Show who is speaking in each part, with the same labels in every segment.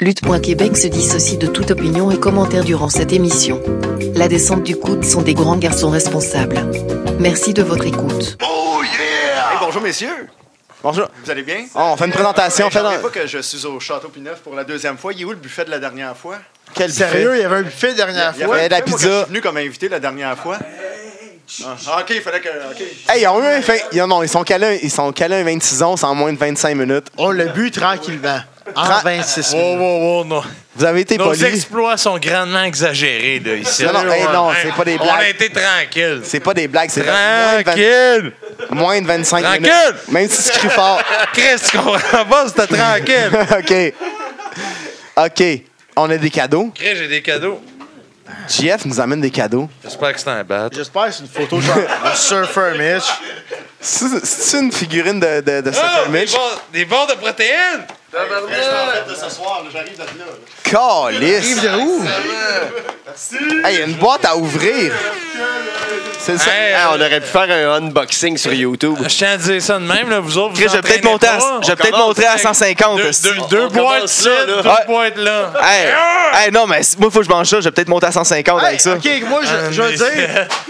Speaker 1: Lutte.Québec se dissocie de toute opinion et commentaire durant cette émission. La descente du coude sont des grands garçons responsables. Merci de votre écoute.
Speaker 2: Oh yeah!
Speaker 3: Ah.
Speaker 4: Hey, bonjour messieurs,
Speaker 3: Bonjour.
Speaker 4: vous allez bien?
Speaker 3: Oh, on fait une présentation.
Speaker 4: Hey,
Speaker 3: on fait
Speaker 4: j'en reviens
Speaker 3: un-
Speaker 4: pas que je suis au Château Pineuf pour la deuxième fois. Il est où le buffet de la dernière fois?
Speaker 3: Quel
Speaker 2: Sérieux,
Speaker 3: buffet.
Speaker 2: il y avait un buffet dernière
Speaker 4: Il y
Speaker 2: fois.
Speaker 4: avait un
Speaker 3: Ouais, la
Speaker 4: buffet, moi,
Speaker 3: pizza.
Speaker 4: quand Je suis venu comme invité la dernière fois. Ah, ah, ok, il fallait que. ok.
Speaker 3: Hey, ils ont eu un fin- ils- non, ils sont calés, ils sont calés un 26 ans, en moins de 25 minutes.
Speaker 2: On l'a bu Oh, tranquillement. Oh, En
Speaker 3: Tra-
Speaker 2: 26
Speaker 5: Wow,
Speaker 2: minutes.
Speaker 5: wow, wow, oh, non.
Speaker 3: Vous avez été
Speaker 5: Nos
Speaker 3: polis.
Speaker 5: exploits sont grandement exagérés, là, ici.
Speaker 3: Non, non, hey, non, c'est pas des
Speaker 5: On
Speaker 3: blagues.
Speaker 5: a été tranquilles.
Speaker 3: C'est pas des blagues, c'est moins de, vingt-
Speaker 5: Tranquille!
Speaker 3: moins de 25
Speaker 5: Tranquille.
Speaker 3: minutes. Même si tu cries fort.
Speaker 5: Chris, tu comprends pas, c'était tranquille!
Speaker 3: OK. OK. On a des cadeaux.
Speaker 5: Chris, j'ai des cadeaux.
Speaker 3: JF nous amène des cadeaux.
Speaker 5: J'espère que c'est un bat.
Speaker 2: J'espère que c'est une photo genre de Surfer Mitch.
Speaker 3: C'est c'est une figurine de, de, de Sucker
Speaker 5: des,
Speaker 3: Mitch.
Speaker 5: barres, des barres de protéines!
Speaker 4: Je suis en fête de ce soir, là, j'arrive de là.
Speaker 3: Calisse.
Speaker 2: Yves de où?
Speaker 3: Hey, il y a une boîte à ouvrir. C'est ça.
Speaker 5: Hey,
Speaker 6: Ah,
Speaker 5: euh,
Speaker 6: on aurait pu faire un unboxing sur YouTube.
Speaker 5: je tiens à dire ça de même, là, vous autres.
Speaker 7: Chris, je vais peut-être monter à, je vais peut-être monter à 150.
Speaker 5: Deux,
Speaker 7: aussi.
Speaker 5: deux, Ah! deux
Speaker 6: on
Speaker 5: boîtes
Speaker 6: commence
Speaker 5: ici,
Speaker 6: là,
Speaker 5: deux
Speaker 6: là.
Speaker 7: Ouais.
Speaker 5: boîtes là.
Speaker 3: Ah.
Speaker 7: Hey, hey, non, mais moi, faut que je mange ça. Je vais peut-être monter à 150 avec ça.
Speaker 2: OK, moi, je, je veux dire,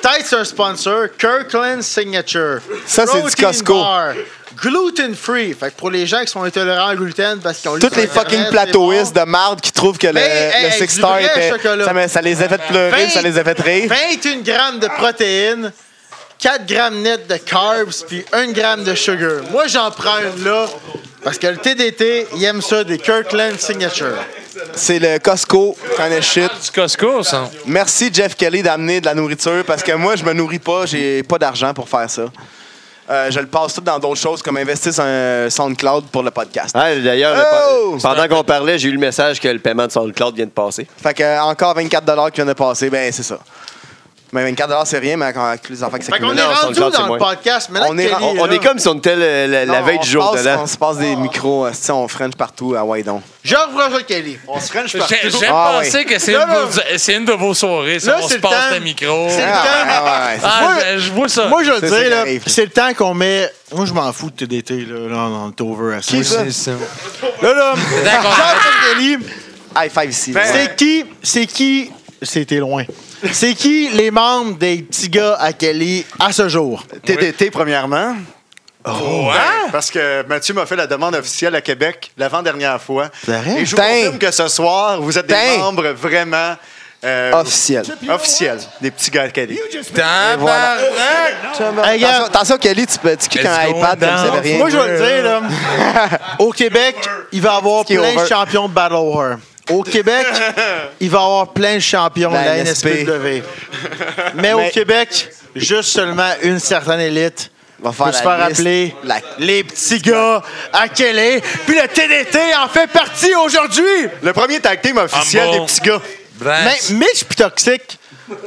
Speaker 2: peut-être c'est un sponsor, Kirkland Signature.
Speaker 3: Ça, c'est du
Speaker 2: Protein
Speaker 3: Costco.
Speaker 2: bar, Gluten-free. Fait que pour les gens qui sont intolérants au gluten parce qu'ils ont lu
Speaker 3: Toutes
Speaker 2: sur
Speaker 3: les
Speaker 2: Internet,
Speaker 3: fucking
Speaker 2: c'est
Speaker 3: plateauistes
Speaker 2: bon.
Speaker 3: de marde qui trouvent que le,
Speaker 2: Mais, hey,
Speaker 3: le
Speaker 2: hey,
Speaker 3: Six
Speaker 2: du
Speaker 3: Star
Speaker 2: vrai
Speaker 3: était.
Speaker 2: chocolat.
Speaker 3: Ça, me- ça les a fait pleurer,
Speaker 2: Vingt-
Speaker 3: ça les a fait rire.
Speaker 2: 21 grammes de protéines, 4 grammes net de carbs, puis 1 gramme de sugar. Moi, j'en prends une là, parce que le TDT, il aime ça, des Kirkland Signature.
Speaker 3: C'est le Costco, kind of shit.
Speaker 5: Du Costco, ça.
Speaker 3: Ah, Merci Jeff Kelly d'amener de la nourriture parce que moi je me nourris pas, j'ai pas d'argent pour faire ça. Euh, je le passe tout dans d'autres choses comme investir sur un SoundCloud pour le podcast.
Speaker 6: Ah, D'ailleurs, le
Speaker 3: Oh!
Speaker 6: pa- pendant qu'on parlait, j'ai eu le message que le paiement de SoundCloud vient de passer.
Speaker 3: Fait que euh, encore 24 qui viennent de passer, ben c'est ça. Mais 24 c'est rien mais quand- avec les enfants qui
Speaker 2: Fait qu'on
Speaker 3: s'accumulent.
Speaker 2: est
Speaker 6: non,
Speaker 2: rendu
Speaker 6: SoundCloud, c'est
Speaker 2: dans le
Speaker 6: moins.
Speaker 2: podcast, mais là,
Speaker 3: On est-
Speaker 2: Kelly
Speaker 6: On, on
Speaker 2: là.
Speaker 6: est comme si on était le- euh, la, la
Speaker 3: Non,
Speaker 6: veille
Speaker 3: on
Speaker 6: du
Speaker 3: se
Speaker 6: jour
Speaker 3: passe-
Speaker 6: de l'an.
Speaker 3: On se passe des micros, euh, si on French partout à Waidon.
Speaker 2: Georges Roger Kelly.
Speaker 4: On se range partout.
Speaker 5: J'ai- J'aime
Speaker 3: Ah,
Speaker 5: penser que c'est
Speaker 2: Là,
Speaker 5: une, de
Speaker 2: là.
Speaker 5: vos- c'est une de vos soirées, ça.
Speaker 2: Là,
Speaker 5: on
Speaker 2: c'est
Speaker 5: se
Speaker 2: le
Speaker 5: passe
Speaker 2: temps.
Speaker 5: le micro.
Speaker 2: C'est le
Speaker 3: Ah,
Speaker 2: temps.
Speaker 3: ouais, ouais, ouais.
Speaker 5: Ah,
Speaker 2: Moi-
Speaker 5: je, je vois ça.
Speaker 2: Moi, je veux
Speaker 3: C'est ça qui
Speaker 2: dire, là,
Speaker 3: arrive.
Speaker 2: c'est le temps qu'on met. Moi, je m'en fous de TDT, là. Non, non, t'es over à ça.
Speaker 3: Qui ça?
Speaker 2: Là, là,
Speaker 5: D'accord.
Speaker 2: Georges Kelly,
Speaker 3: High five ici. là.
Speaker 2: c'est qui. C'est qui. C'était loin. C'est qui les membres des petits gars à Kelly à ce jour?
Speaker 4: TDT, premièrement.
Speaker 5: Oh,
Speaker 4: Ouais, Parce que Mathieu m'a fait la demande officielle à Québec l'avant-dernière fois.
Speaker 2: C'est vrai?
Speaker 4: Et je vous
Speaker 3: Tain.
Speaker 4: confirme que ce soir, vous êtes
Speaker 3: Tain.
Speaker 4: des membres vraiment euh,
Speaker 3: officiel.
Speaker 4: officiels des petits gars cadets.
Speaker 5: Tabarnak!
Speaker 2: Hey,
Speaker 3: Attention,
Speaker 2: gars,
Speaker 3: attention, Kelly, tu, peux- tu cliques un
Speaker 5: Let's go
Speaker 3: iPad comme
Speaker 5: down.
Speaker 3: si avait rien.
Speaker 2: Ah, Moi, je vais le dire, là, au Québec, il va y avoir
Speaker 3: qui est
Speaker 2: plein de
Speaker 3: over.
Speaker 2: champions de Battle War. Au Québec, il va y avoir plein de champions
Speaker 3: La
Speaker 2: de la
Speaker 3: NSP.
Speaker 2: NSPW. Mais au
Speaker 3: Mais-
Speaker 2: Québec, juste seulement une certaine élite
Speaker 3: Va faire
Speaker 2: va se
Speaker 3: la
Speaker 2: faire
Speaker 3: liste.
Speaker 2: appeler
Speaker 3: La-
Speaker 2: les petits gars à Kelly. Puis le TDT en fait partie aujourd'hui.
Speaker 4: Le premier tag team officiel
Speaker 5: Ah bon.
Speaker 4: des petits gars.
Speaker 2: Mais
Speaker 5: Bref.
Speaker 2: Mitch puis Toxic,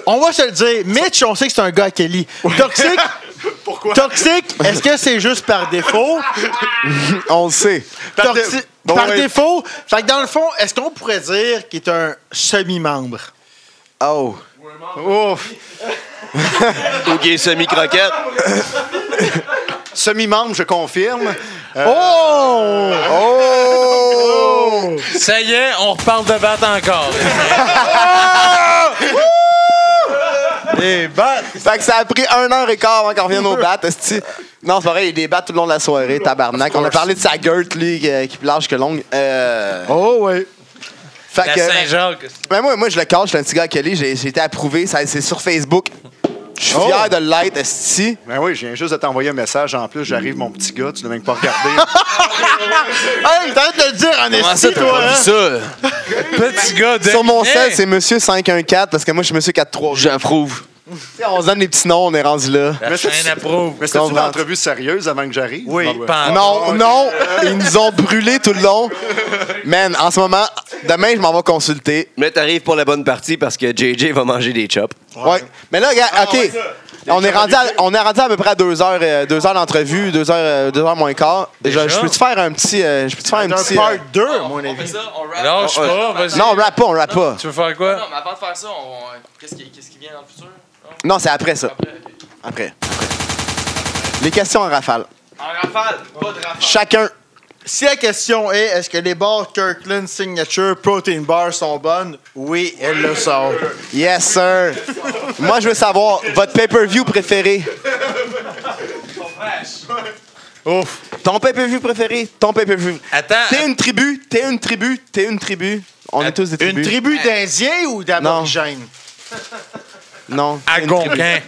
Speaker 2: on va se le dire. Mitch, on sait que c'est un gars à Kelly. Toxic,
Speaker 4: Pourquoi?
Speaker 2: Toxic, est-ce que c'est juste par défaut?
Speaker 3: On le sait.
Speaker 2: Par,
Speaker 4: dé-
Speaker 2: dé-
Speaker 4: Bon,
Speaker 2: par
Speaker 4: ouais.
Speaker 2: défaut. Fait que dans le fond, est-ce qu'on pourrait dire qu'il est un semi-membre?
Speaker 3: Oh.
Speaker 4: Ouf.
Speaker 6: Ou qui est semi-croquette.
Speaker 4: Semi-membre, je confirme.
Speaker 2: Oh!
Speaker 3: Oh!
Speaker 5: Ça y est, on reparle de battre encore.
Speaker 3: Des battes! Fait que ça a pris un heure et quart avant qu'on revienne aux battes. esti. Non, c'est pareil, il y a des battes tout le long de la soirée, tabarnak. On a parlé de sa gueule, lui, qui qui est plus large que longue. Euh,
Speaker 2: Oh, oui.
Speaker 3: fait
Speaker 5: La
Speaker 3: que-
Speaker 5: Saint-Jacques.
Speaker 3: ben moi, moi, je le cache, je suis un petit gars à Kelly, j'ai j'ai été approuvé, ça- c'est sur Facebook. Je suis fier de l'être, esti.
Speaker 4: Ben oui, je viens juste de t'envoyer un message. En plus, j'arrive, mon petit gars, tu n'as même pas regardé.
Speaker 2: Hey, t'as hâte de le dire en
Speaker 7: Comment ça,
Speaker 2: esti,
Speaker 7: t'as pas
Speaker 2: toi,
Speaker 7: vu
Speaker 2: hein?
Speaker 7: ça?
Speaker 5: Petit gars de.
Speaker 3: Sur mon
Speaker 5: Hey!
Speaker 3: sel, c'est Monsieur 514, parce que moi, je suis Monsieur 43.
Speaker 7: J'approuve.
Speaker 3: Tu sais, On se donne des petits noms, on est rendu là.
Speaker 5: La chaîne approuve.
Speaker 4: Mais c'était une
Speaker 3: Comprends.
Speaker 4: entrevue sérieuse avant que j'arrive?
Speaker 5: Oui,
Speaker 4: Ah ouais.
Speaker 5: pense.
Speaker 3: Non, non, ils nous ont brûlés tout le long. Man, en ce moment, demain, je m'en vais consulter.
Speaker 6: Mais t'arrives pour la bonne partie parce que JJ va manger des chops.
Speaker 3: Ouais. Mais là, regarde, OK. on, est rendu à, on est rendu à peu près à deux heures, euh, deux heures d'entrevue, deux heures, euh, deux heures moins quart. Je,
Speaker 5: Déjà?
Speaker 3: je peux-tu faire un petit. euh, je peux-tu faire un petit. euh,
Speaker 2: Un part 2, à mon avis.
Speaker 5: Lâche pas, vas-y.
Speaker 3: non, on rappe pas, on rappe pas.
Speaker 5: Tu veux faire quoi?
Speaker 8: Non, mais avant de faire ça, on... qu'est-ce, qui... qu'est-ce qui vient dans le futur? Non?
Speaker 3: Non, c'est après ça.
Speaker 8: Après, ok.
Speaker 3: Après. Après. Les questions en rafale.
Speaker 8: En rafale, pas de rafale.
Speaker 3: Chacun.
Speaker 2: Si la question est est-ce que les bars Kirkland Signature Protein Bar sont bonnes, oui, elles le sont.
Speaker 3: Yes, sir. Moi, je veux savoir, votre pay-per-view préféré?
Speaker 2: Ouf.
Speaker 3: Ton pay-per-view préféré? Ton pay-per-view.
Speaker 5: Attends,
Speaker 3: T'es une tribu, t'es une tribu, t'es une tribu. On est tous des tribus.
Speaker 2: Une tribu d'Indiens ou d'aborigènes?
Speaker 3: Non.
Speaker 5: à
Speaker 3: t'es une tribu.
Speaker 5: Gonquin.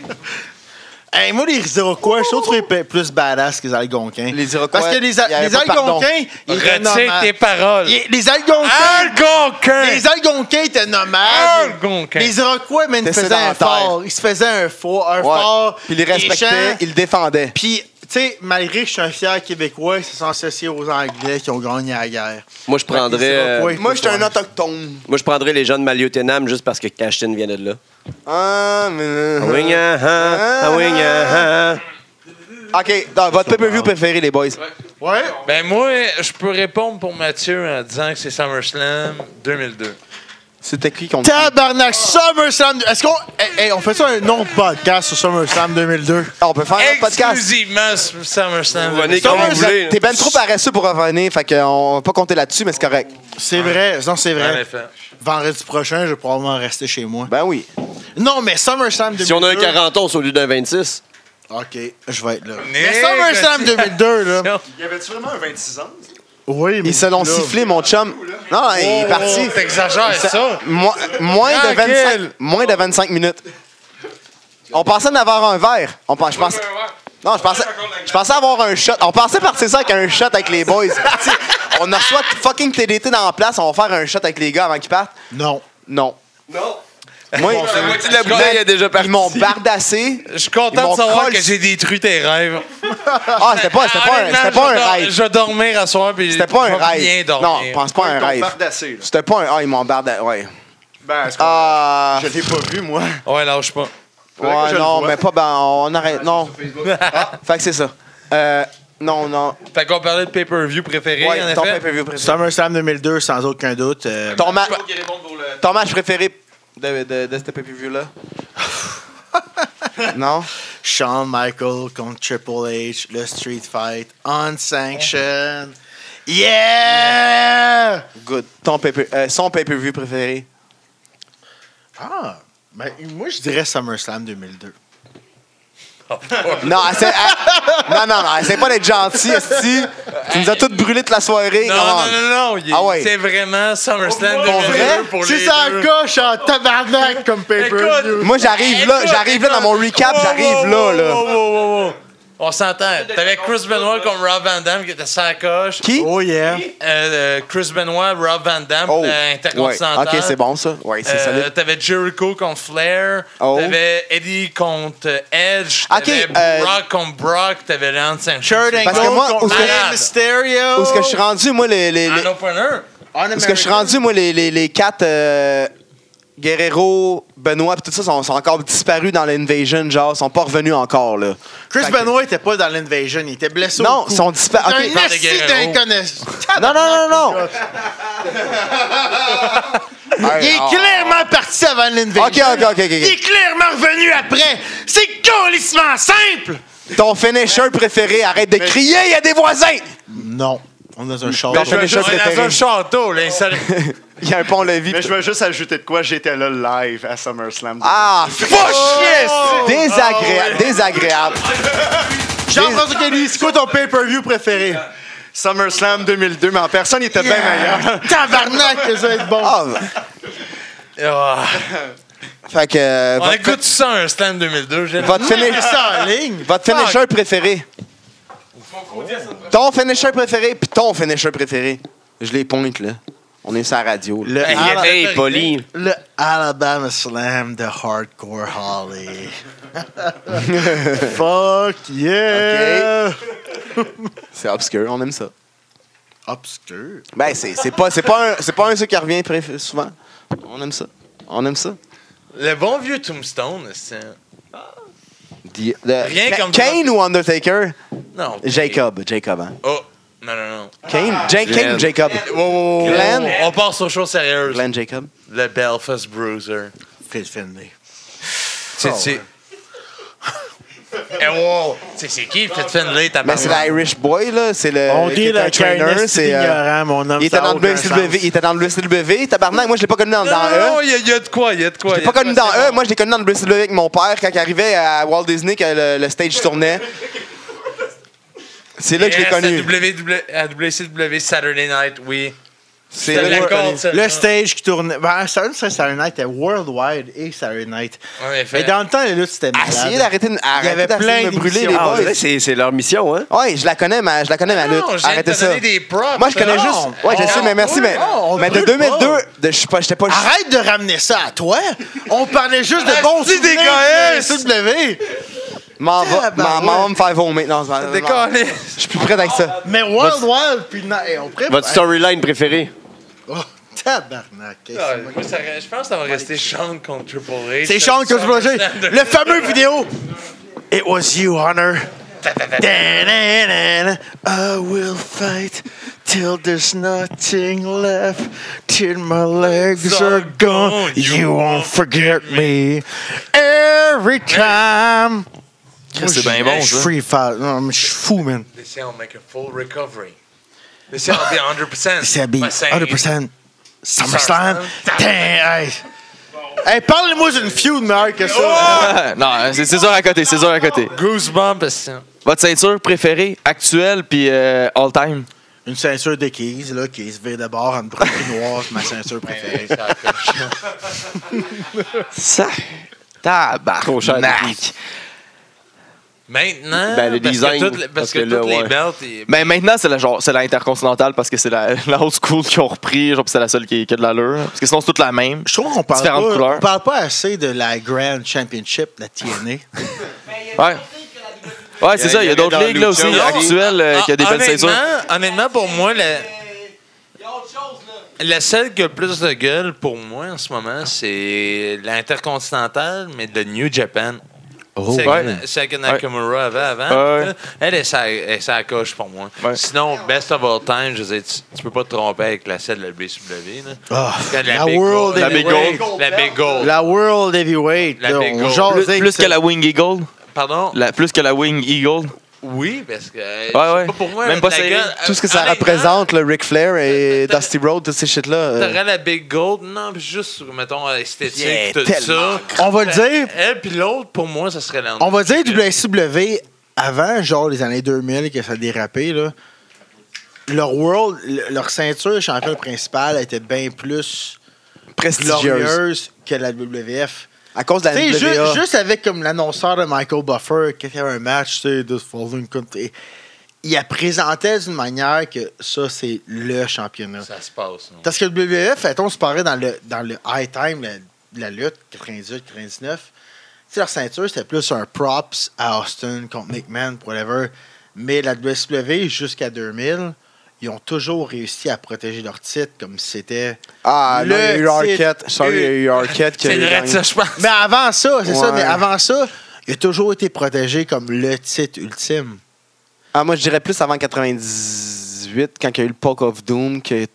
Speaker 2: Hey, moi, les Iroquois, je trouve que c'est plus badass que les Algonquins.
Speaker 3: Les Iroquois,
Speaker 2: Parce que les,
Speaker 3: il y avait
Speaker 2: les
Speaker 3: pas de pardon.
Speaker 2: Algonquins, ils étaient
Speaker 5: Retire
Speaker 2: nomades.
Speaker 5: tes paroles.
Speaker 2: Ils- Les Algonquins,
Speaker 5: Algonquin!
Speaker 2: les Algonquins étaient nomades.
Speaker 5: Algonquin!
Speaker 2: Les Iroquois, man, ils
Speaker 3: T'es
Speaker 2: faisaient un
Speaker 3: sédentaire.
Speaker 2: fort. Ils se faisaient un fort. Un
Speaker 3: Ouais.
Speaker 2: fort.
Speaker 3: Puis ils les respectaient,
Speaker 2: champs.
Speaker 3: ils le défendaient.
Speaker 2: Puis, tu sais, malgré que je suis un fier Québécois, ils se sont associés aux Anglais qui ont gagné la guerre.
Speaker 6: Moi, je prendrais,
Speaker 2: Les
Speaker 6: euh,
Speaker 2: Iroquois,
Speaker 3: Moi, j'étais un
Speaker 2: Iroquois.
Speaker 3: autochtone.
Speaker 6: moi, je prendrais les gens de Maliotenam juste parce que Ashton vient de là.
Speaker 3: Ah,
Speaker 6: Ah
Speaker 3: mais...
Speaker 6: oui, ah, ah, ah oui, ah, ah.
Speaker 3: OK, donc, votre pay-per-view préféré, les boys?
Speaker 2: Ouais.
Speaker 5: Ben moi, je peux répondre pour Mathieu en disant que c'est SummerSlam 2002.
Speaker 3: C'était qui qu'on...
Speaker 2: Tabarnak, SummerSlam. Est-ce qu'on. Hey, hey, on fait ça un nom de podcast sur SummerSlam 2002?
Speaker 3: Ah, on peut faire un podcast.
Speaker 5: Exclusivement sur SummerSlam
Speaker 6: Vous venez
Speaker 5: 2002.
Speaker 6: comme vous voulez.
Speaker 3: T'es ben trop paresseux pour revenir, fait qu'on va pas compter là-dessus, mais c'est correct.
Speaker 2: C'est vrai. Non, c'est
Speaker 5: En
Speaker 2: vrai.
Speaker 5: effet.
Speaker 2: Vendredi prochain, je vais probablement rester chez moi.
Speaker 3: Ben oui.
Speaker 2: Non, mais SummerSlam 2002.
Speaker 6: Si on a un 40 ans au lieu d'un 26,
Speaker 2: OK, je vais être là. Mais
Speaker 5: Négociation.
Speaker 2: SummerSlam 2002, là.
Speaker 4: Il y avait-tu vraiment un 26 ans?
Speaker 2: Oui, mais.
Speaker 3: Ils se l'ont
Speaker 2: là.
Speaker 3: sifflé, mon chum. Non, il est parti.
Speaker 5: T'exagères ça.
Speaker 3: Mo- moins, de
Speaker 5: Tranquille.
Speaker 3: 25, moins de 25 minutes. On pensait en avoir un verre. On, pense- je pensais, non, je pensais, je pensais avoir un shot. On pensait partir ça avec un shot avec les boys. Tu sais, on a soit fucking TDT dans la place, on va faire un shot avec les gars avant qu'ils partent.
Speaker 2: Non.
Speaker 3: Non. Non. Moi,
Speaker 6: moitié de la bouteille est déjà
Speaker 3: ils m'ont
Speaker 6: partie.
Speaker 3: bardassé.
Speaker 5: Je suis
Speaker 3: Ils
Speaker 5: content
Speaker 3: m'ont
Speaker 5: de savoir
Speaker 3: collé-
Speaker 5: que j'ai détruit tes rêves.
Speaker 3: Ah, c'était pas, c'était pas, un-
Speaker 5: Honnêtement,
Speaker 3: c'était pas un
Speaker 5: je dors-
Speaker 3: rêve.
Speaker 5: Je vais dormir à soir. puis
Speaker 3: C'était pas
Speaker 5: je
Speaker 3: un
Speaker 5: vais Bien
Speaker 3: rêve. Non,
Speaker 5: dormir.
Speaker 3: pense pas à un rêve.
Speaker 4: Bardassé, là.
Speaker 3: C'était pas un. Ah, ils m'ont bardassé. Ouais.
Speaker 4: Ben, est-ce qu'on-
Speaker 3: Ah.
Speaker 4: Je l'ai pas vu, moi.
Speaker 5: Ouais, lâche pas.
Speaker 4: Faudrait que
Speaker 3: Ouais,
Speaker 4: je le
Speaker 3: non,
Speaker 4: voie.
Speaker 3: mais pas. Ben, on arrête. Non. Ah, fait que c'est ça. Euh, non, non.
Speaker 5: Fait qu'on parlait de pay-per-view préféré, en
Speaker 3: Ouais, ton
Speaker 5: effet.
Speaker 3: pay-per-view préféré.
Speaker 2: SummerSlam 2002, sans aucun doute. euh,
Speaker 3: Ton, ma-
Speaker 8: qui répond pour le.
Speaker 3: ton match préféré de, de, de ce pay-per-view-là? non?
Speaker 2: Shawn Michaels contre Triple H, le Street Fight, Unsanctioned. Yeah!
Speaker 3: Good. Ton pay-per- euh, son pay-per-view préféré?
Speaker 2: Ah, ben, moi, je dirais SummerSlam 2002.
Speaker 3: Non, essaie, elle- non, non, non, essaie pas d'être gentil, esti. Tu nous as toutes brûlé toute la soirée.
Speaker 5: Non,
Speaker 3: come on.
Speaker 5: non, non, non. il-
Speaker 3: Ah ouais.
Speaker 5: C'est vraiment SummerSlam
Speaker 3: Pour
Speaker 5: 2002
Speaker 3: vrai?
Speaker 5: pour les
Speaker 2: C'est ça
Speaker 5: deux.
Speaker 2: coche en tabarnak comme pay-per-view.
Speaker 3: Moi, j'arrive là,
Speaker 5: Écoute,
Speaker 3: j'arrive là dans mon recap,
Speaker 5: Wow,
Speaker 3: j'arrive
Speaker 5: wow,
Speaker 3: là,
Speaker 5: wow,
Speaker 3: là.
Speaker 5: wow, wow, wow, wow. On s'entend. T'avais Chris Benoit comme Rob Van Damme qui était sacoche.
Speaker 3: Qui?
Speaker 2: Oh yeah.
Speaker 5: Euh, Chris Benoit, Rob Van Damme,
Speaker 3: Oh,
Speaker 5: euh, intercontinental.
Speaker 3: ouais. Ok, c'est bon ça. Ouais, c'est
Speaker 5: Euh,
Speaker 3: solide.
Speaker 5: t'avais Jericho contre Flair,
Speaker 3: Oh.
Speaker 5: t'avais Eddie contre euh, Edge,
Speaker 3: Ok,
Speaker 5: t'avais
Speaker 3: euh,
Speaker 5: Brock contre Brock, t'avais Lance Sanchez.
Speaker 2: Shirt and
Speaker 3: Parce que
Speaker 2: gold
Speaker 3: moi,
Speaker 2: contre
Speaker 3: où est-ce que-
Speaker 2: Rey Mysterio.
Speaker 3: Où est-ce que je suis
Speaker 5: Oh.
Speaker 3: rendu, moi, les, les, les-
Speaker 5: En opener.
Speaker 3: où est-ce que je suis rendu, moi, les, les, les quatre euh, Guerrero, Benoît, pis tout ça, sont, sont encore disparus dans l'Invasion, genre, sont pas revenus encore, là.
Speaker 2: Chris
Speaker 3: Fait que-
Speaker 2: Benoit était pas dans l'Invasion, il était blessé au
Speaker 3: Non,
Speaker 2: cou.
Speaker 3: sont disparus.
Speaker 2: Un
Speaker 5: Parle de
Speaker 2: nasty
Speaker 5: Guerrero.
Speaker 2: d'inconnaissance.
Speaker 3: Non, non, non, non, non.
Speaker 2: Il est clairement parti avant l'Invasion.
Speaker 3: Ah, Ok, ok, ok,
Speaker 2: Il est
Speaker 3: ok.
Speaker 2: clairement revenu après. C'est colissement simple.
Speaker 3: Ton finisher préféré, arrête de crier, il y a des voisins!
Speaker 2: Non. On est dans un char.
Speaker 3: Ton
Speaker 5: On est
Speaker 3: finisher
Speaker 5: dans un
Speaker 3: préféré.
Speaker 5: château, là. ça-
Speaker 3: Il y a un pont-levis.
Speaker 4: Mais je veux juste ajouter de quoi j'étais là live à SummerSlam.
Speaker 3: Ah, fuck! Désagréable, désagréable.
Speaker 2: Jean-François Kelly, c'est quoi ton pay-per-view préféré?
Speaker 4: SummerSlam 2002, mais en personne, il était bien meilleur.
Speaker 2: Tabarnak, que ça va être bon.
Speaker 3: Ah, ben,
Speaker 5: Ah.
Speaker 3: fait que... euh,
Speaker 5: On
Speaker 3: votre-
Speaker 5: écoute ça, un slam 2002. j'ai-
Speaker 3: Votre
Speaker 2: Mets
Speaker 3: finish...
Speaker 2: ça en ligne.
Speaker 3: Votre finisher préféré. Ton finisher préféré, puis ton finisher préféré. Je les pointe, là. On est sur la radio. là.
Speaker 2: Le,
Speaker 5: Hey,
Speaker 2: Ala-
Speaker 5: hey,
Speaker 6: hey, poli.
Speaker 2: le Alabama Slam de Hardcore Holly. Fuck yeah!
Speaker 3: C'est obscur, on aime ça.
Speaker 2: Obscur.
Speaker 3: Ben, c'est c'est pas, c'est pas, un, c'est pas un, ça qui revient préf- souvent. On aime ça. On aime ça.
Speaker 5: Le bon vieux Tombstone, c'est...
Speaker 3: The- the-
Speaker 5: Rien
Speaker 3: Ca-
Speaker 5: comme-
Speaker 3: Kane ou Undertaker?
Speaker 5: Non.
Speaker 3: Jacob, Jacob, hein.
Speaker 5: Oh, non, non, non.
Speaker 3: Kane, Ja- Kane ou
Speaker 6: Glenn.
Speaker 3: Jacob? Glenn?
Speaker 5: On passe aux choses sérieuses.
Speaker 3: Glenn Jacob.
Speaker 5: Le Belfast Bruiser.
Speaker 2: Phil Finley.
Speaker 5: C'est- c'est- Oh, Eh, wow! C'est c'est qui, Fit Finlay, t'as
Speaker 3: Mais Ben, c'est l'Irish Boy, là. C'est le.
Speaker 2: On
Speaker 3: Euh, qui
Speaker 2: dit
Speaker 3: était un
Speaker 2: là qu'il y a un esti
Speaker 3: c'est, euh,
Speaker 2: ignorant, mon homme.
Speaker 3: Il était
Speaker 2: ça a
Speaker 3: dans le
Speaker 2: aucun
Speaker 3: WCW,
Speaker 2: sens.
Speaker 3: il était dans le WCW, tabarnak. Moi, je l'ai pas connu dans, dans
Speaker 5: non, non,
Speaker 3: E.
Speaker 5: il y, a- il y a de quoi, il y a de quoi.
Speaker 3: Je l'ai pas connu dans E. Moi, je l'ai connu dans le WCW avec mon père quand il arrivait à Walt Disney, que le, le stage tournait. C'est là que je l'ai connu.
Speaker 5: À WCW Saturday Night, oui.
Speaker 3: C'est
Speaker 5: Je
Speaker 3: là que je l'ai
Speaker 5: l'accorde,
Speaker 3: connu.
Speaker 5: ça.
Speaker 2: Le stage qui tournait. Ben, Saturday Night, Saturday Night était worldwide et Saturday Night.
Speaker 5: En effet.
Speaker 2: Mais dans le temps, les luttes, c'était malade.
Speaker 3: Ah, Essayez d'arrêter de
Speaker 2: Il y avait
Speaker 3: arrêtez
Speaker 2: plein
Speaker 3: d'essayer de me brûler,
Speaker 2: d'émissions.
Speaker 3: les
Speaker 2: Ah,
Speaker 3: boys.
Speaker 6: on dirait que c'est c'est leur mission, hein?
Speaker 3: Ouais, je la connais, ma, je la connais, ma lutte.
Speaker 5: Non, je viens de
Speaker 3: Arrêtez
Speaker 5: te
Speaker 3: ça.
Speaker 5: donner des props.
Speaker 3: Moi, je connais
Speaker 5: Non.
Speaker 3: juste. Ouais, je
Speaker 5: On-
Speaker 3: sais, mais merci,
Speaker 2: on-
Speaker 3: mais.
Speaker 2: on- on
Speaker 3: Mais de
Speaker 2: brûle pas.
Speaker 3: 2002, de- je suis pas- j'étais pas.
Speaker 2: Arrête de ramener ça à toi. On parlait juste de
Speaker 5: Ah,
Speaker 2: bons
Speaker 5: c'est des
Speaker 2: souvenirs
Speaker 5: gars,
Speaker 2: de SW.
Speaker 3: M'en va,
Speaker 2: Tabarouette.
Speaker 3: m'en- m'en va me faire vomir. Non, non, non, non. je suis plus prêt avec ça.
Speaker 2: Mais worldwide, puis na- eh, on prépare.
Speaker 6: Votre storyline préférée?
Speaker 2: Oh, tabarnak. qu'est-ce
Speaker 5: Ah,
Speaker 2: que c'est?
Speaker 5: moi, ça- Je pense que ça va rester Sean contre Triple H.
Speaker 2: C'est Sean que je projet. Le fameux vidéo. It was you, Hunter. Da-na-na-na. I will fight till there's nothing left, till my legs
Speaker 5: Are
Speaker 2: are gone.
Speaker 5: gone.
Speaker 2: You won't forget me every time.
Speaker 7: c'est bien bon,
Speaker 2: Je suis
Speaker 7: ça.
Speaker 2: free fall. Non, mais je suis fou, man.
Speaker 5: This will make a full recovery. This will be 100%.
Speaker 2: C'est habillé.
Speaker 5: By saying-
Speaker 2: 100%. SummerSlam.
Speaker 5: SummerSlam.
Speaker 2: Damn, Hey, Hey, parle-moi d'une feud meilleure que ça.
Speaker 7: non, c'est c'est sûr à côté, c'est sûr à côté.
Speaker 5: Goosebump,
Speaker 6: Ben,
Speaker 5: c'est
Speaker 7: Votre ceinture préférée, actuelle, puis euh, all time?
Speaker 2: Une ceinture de Keys, là, qui se vire de bord entre brune et noire, c'est ma ceinture préférée.
Speaker 7: Ça.
Speaker 2: Ah, bah,
Speaker 6: Trop cher, les
Speaker 7: Tabarnak.
Speaker 5: Maintenant,
Speaker 6: Ben, le
Speaker 5: parce
Speaker 6: design,
Speaker 5: que toutes, les- parce
Speaker 6: parce
Speaker 5: que
Speaker 6: que là,
Speaker 5: toutes les
Speaker 6: ouais.
Speaker 5: belts, ils-
Speaker 7: Ben maintenant, c'est la, genre, c'est la intercontinentale parce que c'est la, la old school qu'ils ont repris, genre, puis c'est la seule qui, qui a de l'allure. là. Parce que sinon, c'est toute la même.
Speaker 2: Je trouve qu'on parle pas,
Speaker 7: Différentes couleurs.
Speaker 2: on parle pas assez de la Grand Championship, la TNA.
Speaker 7: Ouais. Ouais,
Speaker 6: Il y
Speaker 7: c'est
Speaker 6: a-
Speaker 7: ça. Il y a
Speaker 6: il y avait
Speaker 7: d'autres
Speaker 6: dans
Speaker 7: ligues, là, aussi,
Speaker 6: Lucha aussi.
Speaker 7: actuelles, euh, qui a des
Speaker 5: Ah,
Speaker 7: belles
Speaker 5: honnêtement,
Speaker 7: ceintures.
Speaker 5: Honnêtement, pour moi, la,
Speaker 8: y a autre chose, là.
Speaker 5: la seule qui a le plus de gueule pour moi en ce moment, c'est l'Intercontinental, mais de New Japan. c'est
Speaker 7: Oh, Ouais.
Speaker 5: Celle que Nakamura avait avant.
Speaker 7: Ouais.
Speaker 5: là, Elle est sa, elle est sa coche pour moi.
Speaker 7: Ouais.
Speaker 5: Sinon, best of all time, je veux dire, tu, tu peux pas te tromper avec la celle de la BCW. là.
Speaker 2: Ah,
Speaker 5: La,
Speaker 2: la
Speaker 5: Big
Speaker 2: World
Speaker 5: Gold. La Big
Speaker 2: Heavyweight.
Speaker 5: Gold. La Big Gold.
Speaker 2: La World Heavyweight,
Speaker 5: La
Speaker 2: là,
Speaker 5: Big
Speaker 2: on
Speaker 5: Gold.
Speaker 2: jasait
Speaker 7: Plus,
Speaker 2: que
Speaker 7: plus
Speaker 2: ça-
Speaker 7: que la Wing Eagle.
Speaker 5: Pardon?
Speaker 7: La- plus que la Wing Eagle.
Speaker 5: Oui, parce que. euh,
Speaker 7: Ouais,
Speaker 5: je sais
Speaker 7: ouais.
Speaker 5: Pas pour moi,
Speaker 7: Même pas
Speaker 5: la
Speaker 7: serré.
Speaker 5: gueule- euh,
Speaker 3: Tout ce que ça
Speaker 5: honnêtement,
Speaker 3: représente, le Ric Flair et
Speaker 5: t'as-
Speaker 3: Dusty Road, toutes ces shit-là. euh,
Speaker 5: T'aurais la Big Gold, non, puis juste, mettons, euh, esthétique,
Speaker 3: Yeah,
Speaker 5: tout
Speaker 3: tellement
Speaker 5: ça. Ben,
Speaker 2: On va le dire,
Speaker 5: Elle, puis l'autre, pour moi, ça serait l'un.
Speaker 2: on va dire WCW avant, genre les années 2000, que ça dérapait, là. Leur world, le- leur ceinture championne principale était bien plus
Speaker 3: Prestigieuse.
Speaker 2: glorieuse que la WWF.
Speaker 3: À cause de la
Speaker 2: Tu sais, ju-
Speaker 3: WWA.
Speaker 2: juste, avec comme l'annonceur de Michael Buffer, qui avait un match, tu sais, de Fallen Country, il la présentait d'une manière que ça, c'est le championnat.
Speaker 5: Ça se passe. non.
Speaker 2: Parce que le WWF, fait-on se parait dans le, dans le high time la- de la lutte, 98, 99. Tu sais, leur ceinture, c'était plus un props à Austin contre McMahon, whatever. Mais la WSW, jusqu'à 2000, ils ont toujours réussi à protéger leur titre comme si c'était.
Speaker 3: Ah,
Speaker 2: Le
Speaker 3: non, il y a eu Arquette.
Speaker 2: titre.
Speaker 3: Sorry, il y a eu Arquette qui a
Speaker 5: C'est
Speaker 3: eu
Speaker 5: le
Speaker 3: gagné.
Speaker 5: reste, je pense.
Speaker 2: Mais avant ça, c'est ça,
Speaker 3: Ouais.
Speaker 2: mais avant ça, il a toujours été protégé comme le titre ultime.
Speaker 3: Ah, moi, je dirais plus avant 98, quand il y a eu le Poke of Doom. Que...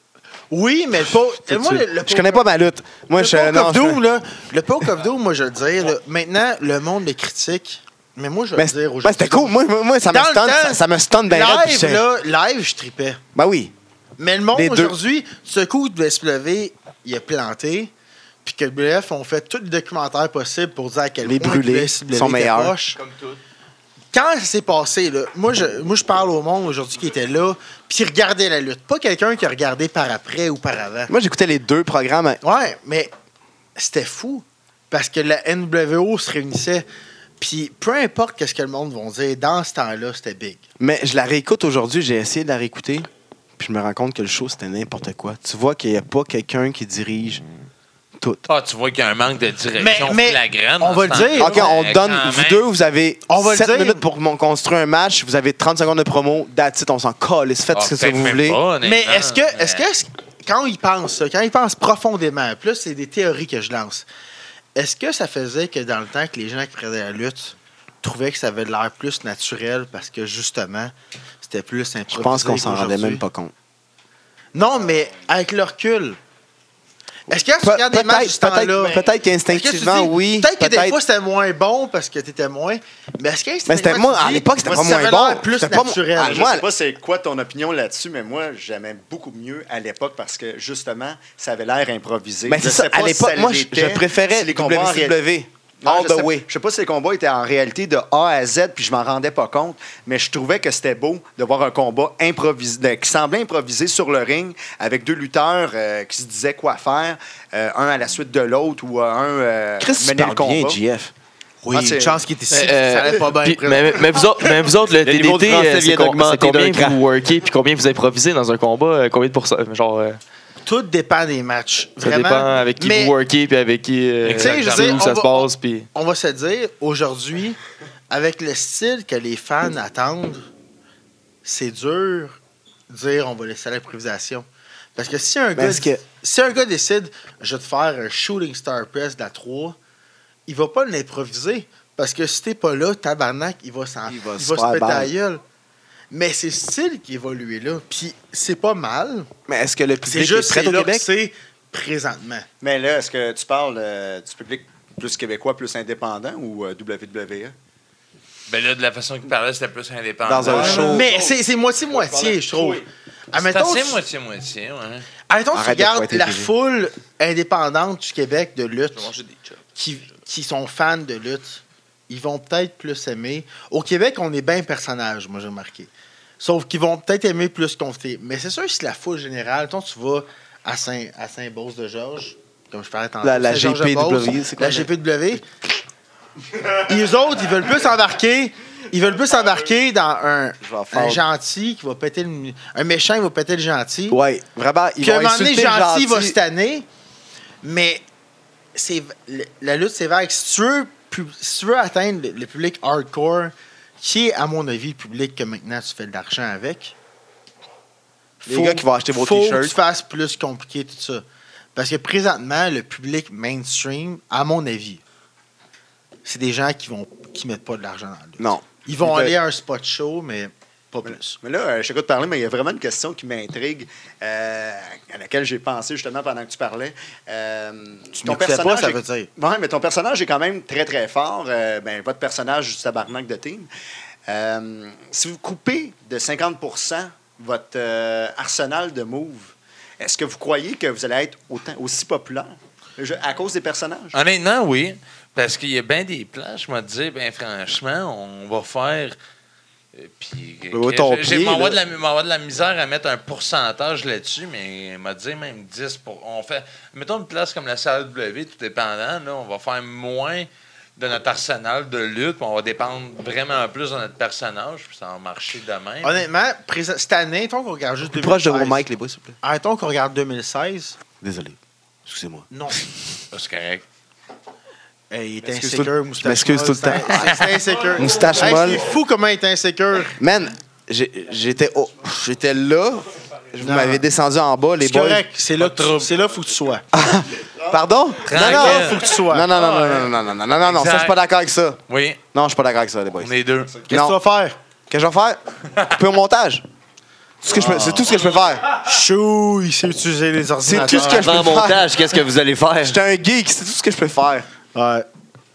Speaker 2: Oui, mais le po- moi, le- le
Speaker 3: je connais pas ma lutte. Moi,
Speaker 2: le
Speaker 3: je
Speaker 2: Poke
Speaker 3: non,
Speaker 2: of
Speaker 3: je-
Speaker 2: Doom, là, le Poke of Doom, moi, je veux dire, là, maintenant, le monde le critique, mais moi, je veux
Speaker 3: Mais
Speaker 2: le dire
Speaker 3: ben,
Speaker 2: aujourd'hui.
Speaker 3: c'était cool. Moi, moi, moi, ça me
Speaker 2: Dans le
Speaker 3: stun.
Speaker 2: temps,
Speaker 3: Ça, ça me stun bien raide, puis
Speaker 2: Live,
Speaker 3: j'étais-
Speaker 2: là, live, je tripais.
Speaker 3: Ben oui.
Speaker 2: Mais le monde,
Speaker 3: Les deux.
Speaker 2: aujourd'hui, ce coup de SPV, il a planté, puis que le BF ont fait tout le documentaire possible pour dire à quel
Speaker 3: Les
Speaker 2: point
Speaker 3: brûlés
Speaker 2: le SPW
Speaker 3: sont
Speaker 2: était
Speaker 3: meilleurs.
Speaker 2: poche.
Speaker 8: Comme tout.
Speaker 2: Quand ça s'est passé, là, moi, je, moi, je parle au monde aujourd'hui qui était là, puis qui regardait la lutte. Pas quelqu'un qui a regardé par après ou par avant.
Speaker 3: Moi, j'écoutais les deux programmes.
Speaker 2: Ouais, mais c'était fou parce que la NWO se réunissait. Puis peu importe qu'est-ce que le monde va dire, dans ce temps-là, c'était big.
Speaker 3: Mais je la réécoute aujourd'hui, j'ai essayé de la réécouter, puis je me rends compte que le show, c'était n'importe quoi. Tu vois qu'il n'y a pas quelqu'un qui dirige tout.
Speaker 5: Ah, tu vois qu'il y a un manque de direction
Speaker 2: Mais- mais
Speaker 5: flagrante.
Speaker 2: on
Speaker 5: dans
Speaker 2: va
Speaker 5: ce
Speaker 2: le dire.
Speaker 5: temps-là,
Speaker 3: OK, on
Speaker 5: mais
Speaker 3: donne,
Speaker 5: quand
Speaker 3: vous
Speaker 5: même.
Speaker 3: deux, vous avez
Speaker 2: On va le
Speaker 3: 7
Speaker 2: dire.
Speaker 3: minutes pour qu'on construit un match, vous avez 30 secondes de promo, that's it, on s'en colle, faites
Speaker 5: Ah,
Speaker 3: ce que
Speaker 5: peut-être
Speaker 3: vous
Speaker 5: même
Speaker 3: voulez.
Speaker 5: pas, honnêtement,
Speaker 2: Mais est-ce que, est-ce
Speaker 5: mais-
Speaker 2: que quand ils pensent, quand ils pensent profondément, plus c'est des théories que je lance, est-ce que ça faisait que dans le temps que les gens qui prenaient la lutte trouvaient que ça avait de l'air plus naturel parce que justement, c'était plus improvisé
Speaker 3: Je pense qu'on s'en rendait
Speaker 2: qu'aujourd'hui?
Speaker 3: même pas compte.
Speaker 2: Non, mais avec le recul. Est-ce que tu
Speaker 3: Pe-
Speaker 2: regardes des matchs de ce
Speaker 3: peut-être,
Speaker 2: temps-là?
Speaker 3: peut-être, peut-être
Speaker 2: Est-ce que tu
Speaker 3: qu'instinctivement,
Speaker 2: dis-
Speaker 3: oui.
Speaker 2: Peut-être que des
Speaker 3: peut-être.
Speaker 2: fois, c'était moins bon parce que t'étais moins. Mais est-ce que
Speaker 3: Mais c'était
Speaker 2: instinctivement,
Speaker 3: moi,
Speaker 2: tu
Speaker 3: à
Speaker 2: dis,
Speaker 3: l'époque, c'était
Speaker 2: moi,
Speaker 3: pas
Speaker 2: ça avait
Speaker 3: moins bon.
Speaker 2: l'air plus
Speaker 3: C'était pas mo-
Speaker 2: naturel.
Speaker 3: Ah,
Speaker 4: Je
Speaker 3: moi,
Speaker 4: sais pas c'est quoi ton opinion là-dessus, mais moi, j'aimais beaucoup mieux à l'époque parce que, justement, ça avait l'air improvisé.
Speaker 3: Mais Ben, c'est
Speaker 4: Je
Speaker 3: ça,
Speaker 4: sais pas
Speaker 3: à
Speaker 4: si
Speaker 3: l'époque,
Speaker 4: ça
Speaker 3: moi, je,
Speaker 4: l'était,
Speaker 3: je préférais E.
Speaker 4: si les combats en réalité-
Speaker 3: WCW.
Speaker 4: Non,
Speaker 3: All
Speaker 4: je
Speaker 3: the
Speaker 4: sais-
Speaker 3: way.
Speaker 4: Je sais pas si les combats étaient en réalité de A à Z, puis je m'en rendais pas compte, mais je trouvais que c'était beau de voir un combat improvisé, de- qui semblait improvisé sur le ring, avec deux lutteurs euh, qui se disaient quoi faire, euh, un à la suite de l'autre, ou euh, un euh,
Speaker 3: Chris, tu
Speaker 4: menait le
Speaker 3: parles
Speaker 4: combat.
Speaker 3: bien, GF.
Speaker 2: Oui,
Speaker 4: Ah, c'est-
Speaker 2: une chance qu'il était ici,
Speaker 7: Euh,
Speaker 2: ça allait pas bien.
Speaker 7: puis-
Speaker 2: après.
Speaker 7: mais, mais vous autres, mais vous autres, le,
Speaker 6: niveau de
Speaker 7: DDT,
Speaker 6: français
Speaker 7: euh, c'est
Speaker 6: vient
Speaker 7: com-
Speaker 6: d'augmenter
Speaker 7: c'est combien
Speaker 6: d'un cran.
Speaker 7: vous workez puis combien vous improvisez dans un combat, euh, combien de pourcents, genre euh,
Speaker 2: Tout dépend des matchs.
Speaker 7: ça
Speaker 2: Vraiment.
Speaker 7: dépend avec qui
Speaker 2: Mais
Speaker 7: vous workez puis avec qui euh,
Speaker 2: Tu sais, je
Speaker 7: où
Speaker 2: veux dire,
Speaker 7: ça
Speaker 2: on
Speaker 7: se
Speaker 2: va-
Speaker 7: passe puis
Speaker 2: On va se dire, aujourd'hui, avec le style que les fans
Speaker 3: Hmm.
Speaker 2: attendent, c'est dur de dire on va laisser à l'improvisation. Parce que si un
Speaker 3: Mais
Speaker 2: gars
Speaker 3: Ben, est-ce que.
Speaker 2: si un gars décide, je vais te faire un shooting star press de la 3, il va pas l'improviser. Parce que si t'es pas là, tabarnak, il va s'en
Speaker 3: Il va
Speaker 2: il
Speaker 3: se
Speaker 2: va se
Speaker 3: faire
Speaker 2: péter à
Speaker 3: battre.
Speaker 2: la gueule. Mais c'est le style qui évolue là. Puis c'est pas mal.
Speaker 3: Mais est-ce que le
Speaker 2: C'est
Speaker 3: public est
Speaker 2: juste
Speaker 3: prêt
Speaker 2: c'est
Speaker 3: au
Speaker 2: là que
Speaker 3: Québec?
Speaker 2: c'est présentement.
Speaker 4: Mais là, est-ce que tu parles euh, du public plus québécois, plus indépendant, ou euh, WWE?
Speaker 5: Ben là, de la façon qu'il parlait, c'était plus indépendant. Ah,
Speaker 3: Dans un show.
Speaker 2: Mais c'est c'est moitié-moitié, je trouve.
Speaker 5: C'est
Speaker 2: Admettons,
Speaker 5: assez
Speaker 2: Ah, tu-
Speaker 5: moitié-moitié, ouais.
Speaker 2: admettons, tu
Speaker 3: Arrête de
Speaker 2: regardes
Speaker 3: pointer,
Speaker 2: la
Speaker 3: Gigi.
Speaker 2: foule indépendante du Québec de lutte.
Speaker 8: Je vais manger des chops.
Speaker 2: qui, qui sont fans de lutte, ils vont peut-être plus aimer. Au Québec, on est bien personnage, moi j'ai remarqué. Sauf qu'ils vont peut-être aimer plus compter. Mais c'est sûr que si la foule générale, quand tu vas à Saint, à Saint Beauce de Georges, comme je parlais tantôt,
Speaker 3: La- la
Speaker 2: Saint-Georges de
Speaker 3: GPW,
Speaker 2: Beauce,
Speaker 3: c'est quoi,
Speaker 2: La
Speaker 3: mais-
Speaker 2: GPW. ils autres, ils veulent plus embarquer. Ils veulent plus embarquer dans un,
Speaker 3: Je vais faire-
Speaker 2: un gentil qui va péter le. Un méchant, il va péter le gentil.
Speaker 3: Ouais, vraiment, ils
Speaker 2: Puis à
Speaker 3: vont
Speaker 2: un moment donné,
Speaker 3: insulter
Speaker 2: gentil
Speaker 3: le
Speaker 2: va
Speaker 3: gentil.
Speaker 2: cette année, mais c'est, le- la lutte, c'est vague. Si tu veux, pu- si tu veux atteindre le, le public hardcore, qui est, à mon avis, le public que maintenant tu fais de l'argent avec,
Speaker 3: Les gars qui vont acheter vos
Speaker 2: faut que
Speaker 3: t-shirts.
Speaker 2: tu fasses plus compliqué tout ça. Parce que présentement, le public mainstream, à mon avis, c'est des gens qui vont qui mettent pas de l'argent dans la lutte.
Speaker 3: Non.
Speaker 2: Ils vont
Speaker 3: Ils
Speaker 2: aller à un spot show, mais pas plus.
Speaker 4: Mais là, euh, je t'écoute parler, mais il y a vraiment une question qui m'intrigue, euh, à laquelle j'ai pensé justement pendant que tu parlais. Euh,
Speaker 2: m'écoutais pas, ça
Speaker 4: est-
Speaker 2: veut dire.
Speaker 4: Ouais, mais ton personnage est quand même très, très fort. Euh, ben, votre personnage du tabarnak de team. Euh, si vous coupez de 50 votre euh, arsenal de moves, est-ce que vous croyez que vous allez être autant, aussi populaire Je- à cause des personnages?
Speaker 5: Honnêtement, oui. Parce qu'il y a bien des plans, je me dis, ben franchement, on va faire. Euh, Puis,
Speaker 3: Ben, ouais, ton
Speaker 5: j'ai- j'ai-
Speaker 3: pied,
Speaker 5: m'envoie
Speaker 3: là.
Speaker 5: de, la- m'envoie de la misère à mettre un pourcentage là-dessus, mais il m'a dit même 10 pour. On fait, mettons une place comme la salle W, tout dépendant, là, on va faire moins de notre arsenal de lutte, puis on va dépendre vraiment plus de notre personnage, puis ça va marcher de même.
Speaker 2: Honnêtement, présent- cette année, tant qu'on regarde juste
Speaker 3: Plus proche de vos
Speaker 2: 2016,
Speaker 3: mics, les boys, s'il vous plaît.
Speaker 2: Arrêtons qu'on regarde 2016.
Speaker 3: Désolé. Excusez-moi.
Speaker 2: Non.
Speaker 5: Ah, C'est correct.
Speaker 2: Hey, il est
Speaker 3: M'excuse tout
Speaker 2: insécure,
Speaker 3: le-
Speaker 2: moustache.
Speaker 3: je m'excuse
Speaker 2: molle,
Speaker 3: tout le temps.
Speaker 2: c'est- c'est- C'est insécure.
Speaker 3: Moustache
Speaker 2: Hey,
Speaker 3: molle.
Speaker 2: C'est fou comment il est insécure.
Speaker 3: Man, j'ai- j'étais oh, j'étais là. Vous
Speaker 2: Non.
Speaker 3: m'avez descendu en bas, les
Speaker 2: C'est
Speaker 3: boys. Ah,
Speaker 2: correct. C'est là que tu- c'est là faut que tu sois.
Speaker 3: Pardon? Non, non,
Speaker 5: Tranquille.
Speaker 2: faut que tu sois.
Speaker 3: Non, non, non,
Speaker 5: Ah,
Speaker 3: non, non, non, non, non, non, non, non, ça, je suis pas d'accord avec ça.
Speaker 5: Oui,
Speaker 3: Non, je suis pas d'accord avec ça, les boys.
Speaker 5: on est deux.
Speaker 2: Qu'est-ce que tu
Speaker 3: Non.
Speaker 2: vas faire?
Speaker 3: Qu'est-ce que je vais faire? Couper au montage. C'est ce que je peux- c'est tout ce que je peux faire.
Speaker 2: Chou, Ah. il sait utiliser les
Speaker 3: C'est
Speaker 2: ordinateurs.
Speaker 3: tout ce que je
Speaker 6: Avant
Speaker 3: peux faire.
Speaker 6: montage, qu'est-ce que vous allez faire?
Speaker 3: J'étais un geek, c'est tout ce que je peux faire.
Speaker 2: Ouais.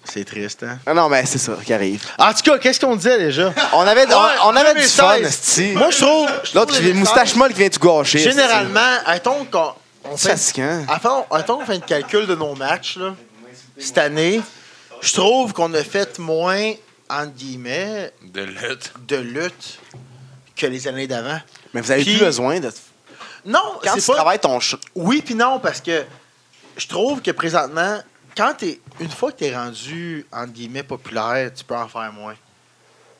Speaker 2: C'est triste, hein?
Speaker 3: Non, non, mais c'est ça qui arrive.
Speaker 2: En tout cas, qu'est-ce qu'on disait déjà?
Speaker 3: On avait, on,
Speaker 2: Ouais,
Speaker 3: on avait du
Speaker 2: 2016.
Speaker 3: fun, esti.
Speaker 2: Moi, je trouve. je trouve
Speaker 3: L'autre,
Speaker 2: les
Speaker 3: il a moustache molle qui vient tout gâcher. esti.
Speaker 2: Généralement, mettons qu'on on
Speaker 3: C'est
Speaker 2: fait
Speaker 3: fatigant.
Speaker 2: Attends, attends, on fait le calcul de nos matchs là, cette année. Je trouve qu'on a fait moins, entre guillemets,
Speaker 5: De lutte.
Speaker 2: de lutte que les années d'avant.
Speaker 3: Mais vous avez
Speaker 2: Puis-
Speaker 3: plus besoin de.
Speaker 2: Non,
Speaker 3: Quand tu
Speaker 2: c'est pas.
Speaker 3: travailles ton. ch-
Speaker 2: Oui, puis non, parce que je trouve que présentement, quand t'es une fois que t'es rendu, entre guillemets, populaire, tu peux en faire moins.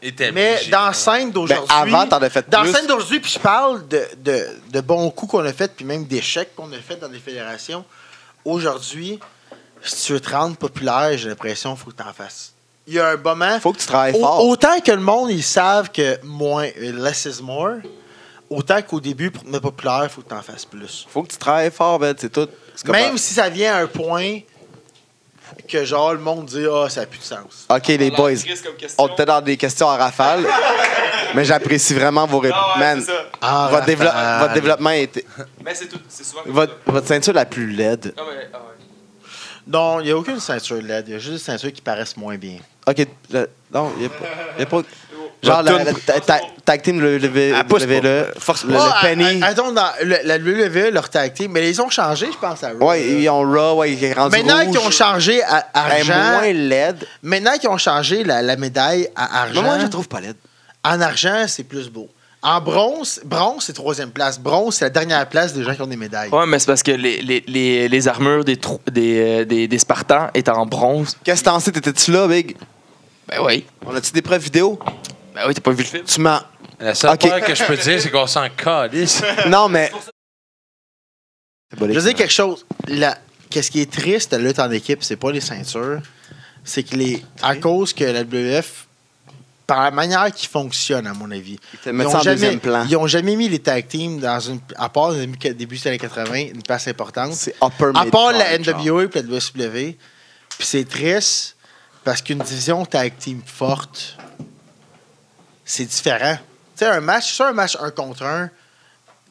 Speaker 5: Établi,
Speaker 2: Mais
Speaker 5: j'ai-
Speaker 2: dans la scène d'aujourd'hui.
Speaker 3: Ben, avant, t'en as fait
Speaker 2: Dans la
Speaker 3: plus.
Speaker 2: scène d'aujourd'hui, puis je parle de, de, de bons coups qu'on a fait, puis même d'échecs qu'on a fait dans des fédérations. Aujourd'hui, si tu veux te rendre populaire, j'ai l'impression qu'il faut que t'en fasses. Il y a un moment.
Speaker 3: Faut que tu travailles
Speaker 2: Au-
Speaker 3: fort.
Speaker 2: Autant que le monde, ils savent que moins, euh, less is more, autant qu'au début, pour te mettre populaire, il faut que tu en fasses plus.
Speaker 3: Faut que tu travailles fort, ben, c'est tout. C'est comme-
Speaker 2: Même si ça vient à un point que genre le monde dit Ah, ça n'a plus de sens.
Speaker 3: Ok, les
Speaker 8: Alors,
Speaker 3: boys.
Speaker 8: Chris, comme question.
Speaker 3: On était dans des questions à rafale, mais j'apprécie vraiment vos réponses.
Speaker 8: Ah ouais,
Speaker 3: Man,
Speaker 8: c'est ça.
Speaker 2: Ah,
Speaker 3: votre, dévelop- votre développement était.
Speaker 8: Mais c'est tout. C'est souvent comme
Speaker 3: Votre,
Speaker 8: ça.
Speaker 3: votre ceinture la plus laide.
Speaker 8: Non, mais ah
Speaker 2: Non, il n'y a aucune ceinture LED. Il y a juste des ceintures qui paraissent moins bien.
Speaker 3: Ok, le- non, il n'y a, pas- y a pas. Genre,
Speaker 6: La
Speaker 3: la, la- ta- ta- tag team, le, le, le,
Speaker 6: Elle pousse
Speaker 3: le- le- le- le
Speaker 2: Ah,
Speaker 3: Penny.
Speaker 2: à- à- attends, dans le- la WWE, leur tag team, mais ils ont changé, je pense, à
Speaker 8: ah.
Speaker 2: Raw.
Speaker 3: ouais, ils ont Raw, ouais, ils ont rendu
Speaker 2: Maintenant
Speaker 3: rouge.
Speaker 2: qu'ils ont changé à
Speaker 3: Elle est
Speaker 2: argent,
Speaker 3: moins laide.
Speaker 2: maintenant qu'ils ont changé la, la médaille à argent,
Speaker 3: Mais moi, je la trouve pas laide.
Speaker 2: en argent, c'est plus beau. En bronze, bronze, c'est troisième place. Bronze, c'est la dernière place des gens qui ont des médailles.
Speaker 7: Ouais, mais c'est parce que les, les, les, les armures des, trou- des, euh, des, des Spartans étaient en bronze.
Speaker 3: Qu'est-ce que t'en sais? T'étais-tu là, Big?
Speaker 7: Ben oui.
Speaker 3: On a-tu des preuves vidéo?
Speaker 7: Ben oui, t'as pas vu le film?
Speaker 3: Tu mens.
Speaker 5: La seule
Speaker 3: Ok.
Speaker 5: affaire que je peux dire, c'est qu'on s'en calisse.
Speaker 3: non, mais.
Speaker 2: Je veux dire quelque chose. La- Qu'est-ce qui est triste de la lutte en équipe, c'est pas les ceintures. C'est que les. À cause que la WF, par la manière qu'ils fonctionnent, à mon avis,
Speaker 3: te
Speaker 2: ils
Speaker 3: mettent ça
Speaker 2: ont,
Speaker 3: en
Speaker 2: jamais,
Speaker 3: deuxième plan.
Speaker 2: ils ont jamais mis les tag teams dans une. À part au début des années 80, une place importante.
Speaker 3: C'est upper
Speaker 2: À
Speaker 3: mid-card,
Speaker 2: part la
Speaker 3: genre.
Speaker 2: NWA et la WCW. Puis c'est triste parce qu'une division tag team forte, c'est différent. Tu sais, un match, sur un match un contre un,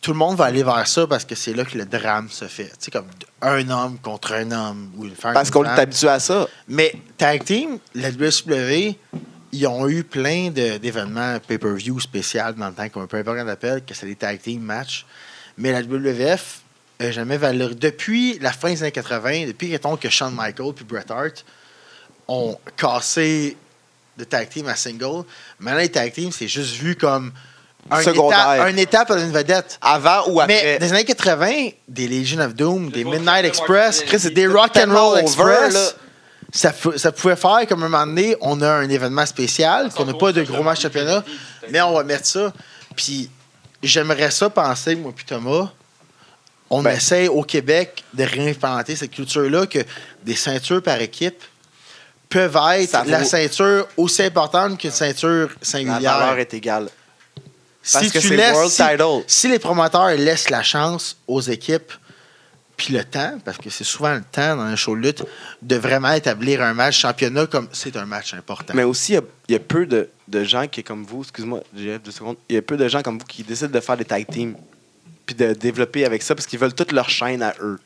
Speaker 2: tout le monde va aller vers ça parce que c'est là que le drame se fait. Tu sais, comme un homme contre un homme ou une femme.
Speaker 3: Parce
Speaker 2: contre
Speaker 3: qu'on
Speaker 2: une
Speaker 3: est
Speaker 2: femme.
Speaker 3: habitué à ça.
Speaker 2: Mais tag team, la WSW, ils ont eu plein de- d'événements pay-per-view spécial dans le temps qu'on peu importe qu'on appelle, que c'est des tag team matchs. Mais la WWF n'a jamais valorisé. Depuis la fin des années 80, depuis mettons, que Shawn Michaels puis Bret Hart ont cassé de tag team à single, maintenant les tag teams, c'est juste vu comme un
Speaker 3: Secondaire.
Speaker 2: étape, une étape à une vedette.
Speaker 3: Avant ou
Speaker 2: Mais
Speaker 3: après?
Speaker 2: des années 80, des Legion of Doom, des
Speaker 8: pas
Speaker 2: Midnight
Speaker 8: trouvé
Speaker 2: Express,
Speaker 8: Martin
Speaker 2: Chris,
Speaker 8: Kennedy.
Speaker 2: des Rock and
Speaker 3: Tellement
Speaker 2: Roll
Speaker 3: over, là.
Speaker 2: Express, ça, fou- ça pouvait faire comme un moment donné, on a un événement spécial, qu'on n'a pas de gros match championnat, mais on va mettre ça. Puis j'aimerais ça penser, moi puis Thomas, on
Speaker 3: Ben.
Speaker 2: essaie au Québec de réinventer cette culture-là que des ceintures par équipe peuvent être
Speaker 3: Ça vaut-
Speaker 2: la ceinture aussi importante qu'une ceinture
Speaker 3: La
Speaker 2: singulière.
Speaker 3: valeur est égale. Parce
Speaker 2: si
Speaker 3: que
Speaker 2: tu
Speaker 3: c'est
Speaker 2: laisses,
Speaker 3: world
Speaker 2: si-
Speaker 3: title.
Speaker 2: si les promoteurs laissent la chance aux équipes, puis le temps, parce que c'est souvent le temps dans un show de lutte, de vraiment établir un match championnat comme c'est un match important.
Speaker 3: Mais aussi, il y a- il y, a peu de, de gens qui, comme vous, excuse-moi, JF, deux secondes, il y a peu de gens comme vous qui décident de faire des tag teams puis de développer avec ça parce qu'ils veulent toute leur chaîne à eux.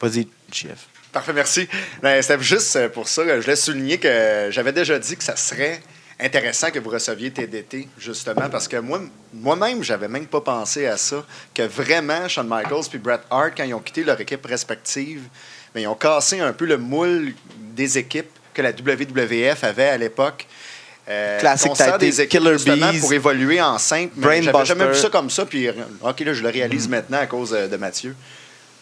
Speaker 3: Vas-y, JF.
Speaker 4: Parfait, merci. Ben, C'était juste euh, pour ça. Je voulais souligner que j'avais déjà dit que ça serait intéressant que vous receviez TDT, justement, parce que moi- moi-même, j'avais même pas pensé à ça, que vraiment, Shawn Michaels puis Bret Hart, quand ils ont quitté leur équipe respective, ben, ils ont cassé un peu le moule des équipes que la WWF avait à l'époque. Euh,
Speaker 3: Classic
Speaker 4: qu'on sent
Speaker 3: tag team, Killer
Speaker 4: justement,
Speaker 3: Bees.
Speaker 4: pour évoluer en simple.
Speaker 3: Brain
Speaker 4: Mais j'avais jamais vu
Speaker 3: Buster. Mm.
Speaker 4: ça comme ça, puis euh, OK, là, je le réalise maintenant à cause euh, de Mathieu.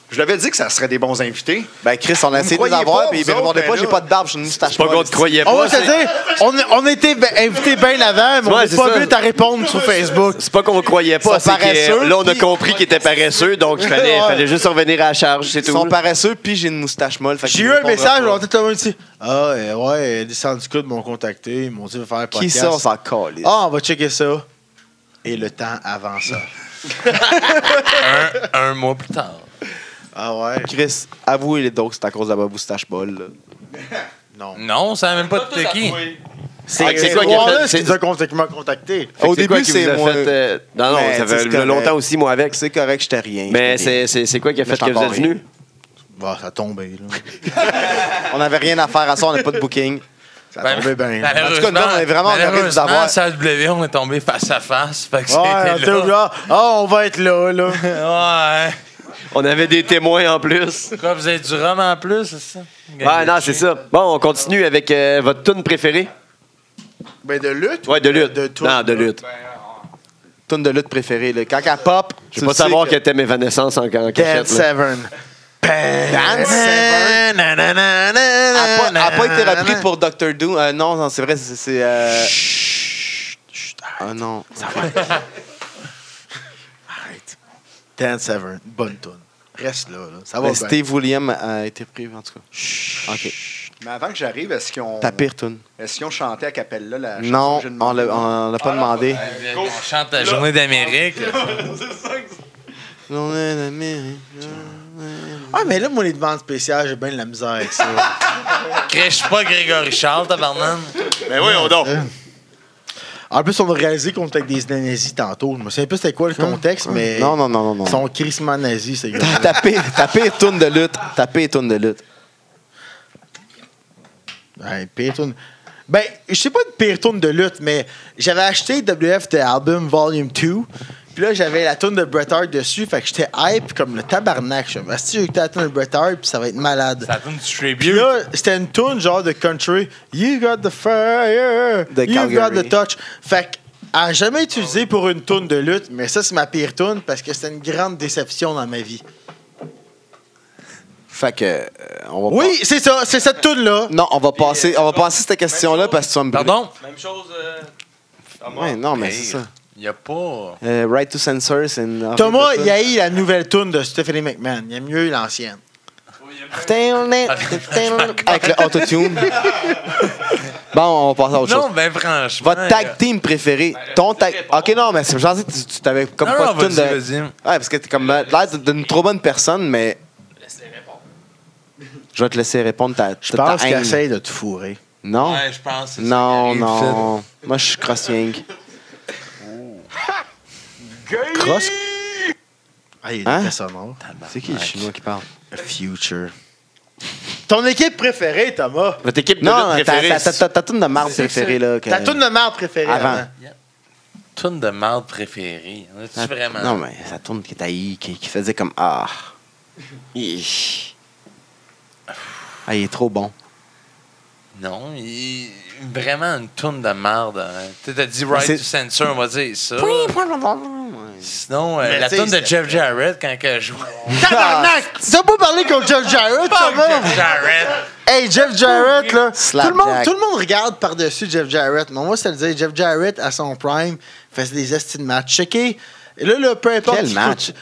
Speaker 4: Je l'avais dit que ça serait des bons invités.
Speaker 3: Ben, Chris, on a essayé de
Speaker 4: croyez
Speaker 3: les avoir,
Speaker 4: pas,
Speaker 3: puis ils
Speaker 4: vous
Speaker 3: me répondaient
Speaker 4: autres,
Speaker 3: pas,
Speaker 4: ben
Speaker 3: j'ai
Speaker 4: là.
Speaker 3: pas de barbe, je suis une moustache.
Speaker 6: C'est pas qu'on
Speaker 3: molle.
Speaker 6: te croyait
Speaker 2: on
Speaker 6: pas.
Speaker 2: va se
Speaker 6: c'est-
Speaker 2: dire, on, on était ben- invités bien avant, mais on
Speaker 6: Ouais,
Speaker 2: n'est
Speaker 6: c'est
Speaker 2: pas
Speaker 6: ça.
Speaker 2: vu ta répondre sur Facebook.
Speaker 6: C'est pas qu'on croyait pas.
Speaker 3: sont
Speaker 6: c'est que,
Speaker 3: paresseux,
Speaker 6: là, on a
Speaker 3: puis-
Speaker 6: compris qu'il était paresseux, donc il fallait,
Speaker 2: Ouais.
Speaker 6: fallait juste revenir à la charge, c'est
Speaker 3: Ils
Speaker 6: tout.
Speaker 3: sont paresseux, puis j'ai une moustache molle. fait
Speaker 2: J'ai
Speaker 3: qu'ils
Speaker 2: eu un
Speaker 3: répondront
Speaker 2: message,
Speaker 3: pas.
Speaker 2: on était tout le monde dit Ah, euh, ouais, euh, des syndicats m'ont contacté, ils m'ont dit de faire un
Speaker 3: Qui
Speaker 2: podcast.
Speaker 3: ça, on s'en calisse.
Speaker 2: Ah, on va checker ça. Et le temps avant ça.
Speaker 5: un, un mois plus tard.
Speaker 2: Ah, ouais.
Speaker 3: Chris, avouez-les donc, c'est à cause de la moustache molle. là.
Speaker 2: Non.
Speaker 5: Non, ça n'a même pas de
Speaker 8: Tout à
Speaker 5: qui.
Speaker 8: trouver.
Speaker 6: Ah,
Speaker 2: C'est
Speaker 6: c'est quoi qui a fait-
Speaker 2: Wallace
Speaker 6: c'est-
Speaker 2: qui nous a contacté- contacté.
Speaker 6: Fait que
Speaker 3: Au
Speaker 6: c'est quoi
Speaker 3: début,
Speaker 6: qui vous
Speaker 3: c'est
Speaker 6: a
Speaker 3: moi.
Speaker 6: fait, euh, Non, non,
Speaker 3: Mais
Speaker 6: ça
Speaker 3: c'est
Speaker 6: fait
Speaker 3: correct.
Speaker 6: longtemps aussi, moi, avec.
Speaker 3: C'est correct, j'étais rien.
Speaker 6: Mais
Speaker 3: j'étais
Speaker 6: c'est- c'est c'est quoi qui a
Speaker 3: Mais
Speaker 6: fait que
Speaker 3: j'étais
Speaker 6: vous êtes
Speaker 3: encore
Speaker 6: venu?
Speaker 2: Bah, ça tombait, là.
Speaker 3: bien. On n'avait rien à faire à ça, on n'a pas de booking.
Speaker 2: Ça
Speaker 5: Ben,
Speaker 2: tombait bien. là.
Speaker 5: malheureusement,
Speaker 3: En tout cas, nous, on est vraiment honorés de vous
Speaker 5: malheureusement,
Speaker 3: avoir.
Speaker 5: ça a doublé, on est tombé face à face. Fait que
Speaker 2: Ouais, on
Speaker 5: c'était
Speaker 2: était au
Speaker 5: là.
Speaker 2: genre, Ah, on va être là, là.
Speaker 5: Ouais.
Speaker 6: On avait des témoins en plus.
Speaker 5: Quoi, vous avez du rhum en plus, c'est ça?
Speaker 6: Ouais, non, c'est ça. Bon, on continue avec euh, votre tune préférée.
Speaker 2: ben, de lutte?
Speaker 6: Ouais, de lutte.
Speaker 2: De tout.
Speaker 6: non, de lutte.
Speaker 3: Tune de lutte préférée, là. Quand elle pop,
Speaker 6: Je
Speaker 3: tu
Speaker 6: veux pas
Speaker 3: le sais
Speaker 6: savoir
Speaker 3: que-
Speaker 6: que t'aimais Evanescence en, en
Speaker 2: Dan
Speaker 6: cachette. là.
Speaker 2: Severn.
Speaker 3: Dan Severn. Elle n'a Ah, pas été repris pour Doctor Doom. Euh, non, non, c'est vrai, c'est. c'est, euh, Ah non.
Speaker 2: Dan Severn. Bonne tune. Reste là, là. Ça va
Speaker 3: Mais
Speaker 2: ben. bien.
Speaker 3: Ben, Steve William a été pris, en tout cas. Ok.
Speaker 4: Mais avant que j'arrive, est-ce qu'ils ont,
Speaker 3: Ta pire tune.
Speaker 4: est-ce qu'ils ont chanté à Capella
Speaker 2: Ah,
Speaker 4: la chanson
Speaker 3: Non,
Speaker 4: que j'ai
Speaker 3: on
Speaker 4: demandé?
Speaker 3: l'a on l'a pas demandé.
Speaker 5: On chante la journée d'Amérique.
Speaker 3: Non, non, non, mais-
Speaker 2: Ah, mais là, moi, les demandes spéciales, j'ai bien de la misère avec ça.
Speaker 5: Crèche pas Grégory Charles, tabarnan.
Speaker 6: Ben oui, on dort.
Speaker 2: en plus, on a réalisé qu'on était avec des nazis tantôt. Je me souviens plus c'était quoi le contexte, mais.
Speaker 3: Hein? Non, non, non, non. non.
Speaker 2: Ils sont crissement nazis, ces gars
Speaker 3: Ta, ta pire, ta pire tune de lutte. Ta pire tune de lutte.
Speaker 2: Ouais, pire tune. Ben, je sais pas de pire tune de lutte, mais j'avais acheté WF de album Volume 2. Puis là, j'avais la tune de Bret Hart dessus, fait que j'étais hype comme le tabarnak. Je me suis dit, j'ai écouté la tune de Bret Hart, puis ça va être malade.
Speaker 5: Ça a donné du
Speaker 2: Puis
Speaker 5: tribute.
Speaker 2: là, c'était une tune genre de country. You got the fire,
Speaker 3: De
Speaker 2: you got
Speaker 3: Calgary.
Speaker 2: the touch. Fait que, à jamais utilisé pour une tune de lutte, mais ça, c'est ma pire tune parce que c'était une grande déception dans ma vie.
Speaker 3: Fait que. euh, on va
Speaker 2: Oui, c'est ça, c'est cette tune là
Speaker 3: pas- Non, on va passer, on va passer cette question-là parce que tu vas me brûler.
Speaker 5: Pardon?
Speaker 8: Même chose. euh, à mort.
Speaker 3: Ouais, non, mais
Speaker 5: Hey.
Speaker 3: c'est ça.
Speaker 5: Il n'y a pas.
Speaker 3: Euh, right to Censors in.
Speaker 2: Thomas, il a eu la nouvelle tune de Stephanie McMahon. Il a mieux l'ancienne.
Speaker 8: Ouais, il y a
Speaker 3: Putain, on est- putain, on est- Avec le autotune. bon, on va passer à autre
Speaker 5: Non,
Speaker 3: chose.
Speaker 5: ben franchement.
Speaker 3: Votre tag team préféré. Ton tag. Ok, non, mais c'est genre, tu tu t'avais comme
Speaker 5: Non,
Speaker 3: pas
Speaker 5: non,
Speaker 3: de tune de. Ouais,
Speaker 5: vas-y, vas-y.
Speaker 3: parce que t'es comme euh, l'air d'une trop bonne personne, mais
Speaker 8: pas- Laisse les répondre.
Speaker 3: je vais te laisser répondre ta.
Speaker 2: Je
Speaker 3: ta- ta
Speaker 2: pense qu'elle
Speaker 3: haine.
Speaker 2: essaye de te fourrer.
Speaker 3: Non?
Speaker 5: Ouais, je pense. que c'est ça
Speaker 3: non,
Speaker 5: qui arrive,
Speaker 3: non. Moi, je suis cross yank.
Speaker 2: Cross. Ah, il est
Speaker 3: Hein?
Speaker 2: très sonore.
Speaker 3: C'est qui le chinois qui parle?
Speaker 2: Future. Ton équipe préférée, Thomas.
Speaker 6: Votre équipe de
Speaker 3: Non,
Speaker 6: lutte
Speaker 3: ta-
Speaker 6: préférée.
Speaker 3: ta- ta ta- ta toune de marde préférée, là. que-
Speaker 2: Ta tune de merde préférée.
Speaker 3: Avant.
Speaker 2: Avant.
Speaker 5: fait. Tune de marde préférée. En as-tu
Speaker 3: Ta-
Speaker 5: vraiment?
Speaker 3: Ah, Non, mais ça tourne qui taille, qui, qui faisait comme Ah. Ih. Ah, il est trop bon.
Speaker 5: Non, il- vraiment une toune de marde. hein. Tu sais, t'as dit Right
Speaker 3: C'est-
Speaker 5: to Censor, on va dire ça.
Speaker 3: Ouais.
Speaker 5: Sinon, euh,
Speaker 2: Mais
Speaker 5: la
Speaker 2: tu sais,
Speaker 5: toune de
Speaker 2: c'est-
Speaker 5: Jeff Jarrett quand que je jouais.
Speaker 2: Tabarnak! Tu n'as pas parlé contre Jeff Jarrett, Thomas?
Speaker 5: Jeff Jarrett!
Speaker 2: Hey, Jeff Jarrett, là. Tout
Speaker 3: Slapjack.
Speaker 2: le, monde, tout le monde regarde par-dessus Jeff Jarrett. Mais moi, ça le dire, Jeff Jarrett, à son prime, faisait des estimes de match. Checké. Et là, là, peu importe.
Speaker 3: Quel
Speaker 2: s'il
Speaker 3: match?
Speaker 2: coûte-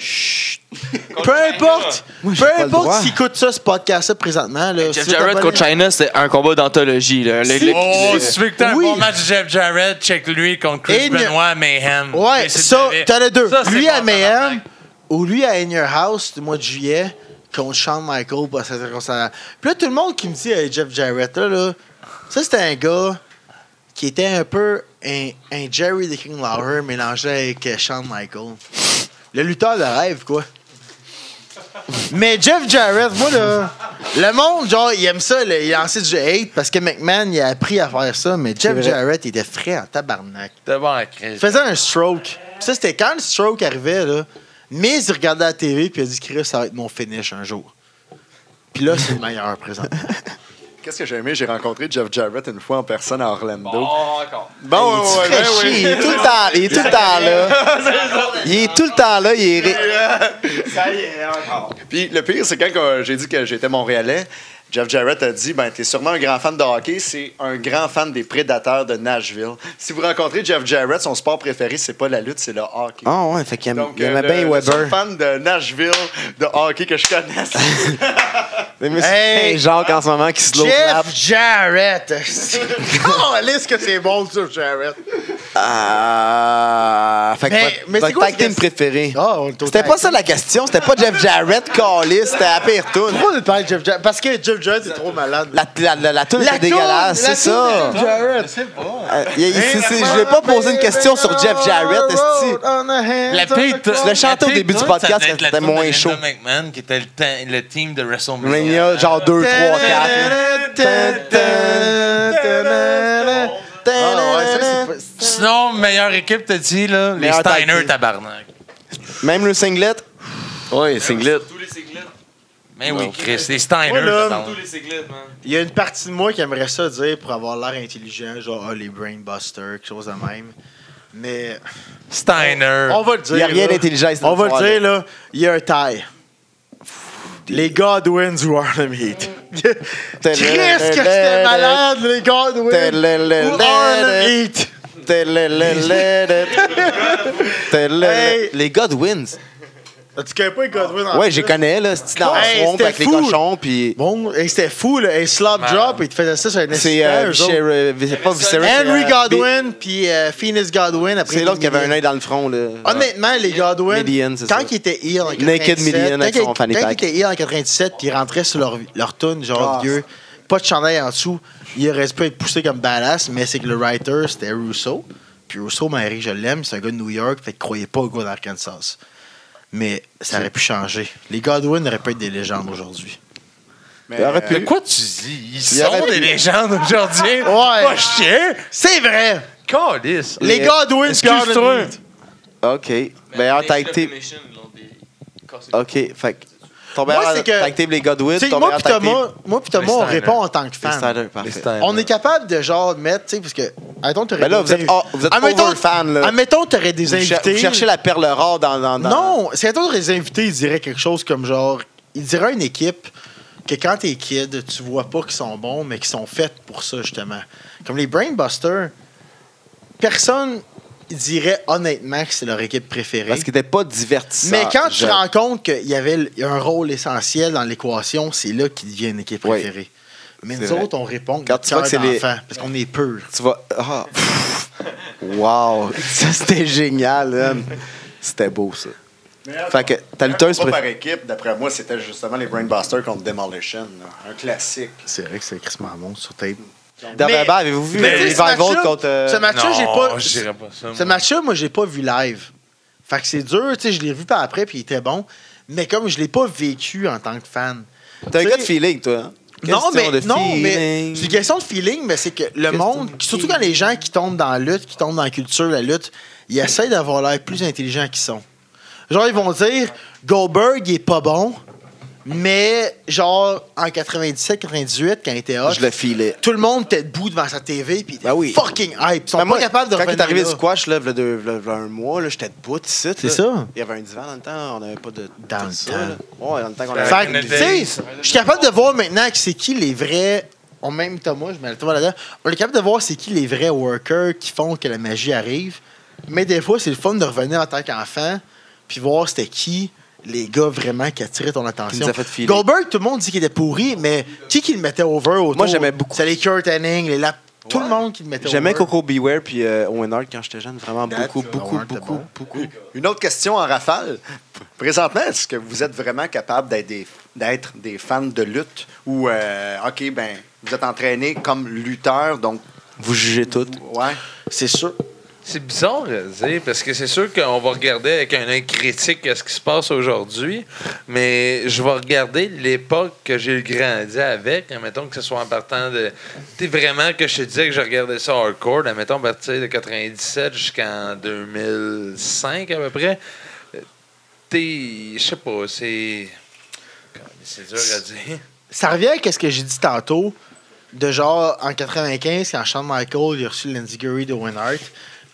Speaker 2: Chut. Peu importe.
Speaker 3: Moi, j'ai
Speaker 2: peu
Speaker 3: pas le droit.
Speaker 2: importe s'il coûte ça, ce podcast-là, présentement. Là,
Speaker 7: Jeff
Speaker 2: Si vous
Speaker 7: Jarrett
Speaker 2: abonnez-
Speaker 7: contre China, c'est un combat d'anthologie. là. Le- le-
Speaker 5: Oh,
Speaker 7: le-
Speaker 5: si tu veux que t'aies
Speaker 2: Oui.
Speaker 5: un bon match de Jeff Jarrett, check lui contre Chris
Speaker 2: Et ne-
Speaker 5: Benoit à Mayhem.
Speaker 2: Ouais,
Speaker 5: Mais c'est
Speaker 2: ça,
Speaker 5: de-
Speaker 2: t'as les deux.
Speaker 5: Ça, c'est
Speaker 2: lui à
Speaker 5: bon,
Speaker 2: Mayhem
Speaker 5: tabarnak.
Speaker 2: ou lui à In Your House du mois de juillet contre Shawn Michaels pour cette circonstance-là. Puis là, tout le monde qui me dit Hey, Jeff Jarrett, là, là, ça, c'était un gars qui était un peu un, un Jerry the King Lawler mélangé avec euh, Shawn Michaels. Le lutteur de rêve, quoi. Mais Jeff Jarrett, moi, là, le monde, genre, il aime ça, là, il a lancé du hate parce que McMahon, il a appris à faire ça, mais Jeff
Speaker 3: vrai.
Speaker 2: Jarrett, il était frais en tabarnak.
Speaker 5: T'es bon à Chris.
Speaker 2: Il faisait un stroke. Puis ça, c'était quand le stroke arrivait, là. Mais il regardait la TV puis il a dit Chris, ça va être mon finish un jour. Puis là, c'est le meilleur présent.
Speaker 4: Qu'est-ce que j'ai aimé? J'ai rencontré Jeff Jarrett une fois en personne à Orlando.
Speaker 8: Bon, Ah, encore.
Speaker 4: Bon,
Speaker 3: il est très chier, il est tout le temps, il est tout le temps là. Il est tout le temps là, il est. ré-
Speaker 4: Puis le pire, c'est quand euh, j'ai dit que j'étais Montréalais, Jeff Jarrett a dit Ben, t'es sûrement un grand fan de hockey, c'est un grand fan des prédateurs de Nashville. Si vous rencontrez Jeff Jarrett, son sport préféré, c'est pas la lutte, c'est le hockey.
Speaker 3: Ah ouais, fait qu'il aime,
Speaker 4: Donc,
Speaker 3: il aimait
Speaker 4: euh, le-
Speaker 3: bien
Speaker 4: le seul
Speaker 3: Ben Weber.
Speaker 4: fan de Nashville de hockey que je connaisse.
Speaker 3: Mais monsieur
Speaker 2: Hey!
Speaker 3: Saint-Jacques en ce moment qui se l'ouvre. la-
Speaker 2: Jeff Jarrett! Oh, est-ce que c'est bon, Jeff Jarrett?
Speaker 3: Ah, fait que
Speaker 2: Mais-
Speaker 3: votre-
Speaker 2: mais c'est
Speaker 3: votre
Speaker 2: quoi
Speaker 3: tag
Speaker 2: ce
Speaker 3: team
Speaker 2: que-
Speaker 3: préféré.
Speaker 2: Ah, on est au
Speaker 3: C'était
Speaker 2: tag
Speaker 3: pas ça la question, c'était pas Jeff Jarrett, Callis, c'était la pire toune.
Speaker 2: Pourquoi on parle de Jeff Jarrett? Parce que Jeff Jarrett est trop malade.
Speaker 3: La, la, la, la toune était
Speaker 2: toune-
Speaker 3: dégueulasse,
Speaker 2: la
Speaker 3: c'est
Speaker 2: toune
Speaker 3: ça.
Speaker 2: de Jeff Jarrett.
Speaker 3: Euh, il- il- c'est- c'est- je vais pas poser une question sur Jeff Jarrett, esti.
Speaker 5: La pire
Speaker 3: Tu l'as chanté au début du podcast quand c'était moins chaud.
Speaker 5: McMahon, qui était le, te- le team de WrestleMania.
Speaker 3: Mania, genre 2, 3, 4. Ah,
Speaker 5: Sinon, meilleure équipe, t'as dit, là, les
Speaker 3: Meilleure tag
Speaker 5: Steiner
Speaker 3: team.
Speaker 5: tabarnak.
Speaker 3: Même le singlet.
Speaker 6: Ouais, singlet.
Speaker 8: Tous les ciglets.
Speaker 5: Mais oui, Chris, les Steiner.
Speaker 2: Moi, là,
Speaker 5: tabarnak.
Speaker 8: Tous les ciglets, man.
Speaker 2: Il y a une partie de moi qui aimerait ça dire pour avoir l'air intelligent, genre ah, les brainbusters, quelque chose de même. Mais
Speaker 5: Steiner.
Speaker 2: on va le
Speaker 3: Il
Speaker 2: dire.
Speaker 3: n'y a rien
Speaker 2: là.
Speaker 3: d'intelligent. cette
Speaker 2: On va le
Speaker 3: histoire-là.
Speaker 2: dire, là, il y a un taille. Les Godwins du Harlem Heat. Chris, que c'était malade, les Godwins ou Harlem Heat. Hey.
Speaker 3: Les Godwins.
Speaker 2: Tu connais pas les Godwins en
Speaker 3: Ouais, j'ai
Speaker 2: plus?
Speaker 3: connais, là. C'est dans
Speaker 2: Ah, Hey,
Speaker 3: le swamp
Speaker 2: c'était
Speaker 3: avec les
Speaker 2: fou.
Speaker 3: cochons, puis.
Speaker 2: Bon, et c'était fou, là. Et Slop
Speaker 5: Man.
Speaker 2: Drop, il te faisait ça sur un
Speaker 3: C'est.
Speaker 2: incident,
Speaker 3: euh,
Speaker 2: eux autres.
Speaker 3: Vicere- Vi- pas Viserys,
Speaker 2: Henry
Speaker 3: euh,
Speaker 2: Godwin, puis euh, Phoenix Godwin.
Speaker 3: Bi-
Speaker 2: Après
Speaker 3: C'est l'autre qui avait un œil dans le front, là.
Speaker 2: Ah, Honnêtement, les Godwin,
Speaker 3: Million, c'est ça.
Speaker 2: quand ils étaient ill en 97,
Speaker 3: Naked Million
Speaker 2: quand
Speaker 3: avec
Speaker 2: ils-
Speaker 3: son fanny
Speaker 2: quand ils
Speaker 3: pack.
Speaker 2: étaient ill en 97 puis ils rentraient sur leur, leur tune, genre
Speaker 3: Ah,
Speaker 2: vieux, pas de chandail en dessous, ils auraient pu être poussés comme badass, mais c'est que le writer, c'était Russo. Puis Russo, Mary, je l'aime, c'est un gars de New York, fait que croyez pas au gars d'Arkansas. Mais ça aurait pu changer. Les Godwin auraient pu être des légendes aujourd'hui.
Speaker 4: Mais,
Speaker 3: Il aurait
Speaker 2: Euh,
Speaker 3: pu.
Speaker 5: De quoi tu dis? Ils
Speaker 3: Il
Speaker 5: sont
Speaker 3: aurait pu.
Speaker 5: des légendes aujourd'hui.
Speaker 2: Ouais.
Speaker 5: Pas chier.
Speaker 2: C'est vrai!
Speaker 5: Calice.
Speaker 2: Les
Speaker 3: Mais-
Speaker 2: Godwin,
Speaker 5: Excuse-toi.
Speaker 2: Gordon Reed.
Speaker 3: OK. Meilleur Ben, tag team. OK. Fait que ton
Speaker 2: Moi,
Speaker 3: meilleur
Speaker 2: c'est que-
Speaker 3: tag team, les
Speaker 2: Tu
Speaker 3: Godwin.
Speaker 2: sais,
Speaker 3: Ton
Speaker 2: moi
Speaker 3: meilleur
Speaker 2: pis
Speaker 3: tag team,
Speaker 2: Thomas, moi pis Thomas, on
Speaker 5: Steiner.
Speaker 3: hein.
Speaker 2: répond en tant que
Speaker 3: les
Speaker 2: fan.
Speaker 3: Snyder. Parfait.
Speaker 2: On est capable de genre mettre, tu sais, parce que. Admettons, t'aurais
Speaker 3: Mais là,
Speaker 2: des-
Speaker 3: vous êtes, oh, vous êtes
Speaker 2: Admettons-
Speaker 3: over fan, là.
Speaker 2: Admettons, t'aurais des
Speaker 3: Vous, cher-
Speaker 2: invités.
Speaker 3: vous cherchez la perle rare dans... dans, dans-
Speaker 2: Non, c'est d'autres les invités, ils diraient quelque chose comme genre. Ils diraient à une équipe que quand t'es kid, tu vois pas qu'ils sont bons, mais qu'ils sont faits pour ça, justement. Comme les Brainbusters, personne dirait honnêtement que c'est leur équipe préférée.
Speaker 3: Parce qu'il n'était pas divertissant.
Speaker 2: mais quand tu
Speaker 3: je-
Speaker 2: te rends compte qu'il y avait l- un rôle essentiel dans l'équation, c'est là qu'il devient une équipe
Speaker 3: Oui.
Speaker 2: préférée. Mais
Speaker 3: C'est
Speaker 2: nous
Speaker 3: vrai.
Speaker 2: autres, on répond
Speaker 3: Quand
Speaker 2: quand
Speaker 3: tu vois que c'est les-
Speaker 2: parce qu'on est pur.
Speaker 3: Tu vas... Ah. wow. Ça, c'était génial. hein. C'était beau, ça. Fait que ta lutteuse...
Speaker 4: pas
Speaker 3: préf-
Speaker 4: par équipe, d'après moi, c'était justement les Brainbusters contre Demolition. là. Un classique.
Speaker 2: C'est vrai que c'est Christmas bon sur tape.
Speaker 3: Dernièrement, avez-vous vu
Speaker 2: Mais
Speaker 3: euh,
Speaker 2: tu sais, ce
Speaker 3: Revival
Speaker 2: match-là-
Speaker 3: contre... euh,
Speaker 2: Ce match-là, j'ai
Speaker 5: Non,
Speaker 2: pas.
Speaker 5: je dirais pas ça.
Speaker 2: Ce
Speaker 5: moi.
Speaker 2: match-là, moi, j'ai pas vu live. Fait que c'est dur, tu sais, je l'ai vu par après, puis il était bon. Mais comme je l'ai pas vécu en tant que fan.
Speaker 3: T'as un
Speaker 2: tu
Speaker 3: gars de
Speaker 2: sais-
Speaker 3: feeling, toi. hein?
Speaker 2: Non,
Speaker 3: Question
Speaker 2: mais,
Speaker 3: de
Speaker 2: non mais
Speaker 3: feeling.
Speaker 2: c'est une question de feeling, mais c'est que le
Speaker 3: Question
Speaker 2: monde,
Speaker 3: de
Speaker 2: surtout quand les gens qui tombent dans la lutte, qui tombent dans la culture, la lutte, ils essayent d'avoir l'air plus intelligents qu'ils sont. Genre, ils vont dire Goldberg, il est pas bon, mais genre, en 97, 98, quand il était hot,
Speaker 3: Je le filais.
Speaker 2: tout le monde était debout devant sa TV, puis il était
Speaker 3: Ben oui.
Speaker 2: fucking hype. Ils sont
Speaker 3: Ben
Speaker 2: pas
Speaker 3: moi,
Speaker 2: capables de
Speaker 3: Quand il est
Speaker 2: revenir
Speaker 3: arrivé
Speaker 2: là.
Speaker 3: du squash, là, v'là deux- v'là- v'là un mois, là, j'étais debout ici.
Speaker 2: C'est
Speaker 3: là.
Speaker 2: ça.
Speaker 3: Il y avait un divan dans le temps, on n'avait pas de.
Speaker 2: Dans
Speaker 3: tout
Speaker 2: le
Speaker 3: ça,
Speaker 2: temps.
Speaker 3: là. Ouais, dans le temps qu'on avait.
Speaker 2: Fait
Speaker 5: Ouais,
Speaker 2: que, tu sais, je suis capable de voir maintenant que c'est qui les vrais. On même Thomas, je mets Thomas là-dedans. On est capable de voir c'est qui les vrais workers qui font que la magie arrive. Mais des fois, c'est le fun de revenir en tant qu'enfant puis voir c'était qui les gars vraiment qui attiraient ton attention.
Speaker 3: Qui nous a fait filer.
Speaker 2: Goldberg, tout le monde dit qu'il était pourri, mais qui qui le mettait over autour?
Speaker 3: Moi, j'aimais beaucoup.
Speaker 2: C'est les Kurt Henning, les Lap... Tout
Speaker 3: Ouais.
Speaker 2: le monde qui le mettait
Speaker 3: J'aimais
Speaker 2: over.
Speaker 3: Coco Beware puis euh, Owen Hart quand j'étais jeune, vraiment
Speaker 2: That's
Speaker 3: beaucoup,
Speaker 2: Owen
Speaker 3: beaucoup,
Speaker 2: Hart, t'es
Speaker 3: beaucoup,
Speaker 2: bon.
Speaker 3: beaucoup.
Speaker 4: Une autre question en rafale. Présentement, est-ce que vous êtes vraiment capable d'être des, d'être des fans de lutte ou, euh, OK, ben, vous êtes entraîné comme lutteur, donc,
Speaker 3: Vous jugez tout.
Speaker 4: ouais.
Speaker 2: C'est sûr.
Speaker 5: C'est bizarre à dire, parce que c'est sûr qu'on va regarder avec un œil critique à ce qui se passe aujourd'hui, mais je vais regarder l'époque que j'ai grandi avec, admettons que ce soit en partant de... Tu sais, vraiment que je te disais que je regardais ça hardcore, admettons, à partir de 97 jusqu'en 2005 à peu près. Euh, T'es... Je sais pas, c'est... C'est dur à dire.
Speaker 2: ça revient à ce que j'ai dit tantôt, de genre en 95, quand Shawn Michaels il a reçu l'Enziguri de Owen Hart,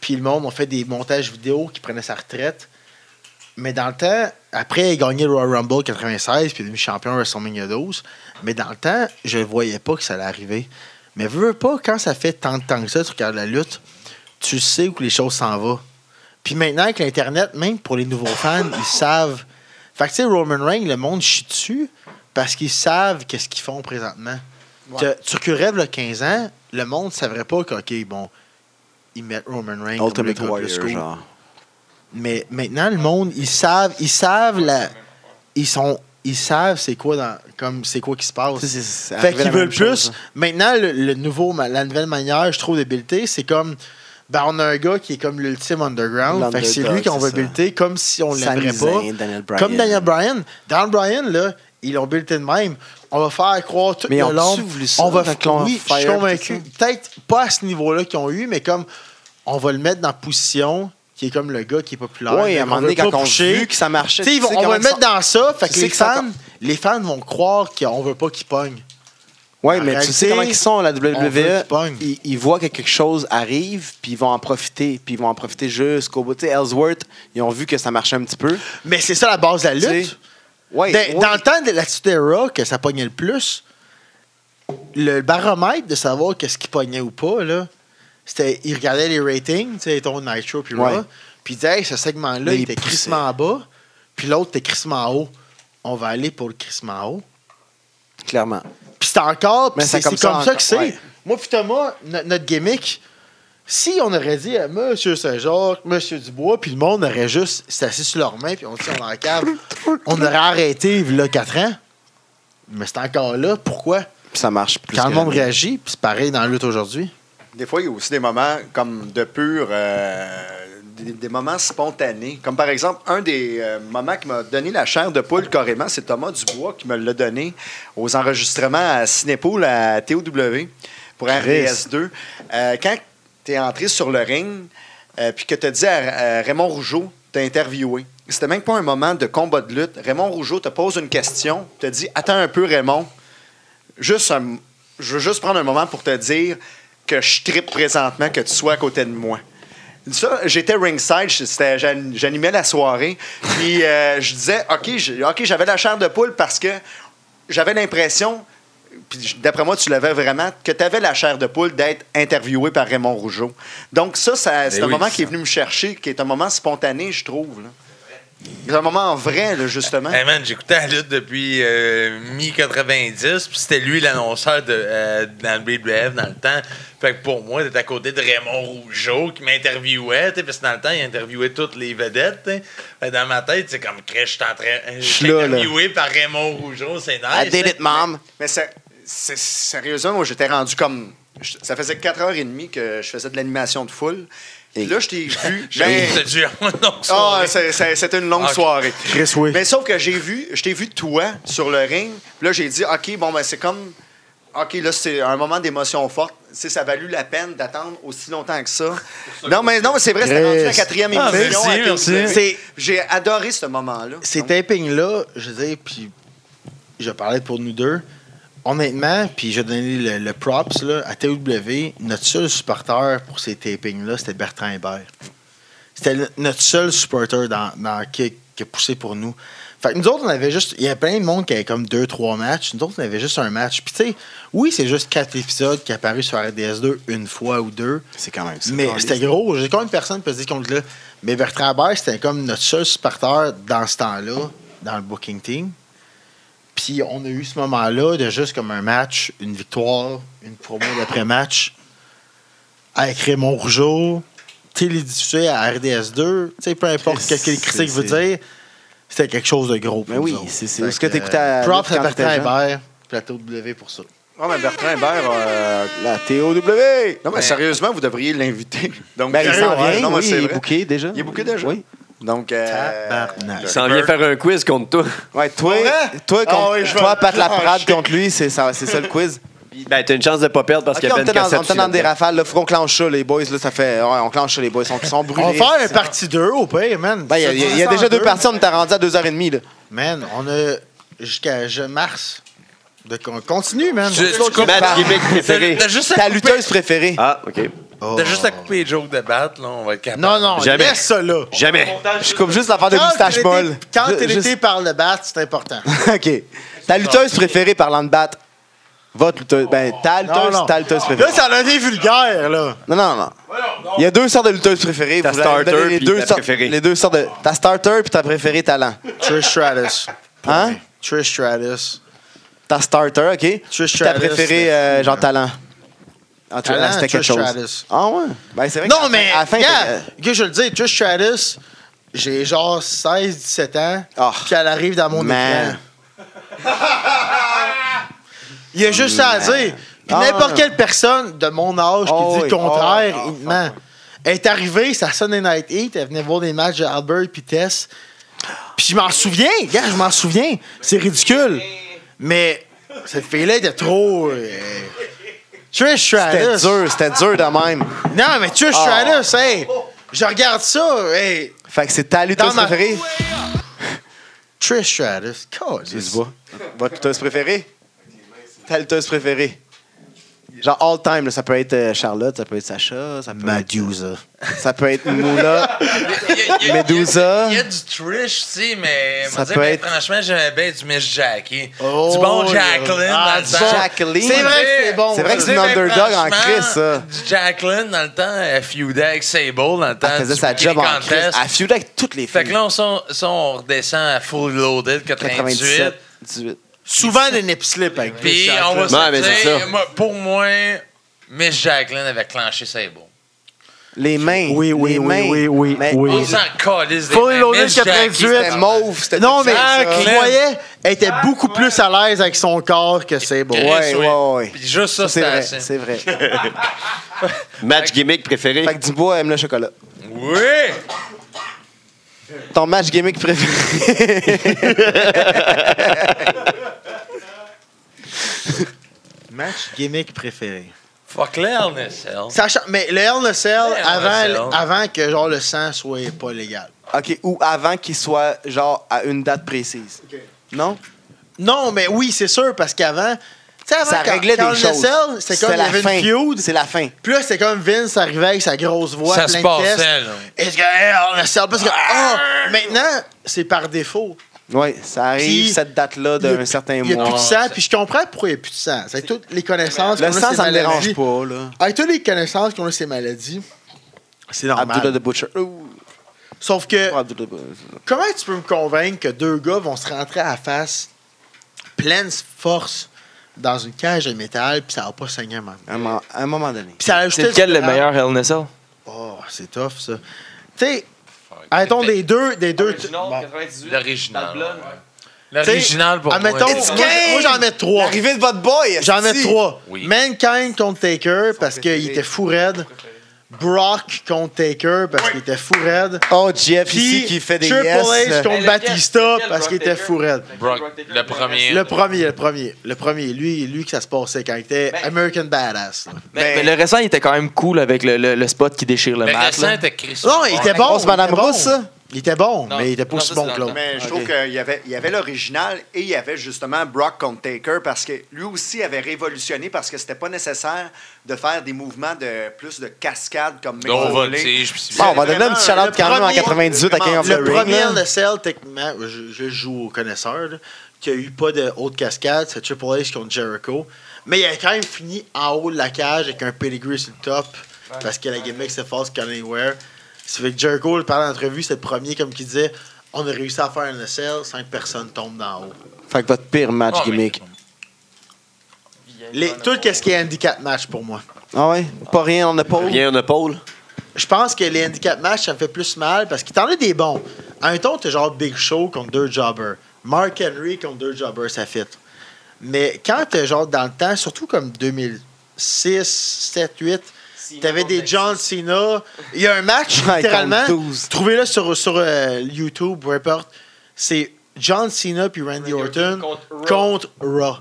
Speaker 2: puis le monde a fait des montages vidéo qui prenaient sa retraite. Mais dans le temps, après, il a gagné le Royal Rumble 96, puis il est devenu champion à WrestleMania 12. Mais dans le temps, je voyais pas que ça allait arriver. Mais veux, veux pas, quand ça fait tant de temps que ça, tu regardes la lutte, tu sais où les choses s'en vont. Puis maintenant, avec l'Internet, même pour les nouveaux fans, ils savent. Fait que, tu sais, Roman Reigns, le monde chie dessus parce qu'ils savent qu'est-ce qu'ils font présentement. Tu- Tu reculerais le 15 ans, le monde ne savrait pas que, OK, bon, ils mettent Roman Reigns comme le
Speaker 3: Ultimate
Speaker 2: gars le plus
Speaker 3: Warrior,
Speaker 2: cool.
Speaker 3: genre.
Speaker 2: Mais maintenant, le monde, ils savent, ils savent la. Ils sont. Ils savent c'est quoi dans. Comme c'est quoi qui se
Speaker 3: Tu
Speaker 2: passe.
Speaker 3: sais, c'est- c'est
Speaker 2: Fait
Speaker 3: arrivé
Speaker 2: qu'ils
Speaker 3: la même
Speaker 2: veulent plus.
Speaker 3: chose, hein.
Speaker 2: Maintenant, le, le nouveau, ma- la nouvelle manière, je trouve, de builder, c'est comme. Ben, on a un gars qui est comme l'ultime underground. Fait que c'est
Speaker 3: L'underdog,
Speaker 2: lui qu'on va
Speaker 3: c'est ça.
Speaker 2: builder comme si on
Speaker 3: Sami
Speaker 2: l'aimerait pas.
Speaker 3: Zayn, Daniel Bryan.
Speaker 2: Comme Daniel Bryan. Daniel Bryan, là, ils l'ont buildé de même. On va faire croire tout
Speaker 3: Mais
Speaker 2: le
Speaker 3: ont-tu
Speaker 2: long.
Speaker 3: voulu ça,
Speaker 2: on va
Speaker 3: quand on
Speaker 2: Oui, je
Speaker 3: fire,
Speaker 2: suis
Speaker 3: tout
Speaker 2: convaincu. Peut-être pas à ce niveau-là qu'ils ont eu, mais comme on va le mettre dans la position qui est comme le gars qui est populaire.
Speaker 3: Ouais, à un moment donné,
Speaker 2: veut pas
Speaker 3: quand on a
Speaker 2: pusher.
Speaker 3: vu que ça marchait,
Speaker 2: Tu sais, ils vont-
Speaker 3: tu sais
Speaker 2: on
Speaker 3: comment
Speaker 2: va
Speaker 3: ils
Speaker 2: le mettre
Speaker 3: sont-
Speaker 2: dans ça, fait
Speaker 3: tu
Speaker 2: que
Speaker 3: sais
Speaker 2: les
Speaker 3: que ça-
Speaker 2: fans, les fans vont croire qu'on veut pas qu'ils pognent.
Speaker 3: Ouais,
Speaker 2: En
Speaker 3: mais tu sais
Speaker 2: réalité,
Speaker 3: comment ils sont, la
Speaker 2: on veut qu'ils
Speaker 3: WWE.
Speaker 2: pognent.
Speaker 3: Ils, ils voient que quelque chose arrive, puis ils vont en profiter, puis ils vont en profiter jusqu'au bout. Tu sais, Ellsworth, ils ont vu que ça marchait un petit peu.
Speaker 2: Mais c'est ça la base de la
Speaker 3: Tu sais,
Speaker 2: lutte.
Speaker 3: Ouais,
Speaker 2: Dans-
Speaker 4: Ben,
Speaker 3: ouais.
Speaker 2: Dans le temps de l'attitude era, que ça pognait le plus, le baromètre de savoir qu'est-ce qui pognait ou pas, là, c'était, ils regardaient les ratings, tu sais, ton Nitro puis
Speaker 3: Ouais.
Speaker 2: Raw, puis ils disaient, Hey, ce segment-là,
Speaker 3: Là,
Speaker 2: il
Speaker 3: ils
Speaker 2: était
Speaker 3: poussaient.
Speaker 2: crissement en bas, puis l'autre était crissement en haut. On va aller pour le crissement en haut.
Speaker 3: clairement.
Speaker 2: Puis c'est encore, puis
Speaker 3: Mais
Speaker 2: c'est
Speaker 3: c'est
Speaker 2: c'est
Speaker 3: comme
Speaker 2: comme,
Speaker 3: ça
Speaker 2: ça
Speaker 3: encore,
Speaker 2: que c'est.
Speaker 3: ouais.
Speaker 2: Moi, puis Thomas, no- notre gimmick, si on aurait dit à Monsieur Saint-Jacques, Monsieur Dubois, puis le monde aurait juste s'assis sur leurs mains, puis on dit on en cave, on aurait arrêté il y a 4 ans. Mais c'est encore là. Pourquoi?
Speaker 3: Puis ça marche plus.
Speaker 2: Quand
Speaker 3: que
Speaker 2: le monde
Speaker 3: jamais.
Speaker 2: réagit, puis c'est pareil dans la lutte aujourd'hui.
Speaker 4: Des fois, il y a aussi des moments comme de pur euh, des, des moments spontanés. Comme par exemple, un des euh, moments qui m'a donné la chair de poule carrément, c'est Thomas Dubois qui me l'a donné aux enregistrements à Cinépool à TOW pour RDS2. Euh, quand tu es entré sur le ring, euh, puis que tu as dit à, à Raymond Rougeau, t'as interviewé. C'était même pas un moment de combat de lutte. Raymond Rougeau te pose une question, te dit Attends un peu, Raymond. Juste un- je veux juste prendre un moment pour te dire que je tripe présentement que tu sois à côté de moi. Ça, j'étais ringside, c'était- j'an- j'animais la soirée, puis euh, je disais OK, j'ai- ok, j'avais la chair de poule parce que j'avais l'impression, puis j- d'après moi, tu l'avais vraiment, que tu avais la chair de poule d'être interviewé par Raymond Rougeau. Donc, ça, ça- c'est
Speaker 3: Ben
Speaker 4: un
Speaker 3: oui,
Speaker 4: moment
Speaker 3: ça.
Speaker 4: qui est venu me chercher, qui est un moment spontané, je trouve. là. C'est un moment vrai, là, justement.
Speaker 5: Hey man, j'écoutais la lutte depuis mi-90, puis c'était lui l'annonceur de, euh, dans le BWF dans le temps. Fait que pour moi, d'être à côté de Raymond Rougeau qui m'interviewait, tu sais, parce que dans le temps, il interviewait toutes les vedettes. tu sais. Fait que dans ma tête, c'est comme, Chris, je suis en train- je suis
Speaker 9: là, là.
Speaker 5: interviewé par Raymond Rougeau, c'est nice.
Speaker 9: I did
Speaker 5: hein.
Speaker 9: it, mom.
Speaker 4: Ah, Mais ça- c'est- sérieusement, moi, j'étais rendu comme. je- Ça faisait 4h30 que je faisais de l'animation de foule. Puis là, je t'ai vu. ben,
Speaker 5: J'ai dû avoir une longue
Speaker 4: Ah,
Speaker 5: soirée. Ah,
Speaker 4: c'est- c'est- c'était une longue
Speaker 5: Ok.
Speaker 4: soirée.
Speaker 2: Chris, oui.
Speaker 4: Mais sauf que j'ai vu, je t'ai vu toi sur le ring. Puis là, j'ai dit, OK, bon, ben, c'est comme. OK, là, c'est un moment d'émotion forte. Tu sais, ça a valu la peine d'attendre aussi longtemps que ça. Non, mais non, mais c'est vrai, c'était rendu la
Speaker 2: Chris.
Speaker 4: quatrième
Speaker 5: Ah,
Speaker 4: émission.
Speaker 5: merci,
Speaker 4: à
Speaker 5: merci.
Speaker 4: TOW.
Speaker 2: C'est-
Speaker 4: J'ai adoré ce moment-là.
Speaker 2: ces
Speaker 4: Donc,
Speaker 2: tapings-là, je veux dire, puis je parlais pour nous deux. Honnêtement, puis je donnais le, le props là, à TW, notre seul supporter pour ces tapings-là, c'était Bertrand Hébert. C'était le- notre seul supporter dans, dans- qui, qui a poussé pour nous. Fait que nous autres, on avait juste. Il y a plein de monde qui avait comme deux, trois matchs. Nous autres, on avait juste un match. Puis tu sais, oui, c'est juste quatre épisodes qui apparu sur RDS2 une fois ou deux.
Speaker 3: C'est quand même ça.
Speaker 2: Mais c'était gros. J'ai quand même personne peut se dire contre là. Mais Bertrand Hébert, c'était comme notre seul supporter dans ce temps-là, dans le booking team. Puis on a eu ce moment-là de juste comme un match, une victoire, une promo d'après-match avec Raymond Rougeau, télédiffusé à RDS2, tu sais, peu importe ce que les critiques veulent dire, c'était quelque chose de gros. pour
Speaker 3: Mais oui,
Speaker 2: nous autres.
Speaker 3: c'est- c'est-
Speaker 2: Fait
Speaker 3: est-ce que t'écoutais
Speaker 2: euh,
Speaker 3: à-
Speaker 2: Props à
Speaker 3: quand t'étais
Speaker 2: Bertrand
Speaker 3: jeune?
Speaker 2: Hébert, plateau W pour ça.
Speaker 4: ouais, mais Bertrand Hébert, euh,
Speaker 3: La TOW!
Speaker 4: Non, mais
Speaker 5: Ouais.
Speaker 4: sérieusement, vous devriez l'inviter. Donc,
Speaker 3: Ben, il
Speaker 4: sérieux,
Speaker 3: s'en
Speaker 4: ouais,
Speaker 3: vient,
Speaker 4: non, mais
Speaker 3: oui,
Speaker 4: c'est
Speaker 3: il est
Speaker 4: vrai.
Speaker 3: booké déjà.
Speaker 4: Il est booké déjà?
Speaker 3: Oui.
Speaker 4: Donc, euh,
Speaker 2: Tabarnak.
Speaker 6: Il s'en vient faire un quiz contre toi.
Speaker 3: Ouais, toi,
Speaker 4: Ouais.
Speaker 3: toi,
Speaker 4: Ah
Speaker 3: contre-
Speaker 4: oui, je vais-
Speaker 3: toi Pat
Speaker 4: Ah,
Speaker 3: Laprade
Speaker 4: shit.
Speaker 3: contre lui, c'est ça, c'est ça le quiz.
Speaker 6: Ben, t'as une chance de pas perdre parce
Speaker 3: Ok,
Speaker 6: qu'il y
Speaker 3: on
Speaker 2: Ben
Speaker 6: avait
Speaker 3: était
Speaker 6: une
Speaker 3: dans, on était
Speaker 6: conception.
Speaker 3: dans des rafales, là, faut qu'on clenche ça, les boys, là, ça fait... ouais, on clenche ça, les boys, ils sont, ils sont brûlés.
Speaker 2: On va faire une partie 2 au pire, man.
Speaker 3: Ben, il y a, il y a- il y a déjà deux parties, on était rendu à 2h30, là.
Speaker 2: Man, on a jusqu'à je- mars. De on continue, man.
Speaker 5: Tu- tu coupes-
Speaker 6: Match gimmick préféré.
Speaker 5: T'as juste
Speaker 3: Ta
Speaker 5: à couper-
Speaker 3: lutteuse préférée.
Speaker 6: Ah, OK.
Speaker 2: Oh.
Speaker 5: t'as juste à couper les jokes de battre, là, on va être capable.
Speaker 2: Non, non,
Speaker 6: Jamais.
Speaker 2: laisse ça là.
Speaker 6: Jamais.
Speaker 8: Montage,
Speaker 3: Je coupe juste l'affaire de moustache
Speaker 2: t'es
Speaker 3: molle.
Speaker 2: l'été- Quand
Speaker 3: Ju-
Speaker 2: t'es
Speaker 3: juste-
Speaker 2: l'été par le bat, c'est important.
Speaker 3: OK. Ta lutteuse préférée, parlant de battre. Votre lutteuse. Ben, ta
Speaker 2: Non,
Speaker 3: lutteuse,
Speaker 2: non.
Speaker 3: ta lutteuse
Speaker 2: Là,
Speaker 3: préférée.
Speaker 2: ça en a des vulgaires, là.
Speaker 3: Non, non, non. Il y a deux sortes de lutteuses préférées.
Speaker 6: Ta
Speaker 3: Vous allez me
Speaker 6: starter
Speaker 3: donner les
Speaker 6: puis
Speaker 3: deux
Speaker 6: ta
Speaker 3: sortes-
Speaker 6: préférée.
Speaker 3: Les deux sortes de. Ta starter puis ta préférée talent.
Speaker 2: Trish Stratus.
Speaker 3: Hein?
Speaker 2: Trish Stratus.
Speaker 3: Ta starter, OK. Puis
Speaker 2: Trish
Speaker 3: ta
Speaker 2: Stratus,
Speaker 3: préférée,
Speaker 2: c'était-
Speaker 3: euh, genre talent. En tout
Speaker 2: Talent,
Speaker 3: cas, c'était quelque
Speaker 2: Trish
Speaker 3: chose.
Speaker 2: Stratus.
Speaker 3: Ah ouais? Ben, c'est vrai qu'à
Speaker 2: Non,
Speaker 3: la
Speaker 2: mais,
Speaker 3: fin- à la fin,
Speaker 2: regarde,
Speaker 3: t'es-
Speaker 2: que je le dis, Trish Stratus, j'ai genre 16, 17 ans,
Speaker 3: Ah.
Speaker 2: puis elle arrive dans mon
Speaker 3: Man.
Speaker 2: écran. Il y a juste ça à dire. Puis
Speaker 3: Ah.
Speaker 2: n'importe quelle personne de mon âge
Speaker 3: Oh
Speaker 2: qui dit
Speaker 3: oui.
Speaker 2: le contraire,
Speaker 3: Oh,
Speaker 2: il ment. Elle est arrivée, ça sonnait Night Heat, elle venait voir des matchs de Albert puis Tess. Puis je m'en souviens, regarde, je m'en souviens. C'est ridicule. Mais cette fille-là était trop... euh, Trish
Speaker 3: C'était
Speaker 2: Stratus.
Speaker 3: dur, c'était dur de même.
Speaker 2: Non, mais tu sais, je suis
Speaker 3: Ah.
Speaker 2: allé, c'est. Je regarde ça, hey.
Speaker 3: Fait que c'est ta lutteuse
Speaker 2: Dans ma-
Speaker 3: préférée.
Speaker 2: Trish Stratus, calisse.
Speaker 3: Tu se vois. Votre lutteuse préférée? Ta lutteuse préférée? Genre all time, là, ça peut être euh, Charlotte, ça peut être Sacha, ça peut être,
Speaker 2: Medusa.
Speaker 3: ça peut être Moula,
Speaker 5: Il y a- il y a-
Speaker 3: Medusa.
Speaker 5: Il y a du Trish, tu sais, mais
Speaker 3: Ah. Ça
Speaker 5: moi, dire,
Speaker 3: peut
Speaker 5: ben,
Speaker 3: être-
Speaker 5: franchement, j'aimais bien du Miss Jackie.
Speaker 2: Oh,
Speaker 5: du bon
Speaker 2: là.
Speaker 5: Jacqueline
Speaker 2: Ah,
Speaker 5: dans le
Speaker 2: du
Speaker 5: temps.
Speaker 3: Jacqueline.
Speaker 2: C'est vrai que c'est bon.
Speaker 3: C'est vrai que
Speaker 5: Tu sais,
Speaker 3: c'est une
Speaker 5: ben,
Speaker 3: underdog en
Speaker 5: franchement,
Speaker 3: crise, ça.
Speaker 5: Du Jacqueline, dans le temps, elle feudait avec Sable, dans le temps.
Speaker 3: Elle faisait
Speaker 5: du
Speaker 3: sa job en
Speaker 5: Contest.
Speaker 3: crise. Elle feudait avec toutes les filles.
Speaker 5: Fait que là, on, s'en- ça, on redescend à Full Loaded 98.
Speaker 3: 97, 18.
Speaker 2: Souvent le nip slip avec Trish
Speaker 5: Puis on va
Speaker 2: Stratus.
Speaker 5: se
Speaker 6: Ouais, mais c'est ça.
Speaker 5: dire, moi, pour moi, Miss Jacqueline avait clenché Sable.
Speaker 3: Les mains.
Speaker 2: Oui, oui,
Speaker 3: les
Speaker 2: oui,
Speaker 3: mains.
Speaker 2: oui, oui,
Speaker 3: Mais-
Speaker 2: oui.
Speaker 5: On s'en calisse des
Speaker 2: Full
Speaker 5: mains.
Speaker 2: Loaded
Speaker 5: Miss Jackie,
Speaker 2: 98.
Speaker 5: c'était
Speaker 3: C'était mauve, c'était
Speaker 2: Non,
Speaker 3: tout
Speaker 2: mais
Speaker 3: ça.
Speaker 5: Jacqueline.
Speaker 2: je voyais, elle était beaucoup plus à l'aise avec son corps que c'est beau.
Speaker 5: Chris,
Speaker 3: Ouais,
Speaker 5: oui.
Speaker 3: ouais, ouais.
Speaker 5: Puis juste ça,
Speaker 3: C'est
Speaker 5: c'était
Speaker 3: vrai,
Speaker 5: assez.
Speaker 3: c'est vrai. Fait
Speaker 6: Match gimmick préféré.
Speaker 3: que Dubois aime le chocolat.
Speaker 5: Oui. Oui!
Speaker 10: Ton match gimmick préféré.
Speaker 2: Match gimmick préféré.
Speaker 5: Fuck l'air, Nessel.
Speaker 2: Sachant, mais le Hell in a Cell,
Speaker 5: Hell in a Cell.
Speaker 2: avant, avant que genre le sang soit pas légal.
Speaker 10: OK, ou avant qu'il soit, genre, à une date précise. Non?
Speaker 2: Non, mais oui, c'est sûr, parce qu'avant. tu sais, avant,
Speaker 10: Ça
Speaker 2: quand-
Speaker 10: réglait
Speaker 2: quand
Speaker 10: des
Speaker 2: Hell in a
Speaker 10: choses.
Speaker 2: Cell, C'était comme il y
Speaker 10: la
Speaker 2: avait
Speaker 10: fin.
Speaker 2: une feud.
Speaker 10: C'est la fin.
Speaker 2: Puis là, c'était comme Vince arrivait avec sa grosse voix,
Speaker 5: Ça
Speaker 2: plein
Speaker 5: se
Speaker 2: de tests.
Speaker 5: passait, là.
Speaker 2: Est-ce que Hell in a Cell? Parce que, ah, maintenant, c'est par défaut.
Speaker 10: Oui, ça arrive,
Speaker 2: Puis,
Speaker 10: cette date-là,
Speaker 2: il y a
Speaker 10: d'un
Speaker 2: plus-
Speaker 10: certain
Speaker 2: Il n'y a
Speaker 10: mois.
Speaker 2: plus de
Speaker 5: c'est
Speaker 2: sang,
Speaker 5: ça.
Speaker 2: puis je comprends pourquoi il n'y a plus de sang. C'est toutes les connaissances.
Speaker 10: Le
Speaker 2: qu'on a,
Speaker 10: sang,
Speaker 2: ces
Speaker 10: ça me
Speaker 2: maladies.
Speaker 10: dérange pas, là.
Speaker 2: Avec toutes les connaissances qu'on a ces maladies, c'est
Speaker 10: Abdullah
Speaker 2: normal.
Speaker 10: the Butcher. Ouh,
Speaker 2: Sauf que,
Speaker 10: Abdullah the Butcher.
Speaker 2: comment tu peux me convaincre que deux gars vont se rentrer à la face pleine force dans une cage de métal, puis ça va pas saigner un moment
Speaker 10: À un moment- à un moment donné.
Speaker 2: Puis ça a ajouté
Speaker 7: C'est lequel
Speaker 2: du-
Speaker 7: le meilleur Hell in a Cell?
Speaker 2: Oh, c'est tough, ça. Tu sais, admettons des deux. Des deux tu-
Speaker 8: Original,
Speaker 2: bon.
Speaker 8: 98.
Speaker 5: L'original,
Speaker 8: dans le blood.
Speaker 5: L'original pour moi.
Speaker 2: admettons,
Speaker 5: c'est-
Speaker 2: moi, moi, j'en mets trois.
Speaker 10: L'arrivée de votre boy!
Speaker 2: J'en mets
Speaker 10: esti.
Speaker 2: trois.
Speaker 5: Oui.
Speaker 2: Mankind contre Taker parce qu'il
Speaker 10: préférés.
Speaker 2: était fou raide. Brock contre Taker parce qu'il était fou raide.
Speaker 10: Oh, Jeff
Speaker 2: Puis
Speaker 10: ici qui fait des
Speaker 2: Triple H
Speaker 10: yes.
Speaker 8: Mais
Speaker 2: contre
Speaker 8: lequel-
Speaker 2: Batista
Speaker 8: lequel
Speaker 2: parce qu'il
Speaker 8: Brock
Speaker 2: était
Speaker 8: Taker?
Speaker 2: fou raide.
Speaker 5: Brock,
Speaker 8: Taker,
Speaker 5: le premier.
Speaker 2: Le premier, le premier. Le premier, lui, lui que ça se passait quand il était
Speaker 8: Ben-
Speaker 2: American Badass. là.
Speaker 4: Ben,
Speaker 7: Mais, mais le récent, il était quand même cool avec le, le- le spot qui déchire le
Speaker 5: Le
Speaker 7: masque.
Speaker 5: récent
Speaker 7: là.
Speaker 5: était Chris.
Speaker 2: Non, il était
Speaker 10: la
Speaker 2: bon.
Speaker 10: grosse
Speaker 2: il
Speaker 10: Madame
Speaker 2: était bon.
Speaker 10: Rousse, ça?
Speaker 2: Il était bon,
Speaker 8: Non,
Speaker 2: mais il était pas
Speaker 8: non,
Speaker 2: aussi
Speaker 8: ça,
Speaker 2: bon
Speaker 8: c'est
Speaker 2: que
Speaker 8: dans
Speaker 2: l'autre.
Speaker 8: le
Speaker 4: Mais je
Speaker 10: Ok.
Speaker 4: trouve qu'il y avait, il y avait l'original et il y avait justement Brock contre Taker parce que lui aussi avait révolutionné parce que c'était pas nécessaire de faire des mouvements de plus de cascade comme Mick
Speaker 5: On va,
Speaker 4: Foley.
Speaker 5: tu sais, je-
Speaker 10: Bon, on va donner un
Speaker 4: vraiment
Speaker 10: petit shout-out
Speaker 2: le
Speaker 10: quand même en
Speaker 2: premier-
Speaker 10: 98 à King of the
Speaker 2: Le
Speaker 10: Ring.
Speaker 2: premier
Speaker 10: là.
Speaker 2: Hell in a Cell, techniquement, je, je joue au connaisseur, là, qui a eu pas de haute cascade, c'est Triple H contre Jericho. Mais il a quand même fini en haut de la cage avec un pedigree sur le top, parce que la gimmick se fasse qu'à anywhere. C'est fait que Jericho, pendant l'entrevue, c'est le premier comme qui disait on a réussi à faire un Hell in a Cell, cinq personnes tombent d'en haut.
Speaker 10: Fait que votre pire match
Speaker 5: Ah, mais-
Speaker 10: gimmick.
Speaker 2: Les, tout ce qui est handicap match pour moi.
Speaker 10: Ah ouais? Pas rien, on n'a pas
Speaker 6: Rien de Paul.
Speaker 2: Je pense que les handicap match, ça me fait plus mal parce qu'il t'en a des bons. En même temps, t'es genre Big Show contre deux jobbers. Mark Henry contre deux jobbers, ça fit. Mais quand t'es genre dans le temps, surtout comme 2006, 7, 8,
Speaker 8: Cena
Speaker 2: t'avais des
Speaker 8: contre
Speaker 2: John Cena. Il y a un match,
Speaker 10: Ouais,
Speaker 2: littéralement.
Speaker 10: contre 12.
Speaker 2: Trouvez-le sur, sur euh, YouTube, peu importe. C'est John Cena puis Randy
Speaker 8: Randy
Speaker 2: Orton
Speaker 8: Orton contre Raw.
Speaker 2: contre Raw.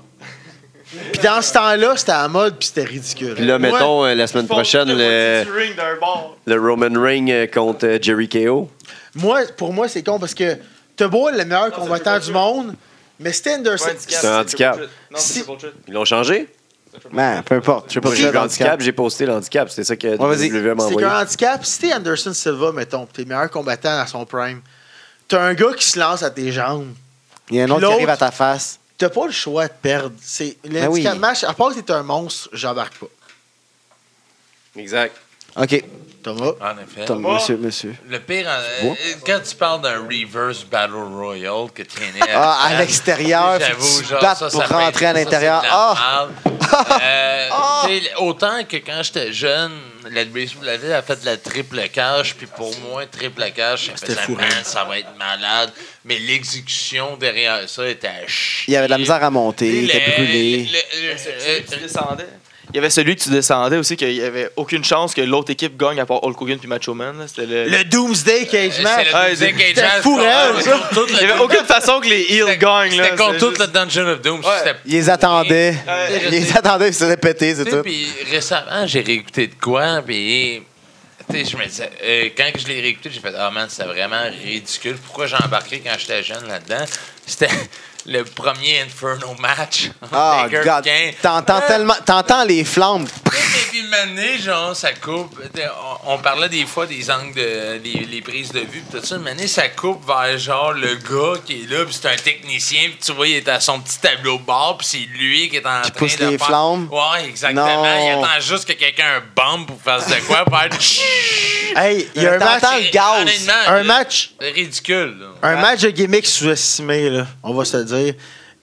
Speaker 2: Puis dans ce temps-là, c'était en mode, puis c'était ridicule.
Speaker 6: Puis là,
Speaker 2: Moi,
Speaker 6: mettons, euh, la semaine prochaine, euh, le,
Speaker 8: ring d'un bord.
Speaker 6: le Roman Reign euh, contre euh, Jerry K.O.
Speaker 2: Moi, pour moi, c'est con parce que t'as beau être le meilleur
Speaker 8: Non,
Speaker 2: combattant
Speaker 8: c'est
Speaker 2: du
Speaker 8: bullshit.
Speaker 2: monde, mais si t'es Anderson.
Speaker 6: C'est un handicap.
Speaker 8: Non, c'est
Speaker 2: Si-
Speaker 8: triple threat.
Speaker 6: Ils l'ont changé?
Speaker 10: Man, Ben, peu importe. Je sais pas
Speaker 6: Moi,
Speaker 10: si
Speaker 6: j'ai
Speaker 10: j'ai
Speaker 6: le handicap,
Speaker 10: handicap.
Speaker 6: j'ai posté l'handicap. C'est ça que
Speaker 10: vas-y.
Speaker 6: WWE m'a
Speaker 2: C'est
Speaker 6: envoyé.
Speaker 2: qu'un handicap, si t'es Anderson Silva, mettons, pis t'es le meilleur combattant à son prime, t'as un gars qui se lance à tes jambes.
Speaker 10: Il y a un autre qui
Speaker 2: L'autre-
Speaker 10: arrive à ta face.
Speaker 2: T'as pas le choix de perdre. C'est
Speaker 10: Ben oui.
Speaker 2: l'handicap match, à part que t'es un monstre, j'embarque pas.
Speaker 6: Exact.
Speaker 10: OK.
Speaker 2: Thomas.
Speaker 5: En effet.
Speaker 10: Tom, monsieur, monsieur.
Speaker 5: Le pire, euh, euh, quand tu parles d'un reverse battle royal que tu es
Speaker 10: Ah, à l'extérieur, faut que tu te battes pour rentrer à l'intérieur.
Speaker 5: Ah! Euh, Autant que quand j'étais jeune, la WCW a fait de la triple cage, puis pour moi, triple cage, c'est
Speaker 2: C'était fou,
Speaker 5: Man, ça va être malade. Mais l'exécution derrière ça était à chier.
Speaker 10: Il y avait de la misère à monter, il était
Speaker 5: Le-
Speaker 10: brûlé.
Speaker 5: le- le- euh,
Speaker 8: Tu descendais.
Speaker 7: Il y avait celui que tu descendais aussi, qu'il y avait aucune chance que l'autre équipe gagne à part Hulk Hogan puis Macho Man. là. C'était le...
Speaker 2: Le Doomsday
Speaker 10: Euh,
Speaker 2: Cage Match.
Speaker 7: Ah,
Speaker 5: C'est le
Speaker 7: c'était
Speaker 5: Cage
Speaker 2: fou, raide, ça.
Speaker 7: Il n'y avait aucune façon que les heels gagnent. là.
Speaker 5: C'était contre
Speaker 7: C'est
Speaker 5: tout le Dungeon of Doom. c'était
Speaker 10: Ils les attendaient.
Speaker 5: Ouais.
Speaker 10: Ils les attendaient, ils se répétaient, c'est
Speaker 5: Tu sais,
Speaker 10: tout.
Speaker 5: Puis récemment, j'ai réécouté de quoi, puis tu sais, je me disais, euh, quand je l'ai réécouté, j'ai fait, ah man, c'était vraiment ridicule. Pourquoi j'ai embarqué quand j'étais jeune là-dedans? C'était le premier Inferno match.
Speaker 10: Ah,
Speaker 5: Taker
Speaker 10: God.
Speaker 5: Kane.
Speaker 10: T'entends
Speaker 5: Ah,
Speaker 10: tellement. T'entends les flammes.
Speaker 5: tu sais, mais puis mané, genre, ça coupe. Tu sais, On, on parlait des fois des angles, de, des les prises de vue, puis tout ça. Mané, ça coupe vers genre le gars qui est là, puis c'est un technicien, puis tu vois, il est à son petit tableau de bord, puis c'est lui qui est en train
Speaker 10: pousse
Speaker 5: de
Speaker 10: les
Speaker 5: faire-
Speaker 10: flammes.
Speaker 5: Ouais, exactement.
Speaker 10: Non.
Speaker 5: Il attend juste que quelqu'un bombe ou fasse de quoi pour être.
Speaker 2: Hey, il y a un match.
Speaker 10: T'entends le gaz.
Speaker 5: Honnêtement,
Speaker 2: Un
Speaker 5: là,
Speaker 2: match.
Speaker 5: c'est Ridicule, là.
Speaker 2: Un match de gimmick sous-estimé, là, on va se le dire.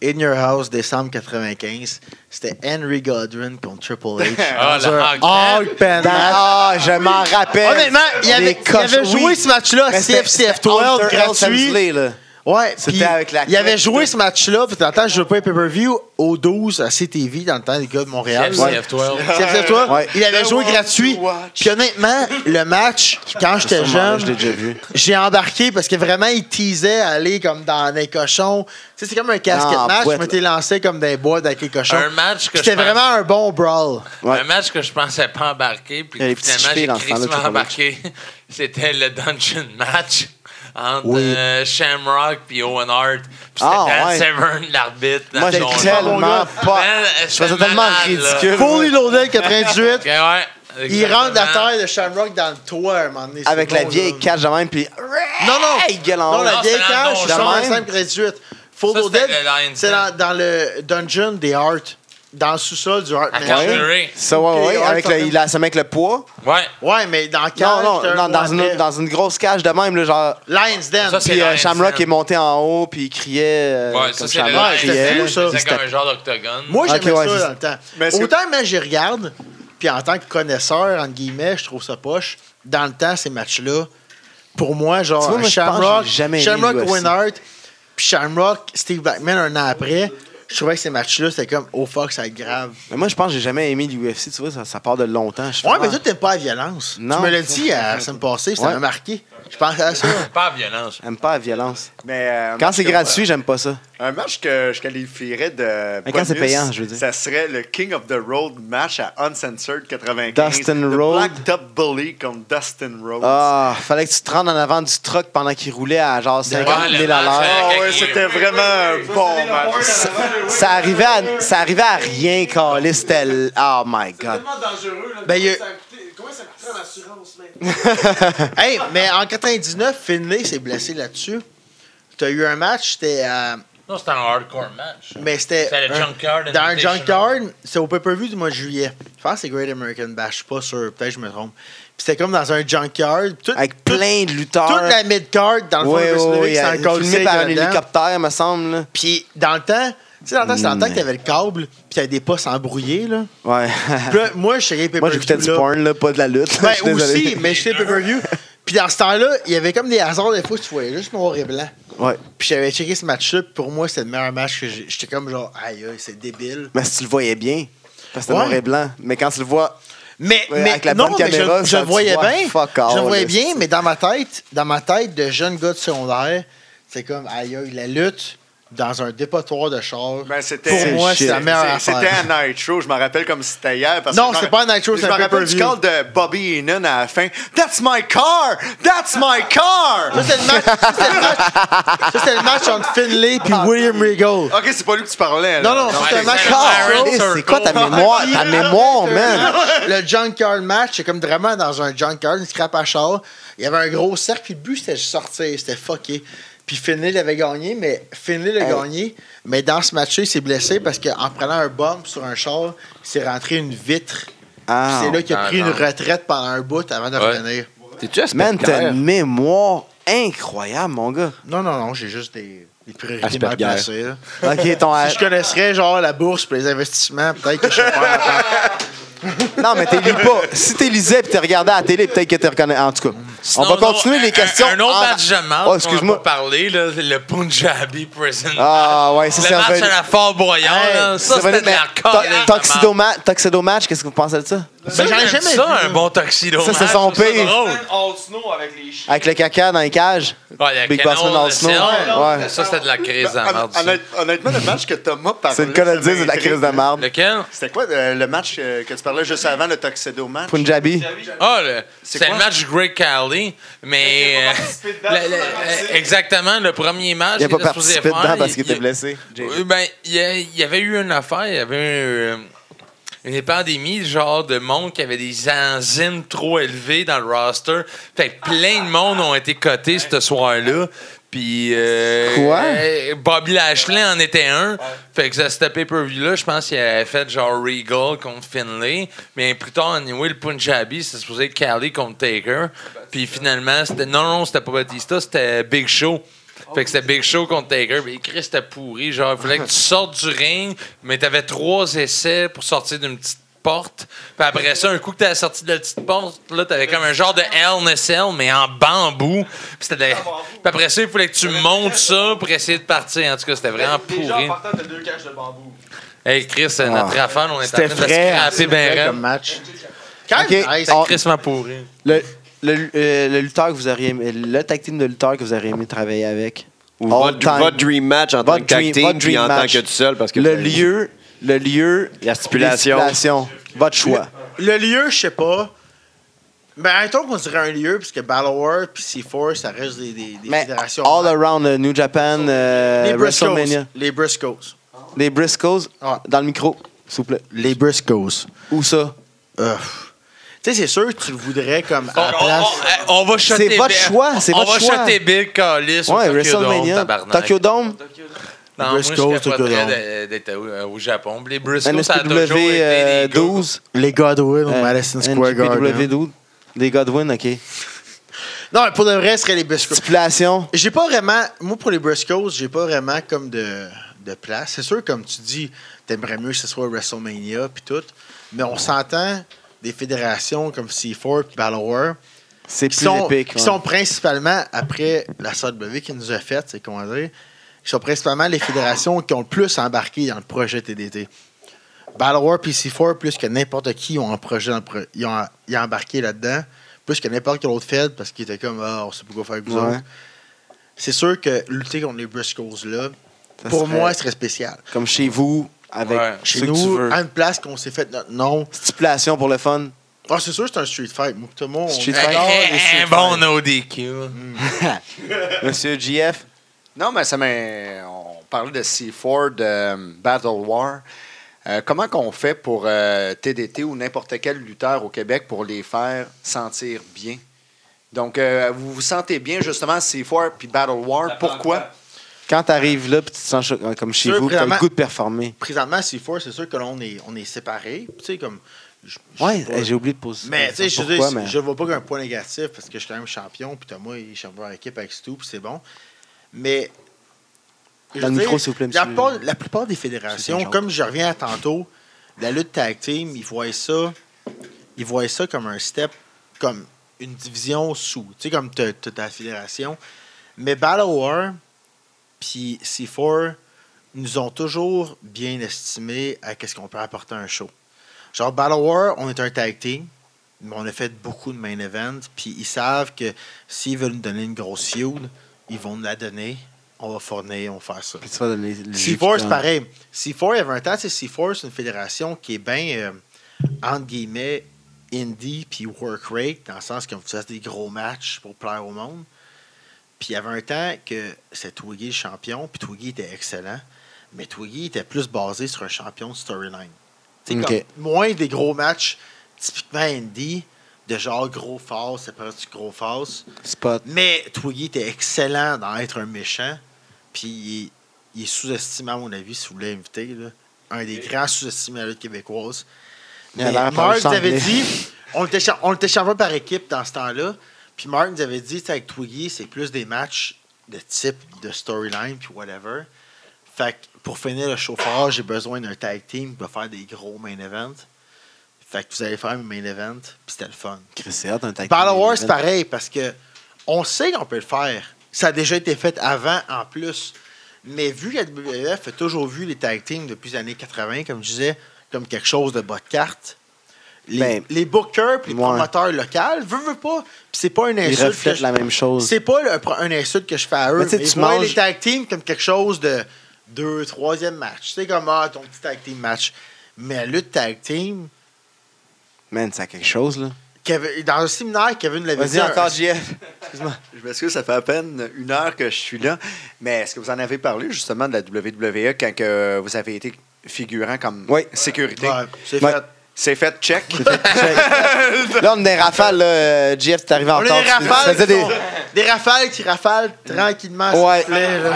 Speaker 2: In Your House, décembre 95, c'était Henry Godwin contre Triple H.
Speaker 5: Ah,
Speaker 2: dans
Speaker 5: le
Speaker 2: un
Speaker 5: Hog Pen.
Speaker 2: Hog Pen match.
Speaker 10: Ah, je m'en rappelle.
Speaker 2: Honnêtement, il
Speaker 10: Les
Speaker 2: avait, il
Speaker 10: coches,
Speaker 2: avait joué
Speaker 10: oui.
Speaker 2: ce match-là à
Speaker 10: Mais c'était-
Speaker 2: CFCF
Speaker 10: c'était Hunter
Speaker 2: 12
Speaker 10: L.
Speaker 2: gratuit.
Speaker 10: Hemsley, là.
Speaker 2: Ouais,
Speaker 3: C'était
Speaker 2: puis
Speaker 3: avec la
Speaker 2: Il avait
Speaker 3: clique
Speaker 2: joué
Speaker 3: de-
Speaker 2: ce match-là, puis dans le temps, je jouais pas un pay-per-view au 12 à CTV, dans le temps des gars de Montréal.
Speaker 5: CFCF 12.
Speaker 2: C'est vrai, toi?
Speaker 3: Ouais.
Speaker 2: Il avait
Speaker 4: The
Speaker 2: joué
Speaker 4: one to
Speaker 2: gratuit.
Speaker 4: watch.
Speaker 2: Puis honnêtement, le match, quand j'étais
Speaker 3: Sûrement, là, je l'ai
Speaker 2: jeune,
Speaker 3: déjà vu.
Speaker 2: j'ai embarqué parce que vraiment, il teasait à aller comme dans les cochons. Tu sais, c'est comme un casquette
Speaker 3: Ah, en
Speaker 2: match.
Speaker 3: boîte,
Speaker 2: je m'étais lancé comme dans les bois avec les cochons.
Speaker 5: Un match que
Speaker 2: C'était
Speaker 5: je pense-
Speaker 2: vraiment un bon brawl.
Speaker 3: Ouais.
Speaker 5: Un match que je pensais pas embarquer, puis
Speaker 3: Il y a les
Speaker 5: que
Speaker 3: petits
Speaker 5: finalement,
Speaker 3: cheveux
Speaker 5: j'ai
Speaker 3: dans ce temps-là,
Speaker 5: crissement
Speaker 3: tu vois.
Speaker 5: embarqué. C'était le Dungeon Match entre
Speaker 3: Oui.
Speaker 5: euh, Shamrock puis Owen Hart. Puis c'était
Speaker 3: Ah,
Speaker 5: Dan
Speaker 3: ouais.
Speaker 5: Severn, l'arbitre. dans
Speaker 3: Moi, j'ai
Speaker 5: son jeu.
Speaker 3: tellement pas.
Speaker 5: Man,
Speaker 3: Je
Speaker 5: c'était
Speaker 3: faisais tellement
Speaker 5: malade, là.
Speaker 3: ridicule.
Speaker 2: Fully Loaded 98.
Speaker 5: Ok, ouais,
Speaker 2: Il rentre la
Speaker 5: exactement.
Speaker 2: taille de Shamrock dans le toit à un moment donné.
Speaker 3: Avec
Speaker 2: C'est
Speaker 3: la
Speaker 2: bon,
Speaker 3: vieille
Speaker 2: là.
Speaker 3: cage de même, puis.
Speaker 2: Non, non.
Speaker 3: Hey, gueule en
Speaker 2: Non,
Speaker 3: haut.
Speaker 2: la
Speaker 5: Non,
Speaker 2: vieille
Speaker 5: c'est dans
Speaker 2: cage,
Speaker 5: le
Speaker 2: c'est dans
Speaker 3: donjon.
Speaker 2: le 5 gratuite. Full
Speaker 5: Ça,
Speaker 2: Loaded,
Speaker 5: c'était le Lions
Speaker 2: c'est
Speaker 5: Den.
Speaker 2: dans, dans le dungeon des Hearts. Dans le sous-sol du Heart
Speaker 5: À
Speaker 2: Mansion.
Speaker 5: Calgary.
Speaker 3: Ça, ouais,
Speaker 2: Ok,
Speaker 3: ouais,
Speaker 2: ouais,
Speaker 3: avec
Speaker 2: ça fait-
Speaker 3: le, il a- ça met avec le poids.
Speaker 5: Ouais.
Speaker 2: Ouais, mais dans quel
Speaker 3: Non, non, non, dans, une, dans une grosse cage de même, là, genre.
Speaker 2: Lions Den.
Speaker 5: Ça, c'est
Speaker 3: Puis euh,
Speaker 5: Lions
Speaker 3: Shamrock
Speaker 5: Den.
Speaker 3: est monté en haut, puis il criait. euh,
Speaker 5: Ouais, ça,
Speaker 3: comme
Speaker 5: c'est le
Speaker 3: Shamrock
Speaker 2: Lions Den.
Speaker 3: criait.
Speaker 2: C'était fou, ça.
Speaker 5: C'est comme un genre d'octogone.
Speaker 2: Moi, j'aimais
Speaker 3: Ok, ouais,
Speaker 2: ça
Speaker 3: c'est-
Speaker 2: dans le temps.
Speaker 3: Mais est-ce que-
Speaker 2: Autant, mais j'y regarde, puis en tant que connaisseur, entre guillemets, je trouve ça poche. Dans le temps, ces matchs-là, pour moi, genre,
Speaker 3: Tu vois, moi, je pense que
Speaker 2: Shamrock,
Speaker 3: j'ai jamais aimé
Speaker 2: Shamrock
Speaker 3: l'UFC.
Speaker 2: Winhart, puis Shamrock, Steve Blackman, un an après, je trouvais que ces matchs-là, c'était comme, oh fuck, ça va être grave.
Speaker 3: Mais moi, je pense que j'ai jamais aimé l'UFC, tu vois, ça, ça part de longtemps. je suis
Speaker 2: Ouais, mais
Speaker 3: vraiment-
Speaker 2: toi, t'aimes pas la violence.
Speaker 3: Non.
Speaker 2: tu me l'as dit euh, la semaine passée, ça
Speaker 3: Ouais.
Speaker 2: m'a marqué. Je pense à ça.
Speaker 5: Pas à violence.
Speaker 3: J'aime pas la violence.
Speaker 4: Mais, euh,
Speaker 3: Quand
Speaker 4: match
Speaker 3: c'est
Speaker 4: que-
Speaker 3: gratuit, j'aime pas ça.
Speaker 4: Un match que je qualifierais de.
Speaker 3: Mais quand c'est
Speaker 4: bonus,
Speaker 3: payant, je veux dire.
Speaker 4: Ça serait le King of the Road match à Uncensored 95.
Speaker 3: Dustin
Speaker 4: The
Speaker 3: Rhodes.
Speaker 4: Black Top Bully contre Dustin Rhodes.
Speaker 3: Ah, fallait que tu te rendes en avant du truck pendant qu'il roulait à genre 50
Speaker 5: le
Speaker 3: 000 à
Speaker 5: match,
Speaker 3: l'heure.
Speaker 5: euh,
Speaker 4: Ah ouais, c'était vraiment un bon match.
Speaker 3: Ça arrivait à, ça arrivait à rien, Carlis. C'était. l- Oh my god.
Speaker 8: dangereux. Là,
Speaker 2: Ben, il y a-
Speaker 8: ça a coûté- Combien ça coûterait en assurance, mec?
Speaker 2: Hey, mais en 99, Finlay s'est blessé là-dessus. T'as eu un match, c'était. euh,
Speaker 5: Non, c'était un hardcore match.
Speaker 2: mais c'était.
Speaker 5: C'était le
Speaker 2: un-
Speaker 5: Junkyard
Speaker 2: Dans un
Speaker 5: Invitational.
Speaker 2: junkyard, c'est au pay-per-view du mois de juillet. Je pense que c'est Great American Bash, je suis pas sûr, peut-être que je me trompe. Puis c'était comme dans un junkyard. Tout,
Speaker 3: Avec plein de lutteurs.
Speaker 2: toute la mid-card, dans le fond,
Speaker 3: Ouais,
Speaker 2: de
Speaker 3: ouais,
Speaker 2: WrestleMania,
Speaker 3: ouais,
Speaker 2: c'est un call
Speaker 3: filmé
Speaker 2: sick
Speaker 3: par un
Speaker 2: là-dedans.
Speaker 3: hélicoptère, me semble. là.
Speaker 2: Puis dans le temps, tu sais, dans le temps, c'est dans le temps
Speaker 3: Hmm.
Speaker 2: que t'avais le câble, puis t'avais des postes embrouillés, là.
Speaker 3: Ouais.
Speaker 2: Puis là, moi, je checkais les
Speaker 3: Moi,
Speaker 2: pay-per-views,
Speaker 3: j'écoutais du
Speaker 2: là.
Speaker 3: porn, là, pas de la lutte.
Speaker 2: Ben,
Speaker 3: Je suis désolé.
Speaker 2: aussi, mais j'étais pay-per-view. Puis dans ce temps-là, il y avait comme des hasards, des fois, tu voyais juste noir et blanc.
Speaker 3: Ouais.
Speaker 2: Puis j'avais checké ce match-là, puis pour moi, c'était le meilleur match que j'ai. J'étais comme genre, aïe, aïe, c'est débile.
Speaker 3: Mais si tu le voyais bien, parce que c'était
Speaker 2: Ouais.
Speaker 3: noir et blanc. Mais quand tu le vois.
Speaker 2: Mais,
Speaker 3: Ouais,
Speaker 2: mais
Speaker 3: avec la
Speaker 2: non,
Speaker 3: bonne
Speaker 2: mais
Speaker 3: caméra,
Speaker 2: je, je
Speaker 3: ça,
Speaker 2: le
Speaker 3: tu
Speaker 2: voyais
Speaker 3: vois,
Speaker 2: bien.
Speaker 3: fuck
Speaker 2: je le
Speaker 3: all,
Speaker 2: voyais
Speaker 3: là,
Speaker 2: bien,
Speaker 3: c'est-
Speaker 2: mais dans ma tête, dans ma tête de jeune gars de secondaire, c'est comme, aïe, aïe, la lutte dans un dépotoir de char.
Speaker 4: Ben, c'était-
Speaker 2: pour moi,
Speaker 3: C'est
Speaker 2: c'est la
Speaker 3: shit.
Speaker 2: meilleure
Speaker 4: C'est- C'était
Speaker 2: affaire.
Speaker 4: à Nitro, je m'en rappelle comme si c'était hier. Parce
Speaker 2: Non,
Speaker 4: que je
Speaker 2: c'est
Speaker 4: me-
Speaker 2: pas à Nitro, c'est
Speaker 4: Je me
Speaker 2: un
Speaker 4: rappelle du
Speaker 2: pay-per-view.
Speaker 4: call de Bobby Heenan à la fin. That's my car! That's my car!
Speaker 2: Ça, c'était le match. ça, c'était le match- ça, c'était le match entre Finlay puis
Speaker 3: Ah.
Speaker 2: William Regal.
Speaker 4: Ok, c'est pas lui que tu parlais. là.
Speaker 2: Non, non, c'est un
Speaker 5: c'est
Speaker 2: match.
Speaker 5: ça.
Speaker 2: entre-
Speaker 3: Carlis, c'est quoi ta mémoire? Ta mémoire, man.
Speaker 2: Le junkyard match, c'est comme vraiment dans un junkyard, une scrap à char. Il y avait un gros cercle, puis le but, c'était de sortir, c'était fucké. Puis Finlay l'avait gagné, mais Finlay l'a gagné. Mais dans ce match-là, il s'est blessé parce qu'en prenant un bomb sur un char, il s'est rentré une vitre. Puis
Speaker 3: Ah,
Speaker 2: c'est là qu'il a
Speaker 5: Ah,
Speaker 2: pris une
Speaker 5: non.
Speaker 2: retraite pendant un bout avant de
Speaker 5: Ouais.
Speaker 2: revenir.
Speaker 6: T'es-tu à
Speaker 3: man, t'as
Speaker 6: Spectaire?
Speaker 3: une mémoire incroyable, mon gars.
Speaker 2: Non, non, non, j'ai juste des, des priorités
Speaker 6: Asperger.
Speaker 2: mal placées. là.
Speaker 3: Ok, ton.
Speaker 2: Si je connaisserais genre la bourse pour les investissements, peut-être que je serais pas en-
Speaker 3: Non, mais t'es lis pas. Si t'es lisais pis t'es regardé à la télé, peut-être que t'es reconnais. En tout cas,
Speaker 5: Sinon,
Speaker 3: on va
Speaker 5: un autre-
Speaker 3: continuer
Speaker 5: un-
Speaker 3: les questions.
Speaker 5: Un, un autre
Speaker 3: en-
Speaker 5: match de marde
Speaker 3: Oh,
Speaker 5: excuse-moi.
Speaker 3: excuse-moi.
Speaker 5: pas parlé, là, c'est le Punjabi Prison.
Speaker 3: Ah, ouais, ça,
Speaker 5: le
Speaker 3: c'est
Speaker 5: match
Speaker 3: revenu.
Speaker 5: à la Fort Boyard,
Speaker 2: Hey,
Speaker 5: là,
Speaker 3: c'est
Speaker 5: ça,
Speaker 3: revenu,
Speaker 5: c'était de
Speaker 3: mais
Speaker 5: la hein,
Speaker 3: to-
Speaker 5: colère de
Speaker 3: Tuxedo
Speaker 5: marde.
Speaker 3: ma- Tuxedo Match, qu'est-ce que vous pensez de ça?
Speaker 2: Mais j'en ai
Speaker 5: J'aime
Speaker 2: Ben, jamais
Speaker 5: ça,
Speaker 2: vu.
Speaker 5: un bon tuxedo.
Speaker 3: Ça, c'est
Speaker 5: match,
Speaker 3: son
Speaker 5: je trouve
Speaker 3: pire.
Speaker 5: ça drôle.
Speaker 8: Old Snow avec les chiens.
Speaker 3: Avec le caca dans les cages?
Speaker 5: Ouais, le
Speaker 3: Big
Speaker 5: canon,
Speaker 3: Boss Man
Speaker 5: le
Speaker 3: All Snow.
Speaker 5: ciel.
Speaker 3: Ouais.
Speaker 5: Ça, c'était de la crise de
Speaker 4: Ben,
Speaker 5: marde. ça.
Speaker 4: honnête- Honnêtement, le match que Thomas parlait.
Speaker 3: C'est le cas de
Speaker 4: ça
Speaker 3: le dire, c'est de la
Speaker 4: m'intrigue.
Speaker 3: crise de merde.
Speaker 5: Lequel?
Speaker 4: C'était quoi euh, le match euh, que tu parlais juste avant, le Tuxedo match?
Speaker 3: Punjabi.
Speaker 5: Ah, le-
Speaker 4: C'est
Speaker 5: c'est le
Speaker 4: quoi?
Speaker 5: match du Great Cali, mais.
Speaker 8: Il a pas
Speaker 5: euh,
Speaker 8: participé dedans,
Speaker 5: le-
Speaker 8: il a
Speaker 5: le-
Speaker 8: participé.
Speaker 5: Exactement, le premier match.
Speaker 3: Il a pas
Speaker 5: qu'il était supposé
Speaker 3: participé dedans
Speaker 5: faire,
Speaker 3: parce
Speaker 5: il-
Speaker 3: qu'il était
Speaker 5: il-
Speaker 3: blessé.
Speaker 5: Oui, ben, il y, a- il y avait eu une affaire, il y avait eu, euh, une pandémie, genre de monde qui avait des enzymes trop élevées dans le roster. Fait que plein de monde ont été cotés ce soir-là. Puis. euh,
Speaker 3: Quoi?
Speaker 5: euh, Bobby Lashley en était un. Fait que ça, c'était pay-per-view-là, je pense qu'il avait fait genre Regal contre Finlay. Mais plus tard, anyway, le Punjabi, c'était supposé être Cali contre Taker. Puis finalement, c'était. Non, non, c'était pas Batista, c'était Big Show. Fait que c'était Big Show contre Taker. Mais Chris, c'était pourri. Genre, il fallait que tu sortes du ring, mais t'avais trois essais pour sortir d'une petite porte. Puis après ça, un coup que t'avais sorti de la petite porte, là, t'avais comme un genre de LNSL, mais en bambou. Puis, c'était de- Puis après ça, il fallait que tu montes ça pour essayer de partir. En tout cas, c'était vraiment
Speaker 8: Déjà, en
Speaker 5: pourri.
Speaker 8: partant, t'as deux caches de bambou.
Speaker 5: Hey, Chris, notre affaire, on
Speaker 3: Ah.
Speaker 5: est en train
Speaker 3: C'était
Speaker 5: de se
Speaker 3: frais,
Speaker 5: scraper bien
Speaker 2: comme
Speaker 5: raide.
Speaker 2: match. Quand
Speaker 3: Ok,
Speaker 2: même nice.
Speaker 3: on-
Speaker 5: Chris m'a pourri.
Speaker 3: Le, le, euh, le lutteur que vous auriez aimé, le tag team de lutteur que vous auriez aimé travailler avec.
Speaker 6: Ou
Speaker 3: All
Speaker 6: votre,
Speaker 3: time.
Speaker 6: votre dream match en tant
Speaker 3: Votre
Speaker 6: que tag
Speaker 3: dream-
Speaker 6: team
Speaker 3: votre
Speaker 6: puis
Speaker 3: dream
Speaker 6: en
Speaker 3: match.
Speaker 6: tant que tout seul parce que
Speaker 3: Le
Speaker 6: vous-
Speaker 3: lieu, le lieu,
Speaker 6: la stipulation.
Speaker 3: les stipulations. votre choix.
Speaker 2: Le lieu, je sais pas. Ben, mettons qu'on dirait un lieu, parce que Battle War puis C4, ça reste des, des, des
Speaker 3: Mais
Speaker 2: fédérations.
Speaker 3: all around euh, New Japan, euh,
Speaker 2: les Briscoes.
Speaker 3: WrestleMania,
Speaker 2: Les Briscoes.
Speaker 3: les Briscoes,
Speaker 2: Ouais.
Speaker 3: dans le micro, s'il vous plaît.
Speaker 2: Les Briscoes.
Speaker 3: Où ça?
Speaker 2: Euh, Tu sais, c'est sûr que tu le voudrais comme à la
Speaker 5: Ah, On, on-
Speaker 2: place.
Speaker 5: on- on va shotter
Speaker 3: votre
Speaker 5: Bill.
Speaker 3: choix, c'est
Speaker 5: On
Speaker 3: votre
Speaker 5: va
Speaker 3: choix.
Speaker 5: shotter Big
Speaker 3: Ouais,
Speaker 5: Callis au Tokyo Dome,
Speaker 3: WrestleMania,
Speaker 5: tabarnak.
Speaker 3: Tokyo Dome.
Speaker 5: Non, moi,
Speaker 2: Briscoes,
Speaker 5: je
Speaker 2: Tokyo Dome.
Speaker 5: capoterais d'être au, euh, au Japon. Les Briscoes, ça a toujours
Speaker 3: NSPW
Speaker 5: été
Speaker 3: euh,
Speaker 5: des gars-
Speaker 3: 12.
Speaker 2: Les Godwin au
Speaker 3: euh,
Speaker 2: Madison Square
Speaker 3: NJPW
Speaker 2: Garden.
Speaker 3: 12. Les Godwin, OK.
Speaker 2: Non, mais pour de vrai, ce serait les Briscoes.
Speaker 3: Stipulation.
Speaker 2: J'ai pas vraiment. Moi, pour les Briscoes, j'ai pas vraiment comme de, de place. C'est sûr, comme tu dis, t'aimerais mieux que ce soit WrestleMania puis tout. Mais on s'entend des fédérations comme C4 puis Battle War
Speaker 3: C'est
Speaker 2: qui
Speaker 3: plus
Speaker 2: sont,
Speaker 3: épique.
Speaker 2: qui
Speaker 3: ouais.
Speaker 2: sont principalement, après la CW qui nous a faite, c'est qu'on va dire, qui sont principalement les fédérations qui ont le plus embarqué dans le projet TDT. Battle War et C4, plus que n'importe qui, ont, un projet, dans le pro- ils ont, ils ont embarqué là-dedans, plus que n'importe quel autre Fed, parce qu'ils étaient comme, ah, on sait pas quoi faire avec vous
Speaker 3: Ouais.
Speaker 2: autres. C'est sûr que lutter contre les Briscoes, là,
Speaker 3: Ça
Speaker 2: pour
Speaker 3: serait
Speaker 2: moi, ce serait spécial.
Speaker 3: Comme chez vous, avec
Speaker 5: Ouais.
Speaker 3: ceux
Speaker 2: Chez
Speaker 3: que tu
Speaker 2: nous,
Speaker 3: veux.
Speaker 2: à une place qu'on s'est fait notre nom.
Speaker 3: Stipulation pour le fun.
Speaker 2: Ah, c'est sûr, c'est un street fight. Moi, tout le monde, on-
Speaker 3: Street
Speaker 5: Hey,
Speaker 3: fight.
Speaker 5: hey,
Speaker 3: les
Speaker 5: hey,
Speaker 3: Street
Speaker 5: Eh, bon
Speaker 3: Fighter.
Speaker 5: no DQ.
Speaker 3: Monsieur JF.
Speaker 4: Non, mais ça m'a. On parlait de C4, de Battle War. Euh, comment qu'on fait pour euh, TDT ou n'importe quel lutteur au Québec pour les faire sentir bien? Donc, euh, vous vous sentez bien, justement, C4 puis Battle War. Pourquoi?
Speaker 3: Quand t'arrives là, puis tu te sens cho- euh, comme chez
Speaker 2: Sûr,
Speaker 3: vous, t'as
Speaker 2: vraiment.
Speaker 3: le goût de performer.
Speaker 2: présentement, à C4, c'est sûr que là, on est, on est séparés. Tu sais, comme. je- je
Speaker 3: Ouais, euh,
Speaker 2: sais pas.
Speaker 3: hey, j'ai oublié de poser.
Speaker 2: Mais, tu sais, je veux
Speaker 3: Pourquoi,
Speaker 2: dire,
Speaker 3: mais-
Speaker 2: je ne vois pas qu'un point négatif parce que je suis quand même champion, puis Thomas, il est champion en équipe avec Stu, puis c'est bon. Mais. je
Speaker 3: Dans
Speaker 2: veux
Speaker 3: le
Speaker 2: dire,
Speaker 3: micro, s'il vous plaît,
Speaker 2: La
Speaker 3: monsieur.
Speaker 2: plupart, la plupart des
Speaker 3: C'est
Speaker 2: fédérations,
Speaker 3: une
Speaker 2: comme je reviens à tantôt, la lutte tag team, ils voient ça, ils voient ça comme un step, comme une division sous. Tu sais, comme t'as t'as ta fédération. Mais Battle War, puis C4 nous ont toujours bien estimé à qu'est-ce qu'on peut apporter à un show. Genre Battle War, on est un tag team, mais on a fait beaucoup de main events, puis ils savent que s'ils veulent nous donner une grosse feud, ils vont nous la donner, on va fournir, on va faire ça.
Speaker 3: Puis tu vas donner les- les jeux
Speaker 2: C4,
Speaker 3: qui
Speaker 2: c'est
Speaker 3: te
Speaker 2: pareil. C4, il y avait un temps, tu sais, C4, c'est une fédération qui est bien, euh, entre guillemets, indie puis work rate, dans le sens qu'on faisait des gros matchs pour plaire au monde. Puis il y avait un temps que c'est Twiggy le champion, puis Twiggy était excellent, mais Twiggy était plus basé sur un champion de storyline. Tu sais, comme
Speaker 3: Ok.
Speaker 2: moins des gros matchs typiquement indie, de genre gros face, c'est pas du gros face.
Speaker 3: donnent. Spot.
Speaker 2: Mais Twiggy était excellent dans être un méchant. Puis il est- il est, sous-estimé, à mon avis, si vous voulez l'inviter. là. Un des grands sous-estimés de la lutte québécoise.
Speaker 3: Il a
Speaker 2: Mais
Speaker 3: l'air à parler
Speaker 2: Mark nous avait
Speaker 3: anglais.
Speaker 2: dit, on était cha- on était champion par équipe dans ce temps-là. Puis Mark nous avait dit, tu sais, avec Twiggy, c'est plus des matchs de type de storyline, puis whatever. Fait que pour finir le chauffeur, j'ai besoin d'un tag team pour faire des gros main events. Fait que vous allez faire un main event, puis c'était le fun.
Speaker 3: Chris, c'est hot, un tag
Speaker 2: Battle
Speaker 3: team.
Speaker 2: Wars, c'est pareil, parce que on sait qu'on peut le faire. Ça a déjà été fait avant, en plus. Mais vu que la WWF a toujours vu les tag teams depuis les années 80, comme je disais, comme quelque chose de bas de carte, les,
Speaker 3: Ben,
Speaker 2: les bookers puis les
Speaker 3: ouais.
Speaker 2: promoteurs locaux veulent, veulent pas. Puis c'est pas une
Speaker 3: Ils
Speaker 2: insulte. que
Speaker 3: reflètent
Speaker 2: je-
Speaker 3: la même chose.
Speaker 2: C'est pas le- un insulte que je fais à eux.
Speaker 3: Mais tu sais,
Speaker 2: mais
Speaker 3: tu
Speaker 2: ils voient
Speaker 3: manges-
Speaker 2: les tag teams comme quelque chose de deux, troisième match. Tu sais, comme ah, ton petit tag team match. Mais la lutte tag team,
Speaker 3: Man, ça a quelque chose, là.
Speaker 2: Kevin- dans un séminaire, Kevin l'avait dit.
Speaker 3: Vas-y,
Speaker 2: un-
Speaker 3: encore JF.
Speaker 4: Je m'excuse, ça fait à peine une heure que je suis là. Mais est-ce que vous en avez parlé, justement, de la WWE quand que vous avez été figurant comme
Speaker 3: Oui.
Speaker 4: sécurité?
Speaker 2: Ouais, c'est
Speaker 3: Ouais.
Speaker 2: fait.
Speaker 4: C'est fait, check.
Speaker 3: Là, on est des rafales, là. euh, JF, t'es arrivé
Speaker 2: On
Speaker 3: en
Speaker 2: a
Speaker 3: retard.
Speaker 2: des
Speaker 3: tu- tu
Speaker 2: rafales,
Speaker 3: faisais
Speaker 2: qui
Speaker 3: des-
Speaker 2: sont- des... rafales qui rafalent tranquillement. s'il
Speaker 3: Ouais.
Speaker 2: vous plaît, là.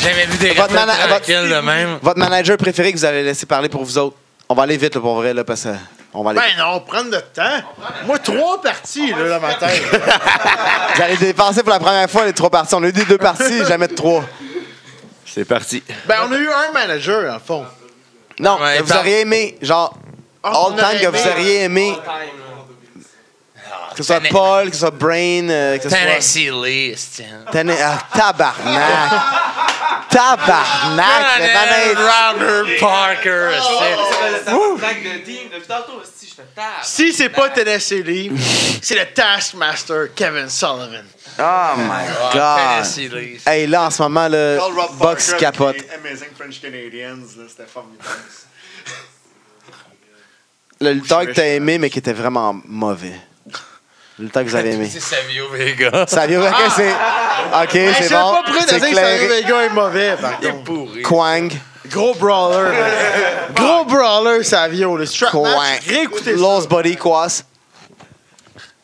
Speaker 5: J'ai Jamais vu des
Speaker 3: Votre
Speaker 5: rappels
Speaker 3: mana- votre-
Speaker 5: tranquilles de même.
Speaker 3: Votre manager préféré que vous allez laisser parler pour vous autres. On va aller vite, là, pour vrai, là, parce que... On va aller
Speaker 2: Ben non, prendre notre temps. Moi, trois parties là, le matin.
Speaker 3: Vous allez dépenser pour la première fois les trois parties. On a eu des deux parties, jamais de trois.
Speaker 6: C'est parti.
Speaker 2: ben, on a eu un manager, en fond.
Speaker 3: Non,
Speaker 5: Ouais,
Speaker 3: que vous
Speaker 5: par-
Speaker 3: auriez aimé, genre,
Speaker 2: Oh,
Speaker 3: All time que vous auriez aimé. Que ce soit Paul, que ce soit Brain, euh, que ce soit.
Speaker 5: Tennessee Lee, tiens.
Speaker 3: Tenez- Ah, tabarnak! tabarnac! le Oh, manège.
Speaker 5: Ah, Robert Parker,
Speaker 8: C'est le tabarnak de team. Depuis tantôt, si je fais table.
Speaker 2: Si c'est pas Tennessee Lee, c'est le Taskmaster Kevin Sullivan.
Speaker 3: Oh my god!
Speaker 5: Ah, Tennessee Lee.
Speaker 3: Hey, là, en ce moment, le
Speaker 4: Call Rob
Speaker 3: Box
Speaker 4: Parker
Speaker 3: capote.
Speaker 4: avec les Amazing French Canadians, là, c'était formidable.
Speaker 3: Le lutteur que t'as aimé, mais qui était vraiment mauvais. Le lutteur que vous avez aimé. Ah!
Speaker 5: C'est Savio Vega.
Speaker 3: Savio Vega, c'est. Ok,
Speaker 2: Hey, je
Speaker 3: c'est
Speaker 2: suis
Speaker 3: bon.
Speaker 2: pas prêt de
Speaker 3: C'est
Speaker 2: dire que
Speaker 3: clair.
Speaker 2: Savio Vega est mauvais, par
Speaker 5: Il est
Speaker 2: contre.
Speaker 5: pourri.
Speaker 3: Quang.
Speaker 2: Gros brawler. man. Gros brawler, Savio. Le strap
Speaker 3: Quang.
Speaker 2: match, réécoutez ça.
Speaker 3: Lost Body Quas.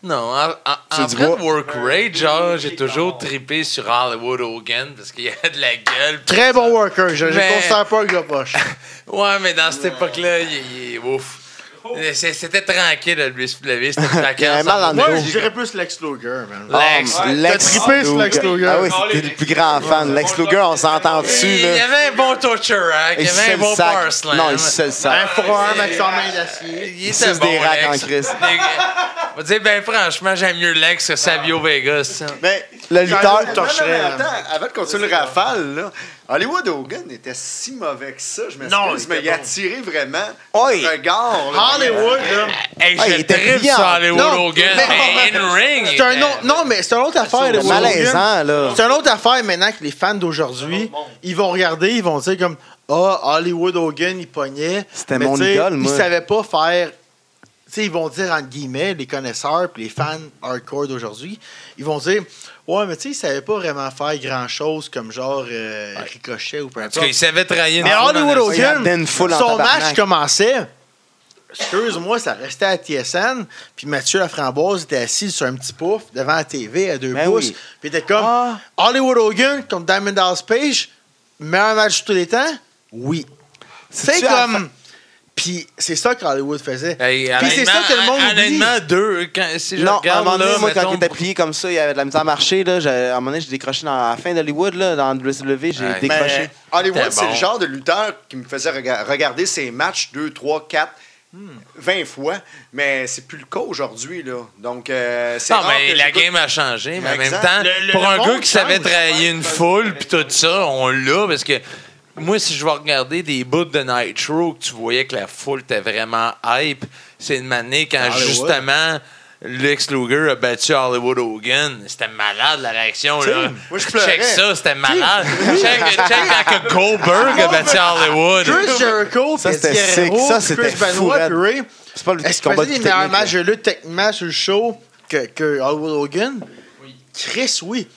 Speaker 5: Non, en, en,
Speaker 3: C'est
Speaker 5: en
Speaker 3: du
Speaker 5: vrai de
Speaker 3: bois.
Speaker 5: Work Rate, genre, j'ai toujours trippé sur Hollywood Hogan parce qu'il y a de la gueule. pis
Speaker 2: Très bon worker. Je ne
Speaker 5: Mais-
Speaker 2: considère pas que je poche.
Speaker 5: Ouais, mais dans cette époque-là, il, il- ouf. C'est- C'était tranquille de lui se lever, c'était la
Speaker 3: Oh. avait mal en
Speaker 2: Moi,
Speaker 3: dos.
Speaker 2: je dirais plus Lex Luger, man.
Speaker 5: Lex.
Speaker 3: Oh,
Speaker 2: T'as trippé sur Lex Luger.
Speaker 3: Ah oui, c'était le plus grand fan. Lex Luger, on s'entend dessus,
Speaker 5: Il y
Speaker 3: là.
Speaker 5: avait un bon toucher rack, il y
Speaker 3: se
Speaker 5: avait
Speaker 3: fait
Speaker 5: un
Speaker 3: le
Speaker 5: bon
Speaker 3: sac.
Speaker 5: power slam.
Speaker 3: Non, il se fait le
Speaker 2: Un
Speaker 3: sac.
Speaker 2: forearm avec son main d'acier.
Speaker 5: Il
Speaker 3: suce
Speaker 5: était bon,
Speaker 3: des racks en
Speaker 5: Lex.
Speaker 3: crise.
Speaker 5: Des- On va dire, ben franchement, j'aime mieux Lex que Savio
Speaker 3: Ah.
Speaker 5: Vegas. ça.
Speaker 4: Mais
Speaker 3: Le
Speaker 2: Charles
Speaker 3: lutteur.
Speaker 2: torcherait,
Speaker 4: Non, non, mais
Speaker 2: man.
Speaker 4: attends, avant de continuer le rafale, là, Hollywood Hogan était si mauvais que ça, je
Speaker 2: Non,
Speaker 4: m'excuse,
Speaker 2: il
Speaker 4: mais
Speaker 2: était
Speaker 4: il
Speaker 2: bon.
Speaker 4: attirait vraiment
Speaker 3: Oui.
Speaker 4: le regard. là.
Speaker 2: Hollywood, là.
Speaker 5: Hey,
Speaker 3: Ah, il
Speaker 5: je
Speaker 3: était
Speaker 5: tripe
Speaker 3: brillant.
Speaker 5: sur Hollywood
Speaker 2: Non,
Speaker 5: Hogan,
Speaker 2: mais-
Speaker 5: mais in-ring.
Speaker 2: C'est un autre. Non, mais c'est une autre affaire.
Speaker 3: C'est
Speaker 2: Hollywood Hogan.
Speaker 3: malaisant, là.
Speaker 2: C'est une autre affaire maintenant que les fans d'aujourd'hui, ils vont regarder, ils vont dire comme Ah, Hollywood Hogan, il pognait.
Speaker 3: C'était
Speaker 2: Mais
Speaker 3: mon
Speaker 2: tu sais,
Speaker 3: idole, moi.
Speaker 2: Ils savaient pas faire. Tu sais, ils vont dire, entre guillemets, les connaisseurs puis les fans hardcore d'aujourd'hui, ils vont dire Ouais, mais tu sais, ils savaient pas vraiment faire grand chose comme genre euh, Ricochet ou peu
Speaker 5: Parce qu'il
Speaker 2: importe.
Speaker 5: savait trahir une
Speaker 2: Mais
Speaker 5: foule
Speaker 2: Hollywood
Speaker 5: dans le-
Speaker 3: Il amenait
Speaker 2: Hogan,
Speaker 3: une foule en
Speaker 2: son
Speaker 3: tabarnak.
Speaker 2: match commençait. Excuse-moi, ça restait à TSN. Puis Mathieu Laframboise était assis sur un petit pouf devant la TV à deux
Speaker 3: Ben
Speaker 2: pouces.
Speaker 3: oui.
Speaker 2: Puis il était comme
Speaker 3: Ah.
Speaker 2: Hollywood Hogan contre Diamond Dallas Page, meilleur match de tous les temps? Oui. C'est
Speaker 3: C'est-tu à la
Speaker 2: comme. Puis c'est ça que Hollywood faisait.
Speaker 5: Hey,
Speaker 2: Puis c'est ça que le monde
Speaker 5: honnêtement,
Speaker 2: oublie.
Speaker 5: Honnêtement, deux, quand, si je
Speaker 3: Non, à un
Speaker 5: regarde
Speaker 3: moment donné,
Speaker 5: là,
Speaker 3: moi, quand
Speaker 5: mettons,
Speaker 3: il était plié comme ça, il y avait de la misère à marcher. Là, j'ai- à un moment donné, j'ai décroché dans la fin d'Hollywood, là, dans le WCW, j'ai
Speaker 5: Ouais. Ben,
Speaker 4: Mais
Speaker 3: décroché.
Speaker 4: Hollywood,
Speaker 5: C'était
Speaker 4: c'est
Speaker 5: bon.
Speaker 4: le genre de lutteur qui me faisait rega- regarder ses matchs 2, 3, 4, 20 fois, mais c'est plus le cas aujourd'hui. là. Donc, euh, c'est
Speaker 5: Non,
Speaker 4: rare
Speaker 5: mais
Speaker 4: que
Speaker 5: la
Speaker 4: j'écoute-
Speaker 5: game a changé, mais en même
Speaker 4: Exact.
Speaker 5: temps,
Speaker 2: Le- le-
Speaker 5: pour
Speaker 2: le
Speaker 5: un
Speaker 2: monde
Speaker 5: gars qui savait
Speaker 2: change.
Speaker 5: trahir une foule puis tout ça, on l'a parce que moi, si je vais regarder des bouts de Nitro, que tu voyais que la foule était vraiment hype, c'est une année quand
Speaker 2: Hollywood.
Speaker 5: justement Lex Luger a battu Hollywood Hogan. C'était malade la réaction. Là.
Speaker 4: moi, je pleurais.
Speaker 5: check ça, c'était malade. check, check quand que Goldberg a battu Hollywood.
Speaker 2: Chris Jericho,
Speaker 3: Ça,
Speaker 2: puis
Speaker 3: c'était
Speaker 2: Eddie
Speaker 3: sick.
Speaker 2: Guerrero,
Speaker 3: Ça,
Speaker 2: puis
Speaker 3: c'était
Speaker 2: Chris
Speaker 3: fou,
Speaker 2: Benoit,
Speaker 3: raide.
Speaker 2: puis Ray.
Speaker 3: C'est pas le
Speaker 2: Est-ce
Speaker 3: petit
Speaker 2: que
Speaker 3: combat
Speaker 2: faisait
Speaker 3: de
Speaker 2: des
Speaker 3: technique.
Speaker 2: meilleurs matchs
Speaker 3: là.
Speaker 2: de lutte techniquement sur le show que, que Hollywood Hogan? Chris, oui.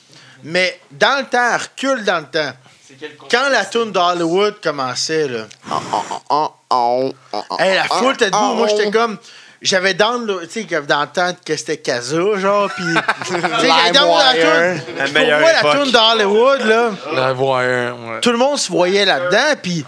Speaker 2: Mais dans le temps, elle recule dans le temps.
Speaker 8: C'est quel con-
Speaker 2: Quand la tourne d'Hollywood commençait, là,
Speaker 3: Ah, ah, ah, ah.
Speaker 2: hey, la foule était debout.
Speaker 3: ah,
Speaker 2: Moi,
Speaker 3: ah,
Speaker 2: j'étais comme. J'avais dans le. Tu sais, comme dans le temps que c'était Kaza, genre, pis. tu sais, j'avais dans la
Speaker 3: Limewire.
Speaker 2: tourne. Pour moi, la tourne d'Hollywood, là,
Speaker 5: La voyeur, ouais.
Speaker 2: tout le monde se voyait là-dedans, pis.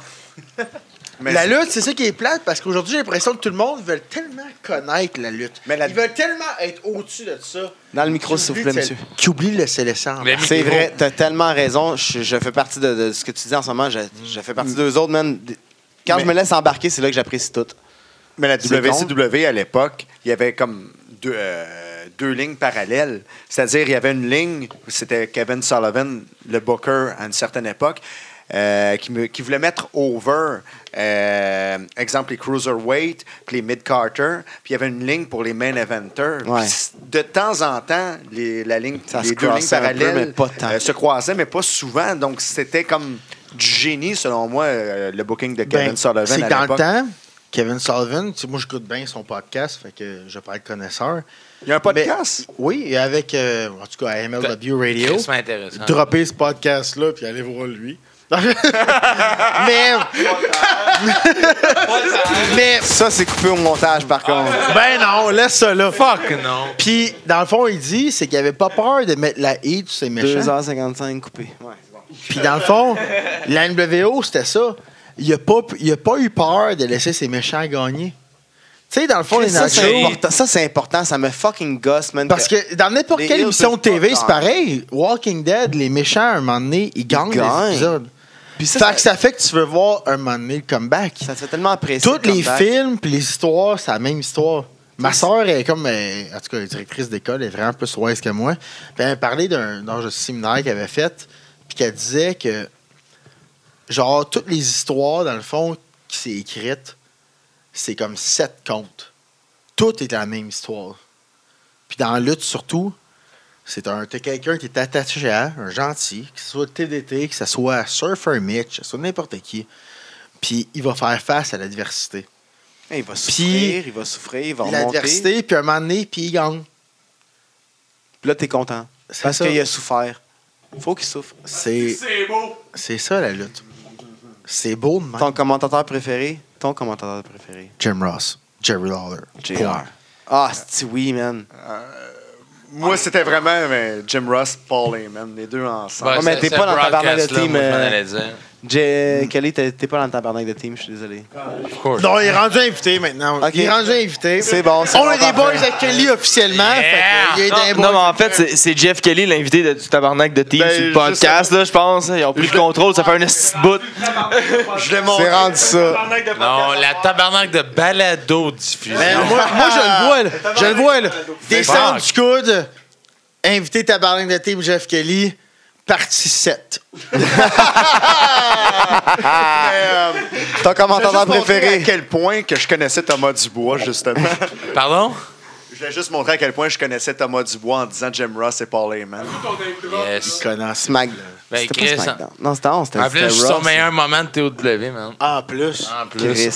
Speaker 4: Mais
Speaker 2: la lutte, c'est ça qui est plate parce qu'aujourd'hui, j'ai l'impression que tout le monde veut tellement connaître la lutte.
Speaker 3: Mais la-
Speaker 2: Ils veulent tellement être au-dessus de ça.
Speaker 3: Dans le micro,
Speaker 2: Qui
Speaker 3: s'il vous
Speaker 2: oublie
Speaker 3: plaît,
Speaker 2: de-
Speaker 3: monsieur.
Speaker 2: Qui oublie de laisser l'essence.
Speaker 5: Le
Speaker 3: C'est
Speaker 5: micro.
Speaker 3: vrai, t'as tellement raison. Je, je fais partie de, de ce que tu dis en ce moment. Je, je fais
Speaker 2: Mm.
Speaker 3: partie d'eux autres, man. Quand je me laisse embarquer, c'est là que j'apprécie tout.
Speaker 4: Mais la
Speaker 3: C'est
Speaker 4: WCW, à l'époque, il y avait comme deux, euh, deux lignes parallèles. C'est-à-dire, il y avait une ligne, c'était Kevin Sullivan, le booker à une certaine époque, euh, qui, me- qui voulait mettre over, euh, exemple, les Cruiserweight, puis les Mid-Carter, puis il y avait une ligne pour les Main Eventers.
Speaker 3: Ouais.
Speaker 4: Puis c- De temps en temps, les, la ligne,
Speaker 3: Ça
Speaker 4: les
Speaker 3: se
Speaker 4: deux lignes
Speaker 3: crossait un peu,
Speaker 4: parallèles euh,
Speaker 3: mais pas tant.
Speaker 4: se croisaient, mais pas souvent. Donc, c'était comme du génie, selon moi, euh, le booking de Kevin
Speaker 2: Ben,
Speaker 4: Sullivan
Speaker 2: C'est
Speaker 4: à
Speaker 2: que dans le
Speaker 4: l'époque.
Speaker 2: temps, Kevin Sullivan, tu sais, moi j'écoute bien son podcast, fait que je parle connaisseur.
Speaker 4: Il y a un podcast.
Speaker 2: Oui, et avec, euh, en tout cas, à MLW Radio.
Speaker 5: C'est
Speaker 4: hein.
Speaker 5: intéressant.
Speaker 2: Dropper ce podcast-là, puis aller voir lui. mais,
Speaker 8: Pas de temps.
Speaker 2: mais,
Speaker 3: Ça, c'est coupé au montage, par contre.
Speaker 2: ben non, laisse ça là.
Speaker 5: Fuck non.
Speaker 2: Puis, dans le fond, il dit, c'est qu'il avait pas peur de mettre la hate sur ses méchants.
Speaker 3: 2h55 coupé. Ouais, c'est bon.
Speaker 2: Puis dans le fond, la NWO, c'était ça. Il a, pas, il a pas eu peur de laisser ses méchants gagner. Tu sais, dans le fond, les
Speaker 3: ça, c'est
Speaker 2: nachos...
Speaker 3: important. Ça, c'est important. Ça me fucking gosse, man.
Speaker 2: Parce que dans n'importe
Speaker 3: Les
Speaker 2: quelle
Speaker 3: Hills
Speaker 2: émission de
Speaker 3: peuvent pas
Speaker 2: TV,
Speaker 3: gagner.
Speaker 2: c'est pareil. Walking Dead, les méchants, à un moment donné, ils gagnent les
Speaker 3: gagnent.
Speaker 2: épisodes.
Speaker 10: Puis ça,
Speaker 2: Fait
Speaker 10: ça,
Speaker 2: que ça fait que tu veux voir un moment donné le comeback.
Speaker 10: ça te fait tellement apprécier.
Speaker 2: Tous
Speaker 10: le
Speaker 2: les
Speaker 10: comeback.
Speaker 2: films puis les histoires, c'est la même histoire. Ma sœur elle est comme, euh, en tout cas, elle est directrice d'école, elle est vraiment plus wise que moi. Puis elle m'a parlé d'un d'un genre de séminaire qu'elle avait fait, puis qu'elle disait que, genre, toutes les histoires, dans le fond, qui s'est écrite, c'est comme sept contes. Tout est la même histoire. Puis dans la lutte, surtout, c'est un t'as quelqu'un qui est attaché à, un gentil, que ce soit le TDT, que ce soit Surfer Mitch, que ce soit n'importe qui. Puis il va faire face à l'adversité.
Speaker 10: Eh, Il va souffrir, il va souffrir, il va remonter.
Speaker 2: L'adversité, puis un moment donné, puis il gagne.
Speaker 10: Puis là, t'es content.
Speaker 2: C'est
Speaker 10: Parce
Speaker 2: ça.
Speaker 10: qu'il a souffert. Faut qu'il souffre.
Speaker 2: C'est
Speaker 8: C'est beau!
Speaker 2: c'est ça la lutte. C'est beau de même.
Speaker 10: Ton commentateur préféré? Ton commentateur préféré?
Speaker 2: Jim Ross, Jerry Lawler.
Speaker 10: JR. Ah, c'est oui, man.
Speaker 4: Moi, c'était vraiment euh, Jim Ross, Paul Heyman, les deux ensemble.
Speaker 10: Ouais, mais t'es pas dans ta barrière de team, euh,
Speaker 5: team.
Speaker 10: J- Kelly, t'es t'es pas dans le tabarnak de team, je suis désolé.
Speaker 2: Hmm. Non, il est rendu invité maintenant.
Speaker 10: Ok.
Speaker 2: Il est rendu invité.
Speaker 10: C'est bon, c'est
Speaker 2: On
Speaker 10: bon,
Speaker 2: est des
Speaker 10: parfait.
Speaker 2: boys avec Kelly officiellement. Ah, fait que il est des
Speaker 7: Non,
Speaker 2: boys.
Speaker 7: non, mais en fait, c'est- c'est Jeff Kelly, l'invité de- du tabarnak de Team
Speaker 4: Ben,
Speaker 7: sur le
Speaker 4: je
Speaker 7: podcast, là, je pense. Ils ont pris le contrôle, ça fait un esti de bout.
Speaker 4: Je l'ai montré.
Speaker 10: C'est rendu ça.
Speaker 5: Non, la tabarnak de balado diffusion.
Speaker 2: Mais moi, moi, je le vois, là. Je le vois, là. Descendre du coude, invité ta barrière de team Jeff Kelly, partie 7.
Speaker 10: Ton commentateur
Speaker 4: Juste montrer à
Speaker 10: préféré?
Speaker 4: quel point que je connaissais Thomas Dubois, justement.
Speaker 5: Pardon?
Speaker 4: je l'ai juste montré à quel point je connaissais Thomas Dubois en disant Jim Ross et Paul Heyman.
Speaker 5: Yes.
Speaker 2: Connasse.
Speaker 10: Smack.
Speaker 5: Ben,
Speaker 10: C'était
Speaker 5: Chris,
Speaker 10: pas SmackDown. Non, c'était on, c'était
Speaker 5: En plus, je suis son
Speaker 10: Ross.
Speaker 5: meilleur moment de TOW, man.
Speaker 2: En plus.
Speaker 5: En plus,
Speaker 10: Chris.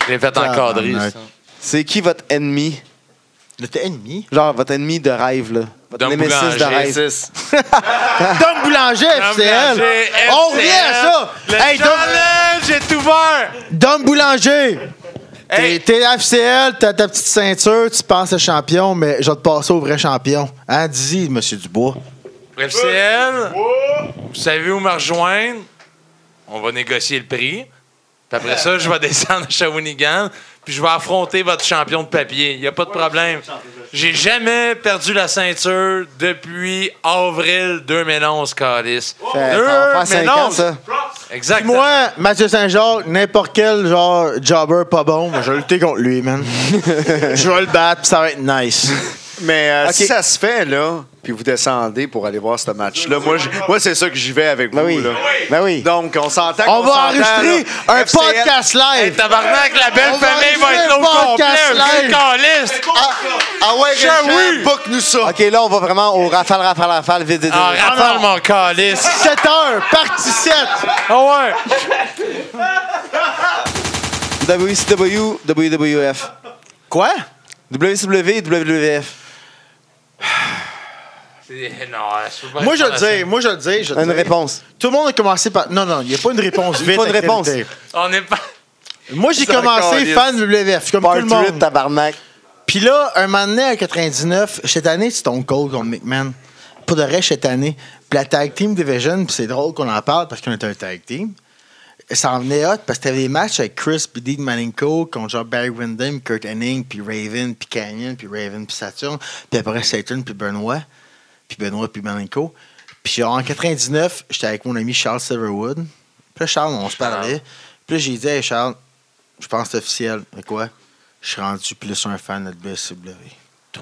Speaker 5: je l'ai fait encadrer,
Speaker 2: Ah, Tabarnak.
Speaker 5: ça.
Speaker 10: C'est qui votre ennemi?
Speaker 2: Notre ennemi.
Speaker 10: Genre, votre ennemi de rêve, là. Votre
Speaker 5: Dom
Speaker 10: némésis de
Speaker 5: Boulanger.
Speaker 10: rêve.
Speaker 2: Tom Boulanger, FCL. On revient à ça. Hey, Dom,
Speaker 5: est ouvert!
Speaker 2: Dom Boulanger. T'es-
Speaker 5: Hey.
Speaker 2: T'es FCL, t'as ta petite ceinture, tu penses à champion, mais je vais te passer au vrai champion. Hein, dis, monsieur Dubois.
Speaker 5: Euh, FCL, vous savez où me rejoindre? On va négocier le prix. Puis après ça, je vais descendre à Shawinigan, puis je vais affronter votre champion de papier. Il n'y a pas de problème. J'ai jamais perdu la ceinture depuis avril 2011, Calis.
Speaker 10: Fait- ça va faire cinq ans,
Speaker 8: Euh,
Speaker 10: ça.
Speaker 2: Puis
Speaker 5: Exactement.
Speaker 2: Moi, Mathieu Saint-Jacques, n'importe quel genre jobber pas bon, mais je vais lutter contre lui, man. je vais le battre, puis ça va être nice.
Speaker 4: Mais euh,
Speaker 10: Ok.
Speaker 4: si ça se fait, là, puis vous descendez pour aller voir ce match-là, moi, j- moi c'est sûr que j'y vais avec
Speaker 10: Ben
Speaker 4: vous.
Speaker 10: oui.
Speaker 4: Là.
Speaker 10: Ben oui.
Speaker 4: Donc, on s'entend
Speaker 2: On
Speaker 4: qu'on
Speaker 2: va
Speaker 4: s'entend,
Speaker 2: enregistrer
Speaker 4: là.
Speaker 2: un
Speaker 4: FCL,
Speaker 2: podcast
Speaker 5: Hey,
Speaker 2: live.
Speaker 5: tabarnak, la belle
Speaker 2: On va
Speaker 5: famille va être
Speaker 2: enregistrer un
Speaker 5: là au complet.
Speaker 2: podcast
Speaker 5: un
Speaker 2: live.
Speaker 5: Calis!
Speaker 4: Ah, ah ouais, Richard,
Speaker 5: oui.
Speaker 4: book-nous ça.
Speaker 10: Ok, là, on va vraiment au rafale, rafale, rafale, vite, vite,
Speaker 5: En
Speaker 10: vite.
Speaker 2: Ah,
Speaker 5: rafale, Ah, mon Calis!
Speaker 2: 7 h partie 7.
Speaker 5: Ah ouais!
Speaker 10: WCW, WWF.
Speaker 2: Quoi?
Speaker 10: WCW et WWF.
Speaker 5: C'est- Non, je peux pas
Speaker 2: Moi, je
Speaker 5: répondre
Speaker 2: le
Speaker 5: à ça.
Speaker 2: dis, moi, je le dis. je le
Speaker 10: Une
Speaker 2: dis.
Speaker 10: réponse.
Speaker 2: Tout le monde a commencé par. Non, non, il n'y a pas une réponse vite.
Speaker 10: pas une
Speaker 2: à quel
Speaker 10: réponse.
Speaker 2: dire.
Speaker 5: On n'est pas.
Speaker 2: Moi, j'ai
Speaker 10: C'est encore
Speaker 2: commencé
Speaker 10: lisse.
Speaker 2: fan de WWF, comme
Speaker 10: Part
Speaker 2: tout le
Speaker 10: 8,
Speaker 2: monde.
Speaker 10: tabarnak.
Speaker 2: Puis là, un moment donné, en 99, cette année, c'est ton Cold contre McMahon. Pour de vrai, cette année. Puis la Tag Team Division, puis c'est drôle qu'on en parle parce qu'on était un Tag Team. Ça en venait hot parce que t'avais des matchs avec Chris puis Dean Malenko contre genre Barry Windham, Kurt Hennig, puis Raven, puis Canyon, puis Raven, puis Saturn, puis après Saturn, puis Benoit, puis Benoit, puis Malenko. Puis genre, en 99, j'étais avec mon ami Charles Silverwood. Puis là, Charles, on se parlait. Puis là, j'ai dit, hey Charles, je pense que c'est officiel. Mais quoi? Je suis rendu plus un fan de WCW.
Speaker 10: Ça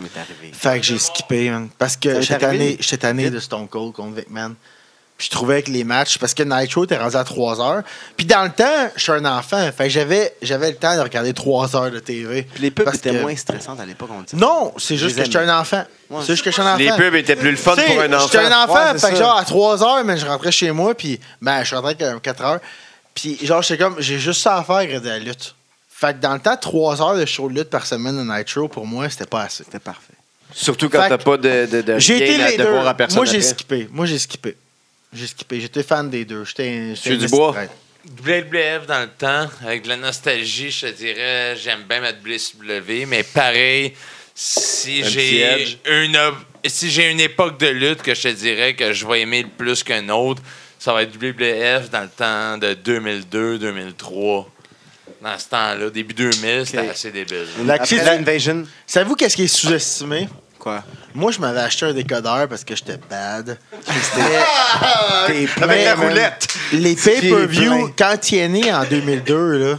Speaker 10: m'est arrivé.
Speaker 2: Fait que j'ai skippé, man. Parce
Speaker 10: Ça
Speaker 2: que
Speaker 10: t'est
Speaker 2: j'étais
Speaker 10: arrivé?
Speaker 2: tanné, j'étais tanné de Stone Cold contre McMahon. Puis je trouvais que les matchs, parce que Nitro était rendu à 3 heures. Puis dans le temps, je suis un enfant. Fait que j'avais, j'avais le temps de regarder 3 heures de TV.
Speaker 10: Puis les pubs
Speaker 2: Parce
Speaker 10: étaient
Speaker 2: que-
Speaker 10: moins stressantes à l'époque, on le dit.
Speaker 2: Non, c'est juste
Speaker 10: les
Speaker 2: que j'étais
Speaker 10: aimais.
Speaker 2: un enfant.
Speaker 10: Ouais.
Speaker 2: C'est juste que j'étais un enfant.
Speaker 6: Les pubs étaient plus le fun
Speaker 2: Tu sais,
Speaker 6: pour un enfant.
Speaker 2: J'étais un enfant,
Speaker 10: Ouais, c'est
Speaker 2: fait que
Speaker 10: ça.
Speaker 2: genre à 3 heures, mais je rentrais chez moi, puis ben, je rentrais à 4 heures. Puis genre, j'étais comme, j'ai juste ça à faire de la lutte. Fait que dans le temps, 3 heures de show de lutte par semaine de Nitro, pour moi, c'était pas assez.
Speaker 10: C'était parfait.
Speaker 6: Surtout quand
Speaker 2: Fait
Speaker 6: t'as pas de, de, de
Speaker 2: J'ai été
Speaker 6: rien à
Speaker 2: les deux.
Speaker 6: devoir à personne
Speaker 2: Moi, j'ai
Speaker 6: après.
Speaker 2: skippé. Moi, j'ai skippé. J'ai skippé. J'étais fan des deux. J'étais. j'étais
Speaker 6: Monsieur
Speaker 2: un
Speaker 6: Dubois.
Speaker 2: esti de traître.
Speaker 5: WWF dans le temps, avec de la nostalgie, je te dirais, j'aime bien ma WCW, E, mais pareil, si
Speaker 6: Un petit edge.
Speaker 5: j'ai une op- si j'ai une époque de lutte que je te dirais que je vais aimer le plus qu'un autre, ça va être WWF dans le temps de 2002-2003. Dans ce temps-là, début 2000, c'était assez débile.
Speaker 2: La
Speaker 10: Après
Speaker 2: crise-
Speaker 10: l'invasion,
Speaker 2: Savez-vous qu'est-ce qui est sous-estimé?
Speaker 10: Quoi?
Speaker 2: Moi, je m'avais acheté un décodeur parce que j'étais bad. C'était- T'es
Speaker 4: Avec la
Speaker 2: plein, man.
Speaker 4: roulette.
Speaker 2: Les pay-per-view,
Speaker 10: plein.
Speaker 2: quand il est né en 2002, là,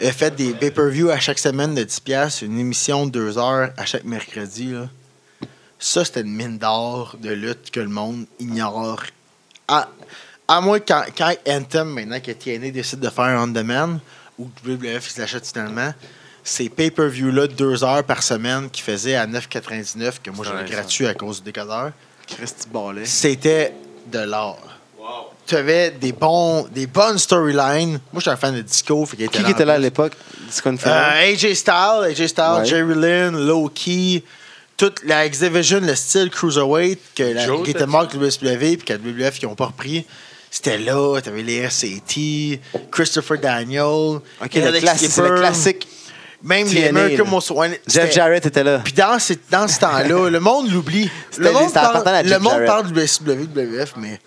Speaker 2: il a fait des pay-per-view à chaque semaine de 10$, piastres, une émission de 2 heures à chaque mercredi. Là. Ça, c'était une mine d'or de lutte que le monde ignore. À, à moins quand, quand Anthem, maintenant que TNA décide de faire un on-demand, ou WWF qui l'achète finalement, ces pay-per-view-là de 2 heures par semaine qui faisaient à 9,99$, que moi j'avais gratuit à cause du décodeur,
Speaker 10: Christy Ballet.
Speaker 2: c'était de l'art. Tu avais des, bons, des bonnes storylines. Moi, j'étais un fan de disco. Fait qu'il
Speaker 10: Qui qui était là à
Speaker 2: en plus.
Speaker 10: l'époque? Disco Inferno?
Speaker 2: Euh, AJ Styles, AJ Styles,
Speaker 10: Ouais.
Speaker 2: Jerry Lynn, Loki, toute la X-Division, le style Cruiserweight, que la,
Speaker 5: Joe,
Speaker 2: qui était
Speaker 5: t'as
Speaker 2: mort avec le WSW et qu'à WWF, qui n'ont pas repris. C'était là, t'avais les SAT, Christopher Daniel,
Speaker 10: Ok, le
Speaker 2: Alex
Speaker 10: classique. C'est le
Speaker 2: Skipper,
Speaker 10: classique.
Speaker 2: Même les
Speaker 10: TNA,
Speaker 2: American
Speaker 10: là.
Speaker 2: Most Wanted.
Speaker 10: Jeff
Speaker 2: c'était-
Speaker 10: Jarrett était là.
Speaker 2: puis dans, ces- dans ce temps-là, le monde l'oublie.
Speaker 10: C'était-
Speaker 2: Le monde,
Speaker 10: c'était important à
Speaker 2: parle,
Speaker 10: Jeff
Speaker 2: le monde
Speaker 10: Jarrett.
Speaker 2: parle du WWF, mais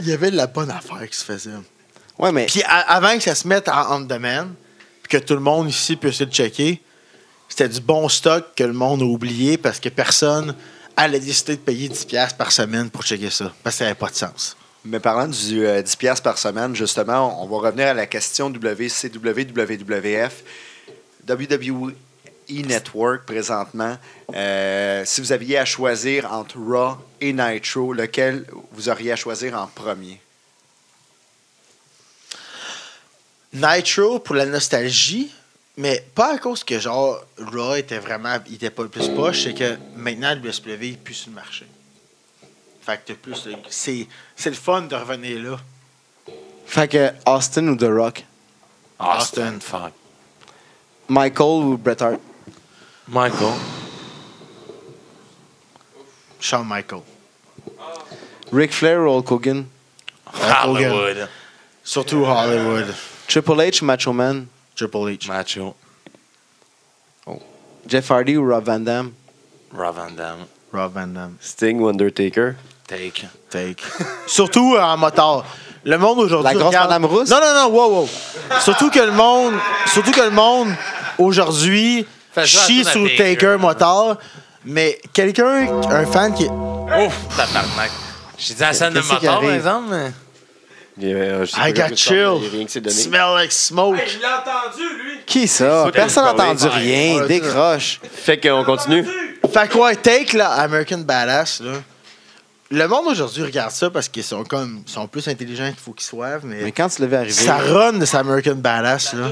Speaker 2: il y avait de la bonne affaire qui se faisait.
Speaker 10: Ouais, mais.
Speaker 2: Puis a- avant que ça se mette en on-demand, puis que tout le monde ici puisse le checker, c'était du bon stock que le monde a oublié parce que personne allait décider de payer 10$ par semaine pour checker ça. Parce que ça n'avait pas de sens.
Speaker 4: Mais parlant du euh, 10$ piastres par semaine, justement, on, on va revenir à la question WCW, WWF, WWE E Network présentement. Euh, si vous aviez à choisir entre Raw et Nitro, lequel vous auriez à choisir en premier?
Speaker 2: Nitro pour la nostalgie, mais pas à cause que genre Raw était vraiment il était pas le plus poche, c'est que maintenant le WSPV est plus sur le marché. Fait que t'as plus le- c'est c'est le fun de revenir là.
Speaker 10: Fait que Austin ou The Rock?
Speaker 2: Austin.
Speaker 5: fuck.
Speaker 10: Michael ou Bret Hart?
Speaker 5: Michael.
Speaker 2: Shawn Michael.
Speaker 10: Ric Flair ou Hulk Hogan?
Speaker 5: Hollywood.
Speaker 2: Surtout Hollywood.
Speaker 10: Triple H ou Macho Man?
Speaker 2: Triple H.
Speaker 5: Macho.
Speaker 10: Jeff Hardy ou Rob Van Damme?
Speaker 5: Rob Van Damme.
Speaker 2: Rob Van Damme.
Speaker 6: Sting ou Undertaker.
Speaker 5: Take.
Speaker 2: Take. Surtout euh, en motard. Le monde aujourd'hui.
Speaker 10: La grosse
Speaker 2: regarde-
Speaker 10: madame rousse?
Speaker 2: Non, non, non, wow, wow. Surtout que le monde. Surtout que le monde aujourd'hui
Speaker 5: Fait jouer à
Speaker 2: chie
Speaker 5: tout à
Speaker 2: sur
Speaker 5: Taker.
Speaker 2: Taker motard. Mais quelqu'un, un fan qui.
Speaker 5: Ouf, tabarnak. J'ai dit à la scène de
Speaker 10: Qu'est-ce qui
Speaker 5: moteur, par
Speaker 10: arrive?
Speaker 5: exemple, mais.
Speaker 6: Il, euh, je sais
Speaker 2: I
Speaker 6: pas
Speaker 2: got
Speaker 6: comment ça ressemble, il y a
Speaker 2: chill.
Speaker 6: rien que c'est donné.
Speaker 2: Smell like
Speaker 8: Hey,
Speaker 2: smoke.
Speaker 8: je l'ai entendu, lui!
Speaker 10: Qui ça? Personne n'a entendu
Speaker 2: Ouais.
Speaker 10: rien.
Speaker 2: Ouais,
Speaker 10: Décroche.
Speaker 6: Fait qu'on continue.
Speaker 2: Fait quoi, Take, là, American Badass, là. Le monde aujourd'hui regarde ça parce qu'ils sont comme. Ils sont plus intelligents qu'il faut qu'ils soient, mais.
Speaker 10: Mais quand tu le vis arriver.
Speaker 2: Ça run de sa American Badass, là.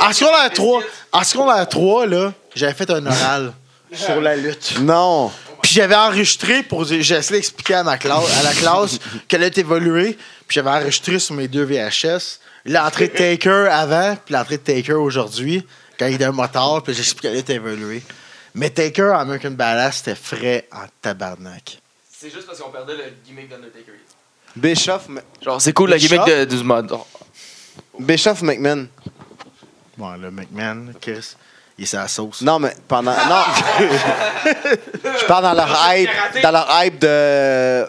Speaker 2: À secondaire 3, à secondaire 3, là, j'avais fait un oral sur la lutte.
Speaker 10: Non.
Speaker 2: Puis j'avais enregistré pour j'ai essayé d'expliquer à ma classe à la classe qu'elle allait évoluer, puis j'avais enregistré sur mes deux VHS l'entrée de Taker avant puis l'entrée de Taker aujourd'hui quand il était un motard, puis j'expliquais qu'elle était évoluée. Mais Taker en American Badass, c'était frais en tabarnak.
Speaker 8: C'est juste parce qu'on perdait le gimmick d'Undertaker.
Speaker 10: Bischoff, M-
Speaker 7: Genre, c'est cool la
Speaker 2: Le
Speaker 7: gimmick
Speaker 2: chat?
Speaker 7: de, du mode.
Speaker 10: Bischoff McMahon.
Speaker 2: Bon, le McMahon, Chris, il est sa sauce.
Speaker 10: Non, mais pendant. Non. Je parle dans leur hype, dans leur hype de.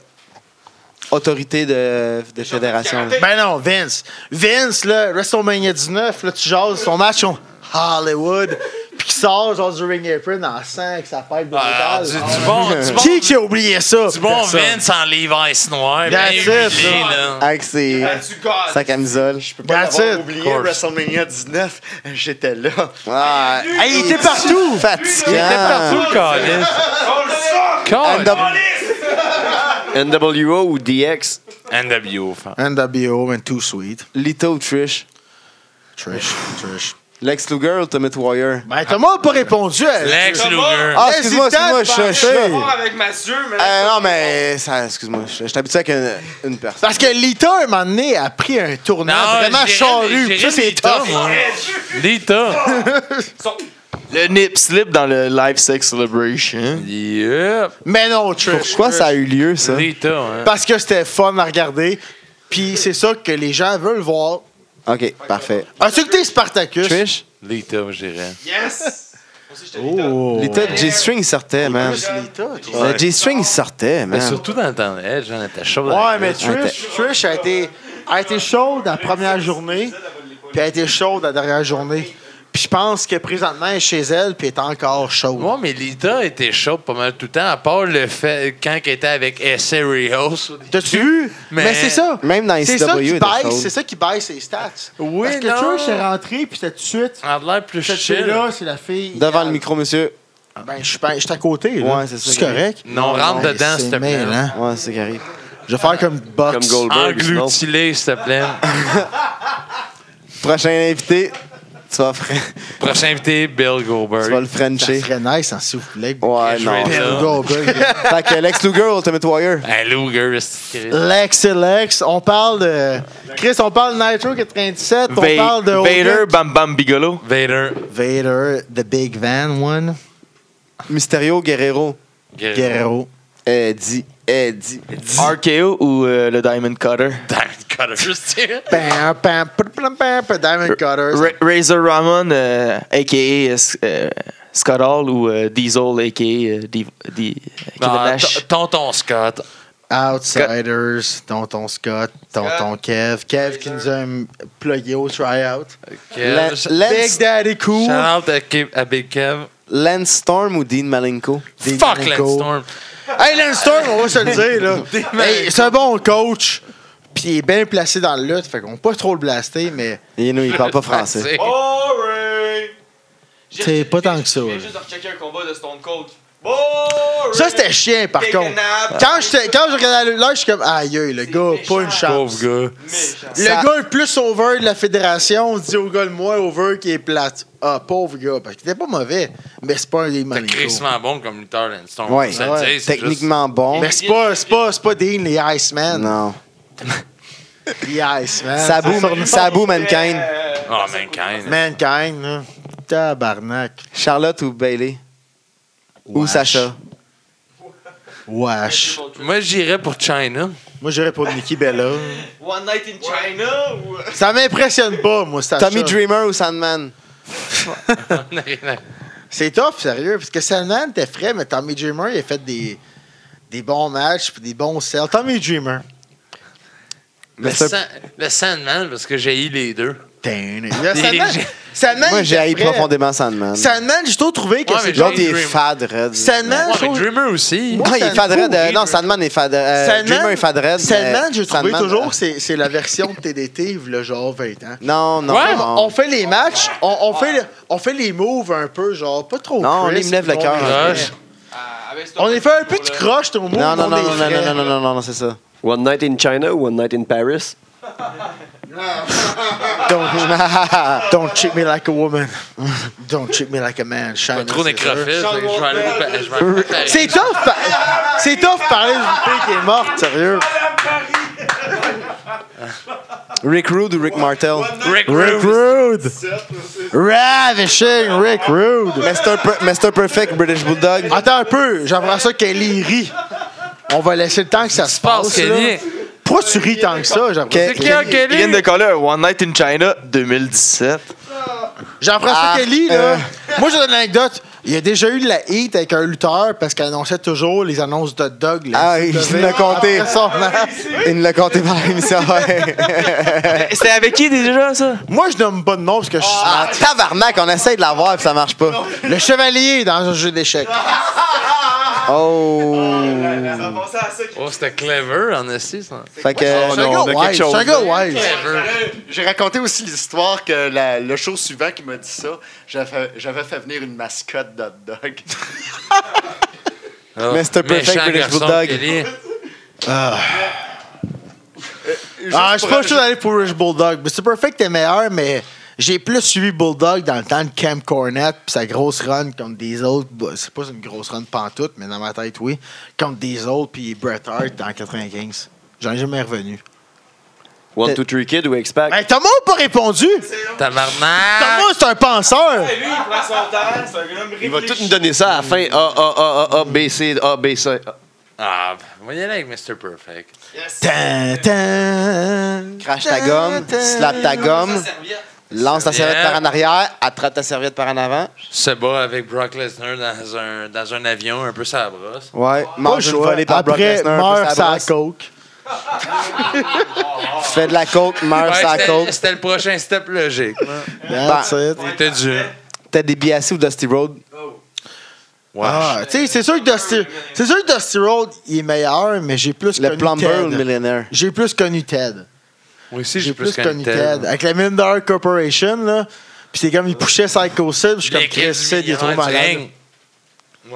Speaker 10: Autorité de, de fédération. là.
Speaker 2: Ben non, Vince. Vince, là, WrestleMania 19, là, tu jases son match en Hollywood, puis qui sort genre du ring apron en sang avec sa pipe de
Speaker 5: Ah,
Speaker 2: métal.
Speaker 5: du, du bon, du bon,
Speaker 2: Qui qui a oublié ça?
Speaker 5: du bon
Speaker 2: Personne.
Speaker 5: Vince en Levi's noir. Bien
Speaker 2: That's
Speaker 5: huilé,
Speaker 2: it, ça.
Speaker 5: là.
Speaker 10: Avec ses,
Speaker 8: Ah, Tu gagnes!
Speaker 10: sa camisole.
Speaker 2: That's
Speaker 4: Avoir
Speaker 2: it.
Speaker 4: oublié WrestleMania 19, j'étais là.
Speaker 10: Ah,
Speaker 2: Hey, il était partout!
Speaker 10: fatigant.
Speaker 5: Colin.
Speaker 10: And the-
Speaker 6: NWO ou DX.
Speaker 5: NWO. fuck.
Speaker 2: NWO and Too Sweet.
Speaker 10: Lito ou Trish.
Speaker 2: Trish, Trish.
Speaker 10: Lex Luger, Ultimate Warrior.
Speaker 2: Ben Thomas a pas répondu à...
Speaker 5: Lex
Speaker 8: Thomas.
Speaker 5: Luger.
Speaker 10: Ah, excuse-moi,
Speaker 2: Hésitant
Speaker 10: excuse-moi,
Speaker 2: de
Speaker 10: je suis- je
Speaker 2: penser.
Speaker 10: suis.
Speaker 8: Je vais avec ma yeux, mais.
Speaker 10: Euh, non, mais. ça, Excuse-moi, je je suis habitué avec une, une personne.
Speaker 2: Parce que Lita, un moment donné, a pris un tournant
Speaker 5: Non,
Speaker 2: vraiment
Speaker 5: je dirais- je
Speaker 2: charru.
Speaker 5: dirais
Speaker 2: Ça, c'est
Speaker 5: Lita,
Speaker 2: tough.
Speaker 5: moi. Lita.
Speaker 7: Le nip slip dans le Live Sex Celebration.
Speaker 5: Yep.
Speaker 2: Mais non, Trish.
Speaker 10: Pourquoi ça a eu lieu, ça?
Speaker 5: Lita, hein.
Speaker 2: Parce que c'était fun à regarder. Puis c'est ça que les gens veulent voir.
Speaker 10: Ok, parfait.
Speaker 2: As-tu écouté Spartacus?
Speaker 10: Trish?
Speaker 5: Lita, je dirais.
Speaker 8: Yes! Moi aussi, je te
Speaker 10: L'état de G-String, il sortait, man. Le G-String, il sortait,
Speaker 5: Mais
Speaker 10: man.
Speaker 5: Ben, surtout dans le temps d'Edge, on était chaud. hein. dans
Speaker 2: Ouais,
Speaker 5: la
Speaker 2: mais
Speaker 5: cuisse.
Speaker 2: Trish, Trish a été, a été chaude la première journée, puis a été chaude la dernière journée. Puis je pense que présentement, elle est chez elle, puis elle est encore chaude.
Speaker 5: Ouais, mais Lita était chaude pas mal tout le temps, à part le fait quand qu'elle était avec S.A.R.I.O.S. au début.
Speaker 2: T'as-tu vu?
Speaker 5: Mais-
Speaker 2: Mais, c'est ça.
Speaker 10: Même dans
Speaker 2: C'est ça
Speaker 10: ICW,
Speaker 2: qui
Speaker 10: il était
Speaker 2: baisse,
Speaker 10: chaude.
Speaker 2: c'est ça qui baisse ses stats.
Speaker 5: Oui,
Speaker 2: Parce que
Speaker 5: non. Ah,
Speaker 2: Trish est rentré, puis c'était tout de suite.
Speaker 5: Elle a l'air plus
Speaker 2: Cette
Speaker 5: chill.
Speaker 2: fille-là, c'est la fille.
Speaker 10: Devant le micro, monsieur.
Speaker 2: Ben, je suis pas- je suis à côté. là.
Speaker 10: Ouais, c'est ça
Speaker 2: C'est
Speaker 10: que-
Speaker 2: correct.
Speaker 5: Non, rentre
Speaker 2: Ben,
Speaker 5: dedans,
Speaker 2: c'est
Speaker 5: s'il te plaît.
Speaker 2: mêle, hein.
Speaker 10: Ouais, c'est qui arrive.
Speaker 2: Je vais faire comme box.
Speaker 6: Comme Goldberg, sinon.
Speaker 5: Engloutis-les, s'il te plaît.
Speaker 10: Prochain invité, tu vas, fr-
Speaker 5: Prochain invité, Bill
Speaker 10: tu vas
Speaker 5: Goldberg.
Speaker 10: le
Speaker 2: Ça
Speaker 10: Frencher.
Speaker 2: serait nice, hein, s'il vous plaît.
Speaker 10: Ouais,
Speaker 5: Je
Speaker 10: non.
Speaker 5: vais-
Speaker 2: Bill
Speaker 5: là.
Speaker 2: Goldberg.
Speaker 10: fait que Lex Luger, Ultimate Warrior.
Speaker 5: Hey, Luger, c'est Chris.
Speaker 2: Lex et Lex, on parle de. Chris, on parle de Nitro 97, on
Speaker 7: Va-
Speaker 2: parle de.
Speaker 7: Vader, Bam Bam Bigolo.
Speaker 5: Vader.
Speaker 2: Vader, The Big Van One,
Speaker 10: Mysterio Guerrero.
Speaker 5: Euh,
Speaker 2: Guerrero.
Speaker 10: Eddie. Eddie.
Speaker 7: RKO ou euh, le Diamond Cutter?
Speaker 5: Diamond Cutter, c'est
Speaker 2: Pam, pam, pam, pam, pam, pam, Diamond Cutter.
Speaker 7: Ra- Razor Ramon, euh, a.k.a. euh, Scott Hall ou euh, Diesel, a.k.a. euh, Div- Di- Kevin
Speaker 5: Ah,
Speaker 7: Nash.
Speaker 5: t- Tonton Scott.
Speaker 2: Outsiders, Tonton Scott, Tonton Kev, Kev qui nous a plugué au tryout.
Speaker 5: Kev.
Speaker 2: Big Daddy Cool.
Speaker 5: Shout-out à, Kev- à Big Kev.
Speaker 10: Lance Storm ou Dean Malenko?
Speaker 2: Dean
Speaker 5: Fuck
Speaker 2: Malenko.
Speaker 5: Lance Storm.
Speaker 2: Hey, Lance Storm, on va se le dire, là. Hey, c'est un bon coach, puis il est bien placé dans le lutte, fait qu'on peut pas trop le blaster, mais.
Speaker 10: Et nous, il parle pas français.
Speaker 5: C'est-
Speaker 8: Boring!
Speaker 2: C'est pas tant que ça,
Speaker 8: Je viens
Speaker 2: là.
Speaker 8: juste de rechecker un combat de Stone Cold. Boring!
Speaker 2: Ça, c'était chiant, par
Speaker 8: Take a
Speaker 2: contre.
Speaker 8: nap.
Speaker 2: Quand, j'étais- quand je regardais la lutte, je suis comme, aïe, aïe, le
Speaker 8: C'est
Speaker 2: gars,
Speaker 8: méchant.
Speaker 2: pas une chance.
Speaker 5: Pauvre gars.
Speaker 8: Méchant.
Speaker 2: Le gars le plus over de la fédération, on dit au gars le moins over qui est plate. Ah, pauvre gars, parce qu'il était pas mauvais, mais c'est pas un des
Speaker 5: T'es
Speaker 2: Malenko.
Speaker 5: crissement bon comme lutteur, Lance Storm.
Speaker 10: Ouais,
Speaker 5: Ça, tu sais, c'est
Speaker 10: techniquement bon.
Speaker 2: Mais c'est pas, c'est pas, c'est pas Dean, les Iceman.
Speaker 10: Non.
Speaker 2: Les Iceman.
Speaker 10: Sabu, Sabu Mankind.
Speaker 8: Euh,
Speaker 5: juste- Oh, mankind.
Speaker 2: Mankind, là. Tabarnak.
Speaker 10: Charlotte ou Bailey? Ou
Speaker 2: Wesh.
Speaker 10: Sacha?
Speaker 2: Wesh.
Speaker 5: Moi, j'irais pour China.
Speaker 2: Moi, j'irais pour Nikki Bella.
Speaker 8: One Night in China ou.
Speaker 2: Ça m'impressionne pas, moi, Sacha.
Speaker 10: Tommy Dreamer ou Sandman?
Speaker 2: C'est tough, sérieux, parce que Sandman était frais, mais Tommy Dreamer, il a fait des, des bons matchs puis des bons sales. Tommy Dreamer.
Speaker 5: le,
Speaker 10: c'est-
Speaker 5: San- le Sandman, parce que j'ai eu les deux.
Speaker 2: Tain,
Speaker 5: Des-
Speaker 2: Sandman,
Speaker 5: j'ai-
Speaker 2: Sandman,
Speaker 10: Moi,
Speaker 2: il
Speaker 10: j'ai
Speaker 2: était
Speaker 10: haï
Speaker 2: frais.
Speaker 10: profondément Sandman.
Speaker 2: Sandman, j'ai toujours trouvé que
Speaker 5: Ouais, mais
Speaker 2: c'est
Speaker 5: j'ai-
Speaker 10: L'autre, il est
Speaker 5: Dreamer.
Speaker 10: fade red.
Speaker 2: Sandman,
Speaker 5: Ouais,
Speaker 2: je
Speaker 5: mais
Speaker 2: trouve-
Speaker 5: Dreamer aussi.
Speaker 10: Non, il est fade red. euh, Non, Sandman est fade euh,
Speaker 2: Sandman-
Speaker 10: Dreamer est fade red.
Speaker 2: Sandman,
Speaker 10: mais
Speaker 2: j'ai trouvé
Speaker 10: Sandman,
Speaker 2: toujours
Speaker 10: euh,
Speaker 2: que c'est c'est la version de TDT, v'là genre 20 ans.
Speaker 10: Non, non,
Speaker 5: Ouais,
Speaker 10: non.
Speaker 2: On fait les matchs, on, on fait, le- on fait les moves un peu, genre pas trop
Speaker 10: Non, on
Speaker 2: crisp,
Speaker 10: lui me lève le
Speaker 2: on
Speaker 10: cœur.
Speaker 2: est
Speaker 5: Rush.
Speaker 2: frais.
Speaker 8: euh,
Speaker 2: On est fait un peu de croche, ton move.
Speaker 10: Non, non,
Speaker 2: on
Speaker 10: non,
Speaker 2: est
Speaker 10: non, non,
Speaker 2: frais.
Speaker 10: non, non, non, non, non, c'est ça.
Speaker 6: One night in China ou one night in Paris?
Speaker 2: Don't, don't treat me like a woman. Don't treat me like a man.
Speaker 5: Pas
Speaker 2: Shine as
Speaker 5: trop
Speaker 2: a
Speaker 5: nécrophile.
Speaker 2: girl.
Speaker 5: fait que Je vais aller vous pa- je vais aller vous préparer.
Speaker 2: C'est tough, pa- c'est tough parler d'une fille qui est morte, sérieux.
Speaker 10: Rick Rude ou Rick Martel?
Speaker 5: Rick
Speaker 2: Rick
Speaker 5: Rude.
Speaker 2: Rude. Ravishing Rick Rude.
Speaker 10: Mr. Per- Mr. Perfect, British Bulldog.
Speaker 2: Attends un peu, j'aimerais ça Kelly rit. On va laisser le temps que ça se
Speaker 5: Passe,
Speaker 2: passe. là.
Speaker 5: Kenny.
Speaker 2: Pourquoi tu ris tant que ça? J'aimerais
Speaker 10: Ke-
Speaker 2: ça-
Speaker 5: Kelly.
Speaker 7: Ils viennent de coller un One Night in China 2017.
Speaker 2: J'apprends ça
Speaker 10: Ah,
Speaker 2: Kelly, là.
Speaker 10: euh.
Speaker 2: Moi, j'ai une anecdote. Il y a déjà eu de la hate avec un lutteur parce qu'elle annonçait toujours les annonces de Doug.
Speaker 10: Ah, il l'a compté. Il ne l'a compté par l'émission. ouais.
Speaker 7: C'était avec qui déjà ça?
Speaker 2: Moi, je nomme pas de nom parce que je suis
Speaker 10: Ah, tabarnak, on essaie de l'avoir et ça marche pas.
Speaker 2: le chevalier dans un jeu d'échecs.
Speaker 10: Oh.
Speaker 8: Ça pensait à ça. que-
Speaker 5: Oh, c'était clever, en esti, ça.
Speaker 10: Fait
Speaker 6: Oh,
Speaker 10: que. euh,
Speaker 2: C'est un gars wise. C'est un gars
Speaker 10: hein.
Speaker 2: wise.
Speaker 4: J'ai raconté aussi l'histoire que euh, la- le show suivant qui m'a dit ça, j'avais j'avais fait venir une mascotte d'hot dog.
Speaker 10: Mr.
Speaker 5: Ah,
Speaker 10: Perfect
Speaker 5: méchant
Speaker 10: British
Speaker 5: garçon,
Speaker 10: Bulldog.
Speaker 5: Kelly.
Speaker 2: Ah, je suis pas
Speaker 4: Juste
Speaker 2: sûr d'aller pour Rich Bulldog. Mais c'est perfect est meilleur, mais j'ai plus suivi Bulldog dans le temps de Cam Cornette puis sa grosse run contre des autres. bah, C'est pas une grosse run pantoute, mais dans ma tête, oui. Contre des autres puis Bret Hart en 95. J'en ai jamais revenu.
Speaker 6: One, two, three, kid ou X-Pac?
Speaker 2: Hey, Ben, Thomas a pas répondu!
Speaker 7: Ah!
Speaker 5: Tabarnak.
Speaker 2: Thomas, c'est un penseur!
Speaker 8: Lui, il prend son temps, c'est un homme
Speaker 6: Il va tout nous
Speaker 8: réfléchi.
Speaker 6: donner ça à la fin. A, A, A, A, A, B, C, A, B, C.
Speaker 5: Ah, ben, on va y aller avec Mr. Perfect.
Speaker 8: Yes.
Speaker 2: Tan, tan.
Speaker 10: Crache ta gomme, slap ta
Speaker 8: Sa
Speaker 10: gomme,
Speaker 8: serviette.
Speaker 10: lance ta serviette par en arrière, attrape ta serviette par en avant.
Speaker 5: Se bat avec Brock Lesnar dans un, dans un avion, un peu sa brosse.
Speaker 10: Ouais,
Speaker 2: Pas le
Speaker 10: mange une
Speaker 2: choix.
Speaker 10: volée par Brock
Speaker 2: Après,
Speaker 10: Lesnar. pousse
Speaker 2: meurt
Speaker 10: à
Speaker 2: sa
Speaker 10: brosse.
Speaker 2: coke.
Speaker 10: Fais de la coke, meurs
Speaker 5: Ouais,
Speaker 10: sans
Speaker 5: c'était-
Speaker 10: coke.
Speaker 5: C'était le prochain step logique.
Speaker 2: That's
Speaker 10: Bah,
Speaker 2: it.
Speaker 5: C'était dur.
Speaker 10: T'as des BSC ou Dusty Road?
Speaker 2: Ah, tu sais, c'est sûr que Dusty, c'est sûr que Dusty Road il est meilleur, mais j'ai plus
Speaker 10: Le
Speaker 2: connu
Speaker 10: Plumber ou le
Speaker 2: Ted.
Speaker 10: Millionaire?
Speaker 2: J'ai plus connu Ted.
Speaker 5: Moi aussi,
Speaker 2: J'ai plus connu Ted. Avec la Million Dollar Corporation, là. Puis c'est comme, il pushait Psycho Sid. puis Je suis comme, Chris Sid, il est trop malade.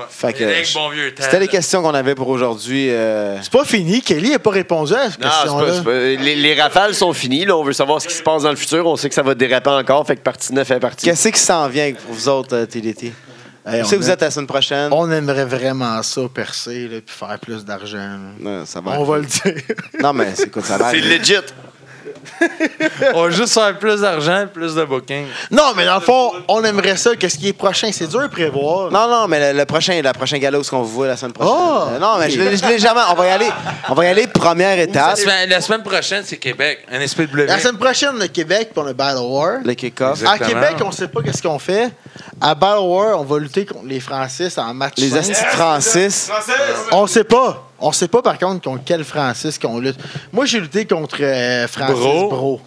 Speaker 10: Fait que-
Speaker 5: Ring, bon vieux Ted.
Speaker 10: C'était les questions qu'on avait pour aujourd'hui. euh,
Speaker 2: C'est pas fini. Kelly n'a pas répondu à cette
Speaker 6: Non, c'est pas,
Speaker 2: question-là.
Speaker 6: c'est pas- Euh, les, les rafales sont finies. Là, on veut savoir ce qui se passe dans le futur. On sait que ça va déraper encore. Fait que partie 9 est partie.
Speaker 10: Qu'est-ce qui s'en vient pour vous autres, euh, TDT?
Speaker 2: Hey,
Speaker 10: Je
Speaker 2: on
Speaker 10: sais que vous
Speaker 2: a-
Speaker 10: êtes à la semaine prochaine.
Speaker 2: On aimerait vraiment ça, percer, là, puis faire plus d'argent. là.
Speaker 10: Non, ça va.
Speaker 2: On va le dire.
Speaker 10: Non, mais c'est quoi, ça va.
Speaker 6: C'est
Speaker 10: arriver.
Speaker 6: legit.
Speaker 5: On va juste faire plus d'argent, plus de bookings.
Speaker 2: non, mais dans le fond, on aimerait ça. Qu'est-ce qui est prochain? C'est dur à prévoir.
Speaker 10: Non, non, mais le, le prochain, la prochaine gala, où est-ce qu'on vous voit la semaine prochaine?
Speaker 2: Oh!
Speaker 10: Euh, non, mais je l'ai- je l'ai jamais. On va y aller. On va y aller première
Speaker 5: La
Speaker 10: étape.
Speaker 5: semaine, la semaine prochaine, c'est Québec. Un SPW.
Speaker 2: Ah. La semaine prochaine, le Québec, pour le Battle War.
Speaker 10: Le kick-off.
Speaker 5: Exactement.
Speaker 2: À Québec, on sait pas qu'est-ce qu'on fait. À Battle War, on va lutter contre les Francis en match.
Speaker 10: Les
Speaker 2: cinq.
Speaker 10: Astis de Francis.
Speaker 2: On sait pas. On sait pas, par contre, contre quel Francis qu'on lutte. Moi, j'ai lutté contre euh, Francis
Speaker 5: Bro.
Speaker 2: Bro.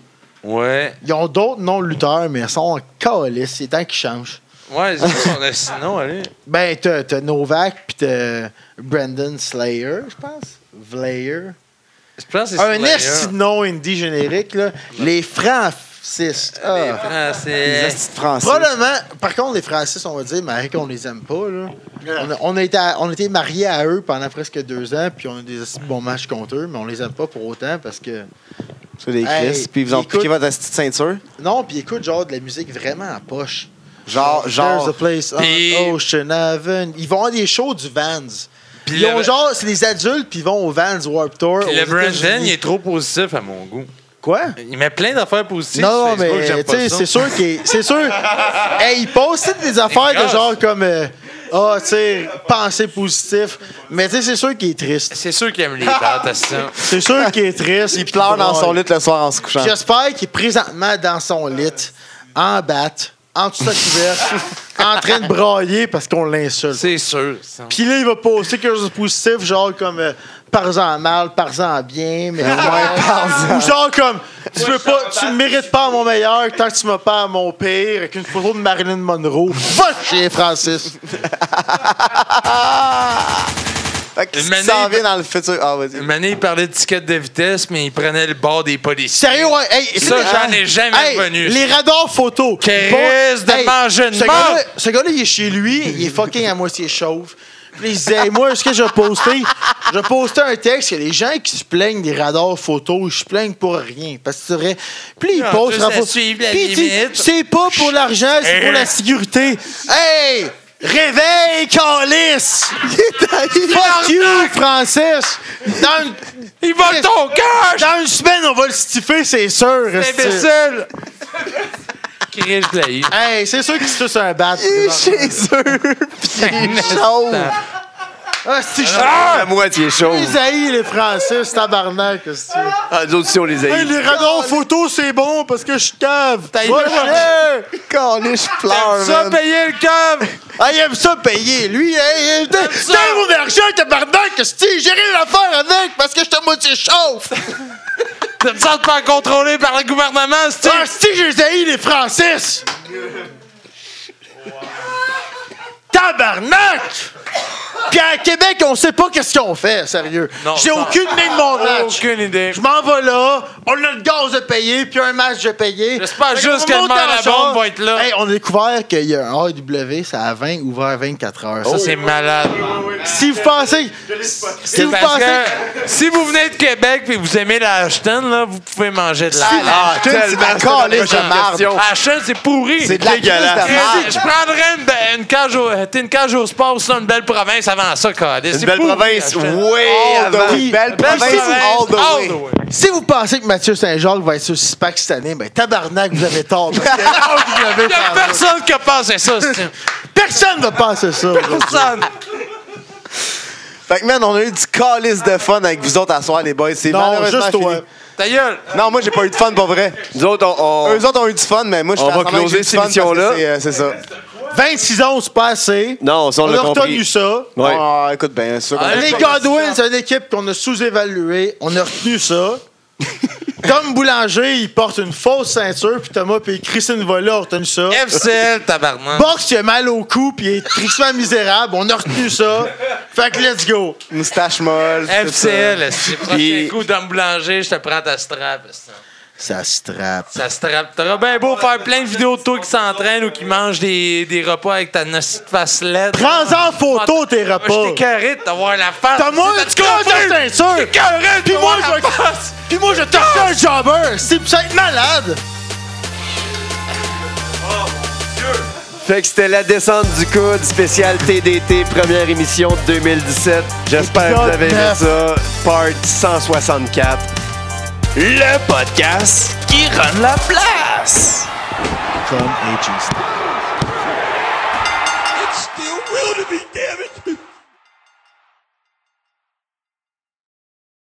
Speaker 5: Ouais.
Speaker 2: Ils ont d'autres noms de lutteurs, mais ils sont en calice. C'est temps qu'ils changent.
Speaker 5: Ouais, c'est son assinon, allez.
Speaker 2: Ben, t'as t'as Novak, puis t'as Brandon Slayer, je pense. Vlayer.
Speaker 5: Je pense que c'est
Speaker 2: Un
Speaker 5: Slayer.
Speaker 2: esti de nom indie générique, là. Les Francis. Ah.
Speaker 5: Les Français.
Speaker 10: Les Astis de Francis.
Speaker 2: Probablement, par contre, les Francis, on va dire, mais qu'on les aime pas. Là. On, a, on a été à- on a été mariés à eux pendant presque deux ans, puis on a des assez bons matchs contre eux, mais on les aime pas pour autant parce que.
Speaker 10: C'est des
Speaker 2: Hey,
Speaker 10: Chris. Puis ils vous ont
Speaker 2: écoute-
Speaker 10: piqué votre Astis de ceinture.
Speaker 2: Non, puis écoute, genre, de la musique vraiment en poche.
Speaker 10: Genre,
Speaker 2: There's a
Speaker 10: genre.
Speaker 2: place on
Speaker 5: Puis-
Speaker 2: Ocean Avenue. Ils vont à des shows du Vans.
Speaker 5: Puis
Speaker 2: Ils ont
Speaker 5: le-
Speaker 2: genre, c'est des adultes, puis ils vont au Vans Warp Tour.
Speaker 5: Puis
Speaker 2: aux
Speaker 5: le Brandon,
Speaker 2: États-Unis.
Speaker 5: il est trop positif à mon goût.
Speaker 2: Quoi?
Speaker 5: Il met plein d'affaires positives
Speaker 2: Non,
Speaker 5: sur Facebook,
Speaker 2: mais
Speaker 5: j'aime
Speaker 2: tu sais,
Speaker 5: pas
Speaker 2: c'est
Speaker 5: ça.
Speaker 2: sûr qu'il. C'est sûr. hey, il pose tu sais, des affaires de
Speaker 5: gosse.
Speaker 2: genre comme. euh, Ah, tu sais, penser positif. Mais tu sais, c'est sûr qu'il est triste.
Speaker 5: C'est sûr qu'il aime les dates, à ça.
Speaker 2: C'est sûr qu'il est triste.
Speaker 10: Il pleure dans son lit le soir en se couchant.
Speaker 2: J'espère qu'il est présentement dans son lit, en batte, en dessous de sa couverte, en train de brailler parce qu'on l'insulte.
Speaker 5: C'est sûr. ça.
Speaker 2: Puis là, il va poster quelque chose de positif, genre comme euh, pars-en mal, pars-en bien, mais Ou genre comme tu peux pas, tu mérites pas mon meilleur tant que tu m'as pas à mon pire, avec une photo de Marilyn Monroe. Va chier, Francis.
Speaker 10: Fait que
Speaker 5: Mané-
Speaker 10: ce qui s'en vient dans le futur. Ah, vas-y.
Speaker 5: Une année, il parlait d'étiquette de vitesse, mais il prenait le bord des policiers.
Speaker 2: Sérieux, ouais. Hey,
Speaker 5: Ça,
Speaker 2: c'est-
Speaker 5: j'en ai jamais
Speaker 2: Hey,
Speaker 5: revenu.
Speaker 2: Les radars photos.
Speaker 5: Chris de manger une
Speaker 2: ce
Speaker 5: marde.
Speaker 2: gars-là, ce gars-là, il est chez lui, il est fucking à moitié chauve. Puis il se disait, Hey, moi, ce que j'ai posté, j'ai posté un texte que les gens qui se plaignent des radars photos, ils se plaignent pour rien. Parce que c'est vrai. Puis il
Speaker 5: Ah,
Speaker 2: poste
Speaker 5: juste à
Speaker 2: radar-
Speaker 5: suivre la
Speaker 2: Puis il dit,
Speaker 5: limite.
Speaker 2: c'est pas pour l'argent, c'est pour
Speaker 5: Eh.
Speaker 2: la sécurité. Hey! Réveille, Calis! Fuck you, Francis! Dans une,
Speaker 5: Il va ton cœur!
Speaker 2: dans une semaine, on va le stiffer, c'est sûr. esti.
Speaker 5: Imbécile! Chris, je l'ai eu.
Speaker 2: Hey, c'est sûr qu'ils se touchent un bat.
Speaker 10: Chez eux. Puis chaud.
Speaker 2: Ah, c'est
Speaker 6: La moitié chaude.
Speaker 2: les haïs, les Francis, tabarnak. esti.
Speaker 6: Ah, nous autres aussi, on les a
Speaker 2: Hey, les radars photos, c'est bon parce que je cave. Moi, je
Speaker 10: Calice, je pleure,
Speaker 5: Ça,
Speaker 10: man.
Speaker 5: payer le cave!
Speaker 2: Ah, il aime ça payer, lui. Hey, il- donne
Speaker 5: ça.
Speaker 2: donne mon argent, tabarnak, esti. J'ai rien à faire avec parce que je te moitié chauffe.
Speaker 5: Ça me sent de pas contrôlé par le gouvernement, c'est
Speaker 2: Ah, si, je les haïs, les Francis. Tabarnak! Puis à Québec, on sait pas qu'est-ce qu'on fait, sérieux.
Speaker 5: Non,
Speaker 2: J'ai
Speaker 5: ça- Oh.
Speaker 2: aucune idée de mon match.
Speaker 5: Aucune idée.
Speaker 2: Je m'en vais là, on a le gaz de payer, puis un match de payer.
Speaker 5: J'espère
Speaker 2: Fait
Speaker 5: juste
Speaker 2: qu'on
Speaker 5: que
Speaker 2: monte
Speaker 5: le maire
Speaker 2: en
Speaker 5: à
Speaker 2: char.
Speaker 5: bombe va être là.
Speaker 2: Hey, on a découvert qu'il y a un AW, ça a 20, ouvert 24 heures. Ça,
Speaker 5: Ça,
Speaker 2: c'est-
Speaker 5: c'est malade.
Speaker 2: Si vous pensez. Si vous
Speaker 5: Parce
Speaker 2: pensez.
Speaker 5: que si vous venez de Québec et vous aimez la Ashton, là, vous pouvez manger de la
Speaker 10: Ah, tellement. Calice de marde.
Speaker 5: Ashton, c'est pourri.
Speaker 10: C'est de la
Speaker 5: Christ,
Speaker 10: dégueulasse.
Speaker 5: Je prendrais une, be- une cage au, t'es une cage au sport, ça, une belle province avant ça, Cadet.
Speaker 6: Une belle province. Oui, avant.
Speaker 10: Oui, Belle
Speaker 5: Belle
Speaker 10: province, all the way.
Speaker 2: Si vous pensez que Mathieu Saint-Jacques va être sur SISPAC cette année, ben tabarnak, vous avez tort. parce que l'AEW,
Speaker 5: Il n'y a
Speaker 2: ça va.
Speaker 5: personne qui a pensé ça, c'est
Speaker 2: Personne ne pense à ça.
Speaker 5: Personne.
Speaker 10: Fait que, man, on a eu du calice de fun avec vous autres à soir, les boys. C'est
Speaker 2: Non,
Speaker 10: malheureusement
Speaker 2: juste toi.
Speaker 10: fini.
Speaker 5: Ta gueule.
Speaker 10: Non, moi, j'ai pas eu de fun, pas vrai.
Speaker 6: Nous autres, on. on-
Speaker 10: Eux autres ont eu du fun, mais moi, je
Speaker 6: On
Speaker 10: fais
Speaker 6: va
Speaker 10: semblant que
Speaker 6: closer
Speaker 10: j'ai eu du
Speaker 6: cette
Speaker 10: fun parce que
Speaker 6: émission-là.
Speaker 10: c'est, euh, C'est ça.
Speaker 2: 26 ans, c'est pas assez.
Speaker 6: Non, ça, on
Speaker 2: On
Speaker 6: l'a
Speaker 2: a retenu
Speaker 6: compris.
Speaker 2: ça.
Speaker 6: Ouais.
Speaker 3: Ah, écoute,
Speaker 10: ben,
Speaker 3: bien sûr.
Speaker 5: Ah,
Speaker 2: Les Godwin, c'est une équipe qu'on a sous-évaluée. On a retenu ça. Tom Boulanger, il porte une fausse ceinture, puis Thomas puis Christine Vola ont retenu ça.
Speaker 5: FCL, tabarnak.
Speaker 2: Box, il a mal au cou, puis il est tristement misérable. On a retenu ça. Fait que let's go.
Speaker 3: Moustache molle. tout
Speaker 5: FCL, c'est le prochain
Speaker 6: Puis-
Speaker 5: coup d'homme boulanger, je te prends ta strap. esti.
Speaker 2: Ça se trappe.
Speaker 5: Ça se trappe. T'auras bien beau faire plein de vidéos de toi qui s'entraînent ou qui mangent des, des repas avec ta nasty de face laide.
Speaker 2: Prends-en en photo tes
Speaker 5: Moi,
Speaker 2: repas.
Speaker 5: j'étais carré de t'avoir la face.
Speaker 2: Thomas,
Speaker 5: Ça te
Speaker 2: tu prends
Speaker 5: confirme.
Speaker 2: ta ceinture.
Speaker 5: J'étais carré de
Speaker 2: Puis moi,
Speaker 5: t'avoir
Speaker 2: je
Speaker 5: la
Speaker 2: vais-
Speaker 5: face.
Speaker 2: Puis moi, je t'achète un jobber. C'est peut être malade.
Speaker 6: Fait que c'était la descente du coude, spécial TDT, première émission de 2017. J'espère que vous avez aimé
Speaker 2: Épisode
Speaker 6: ça. Part 164.
Speaker 7: Le podcast qui rend la place.
Speaker 2: Comme H.E.
Speaker 11: It's still real to me, damn it!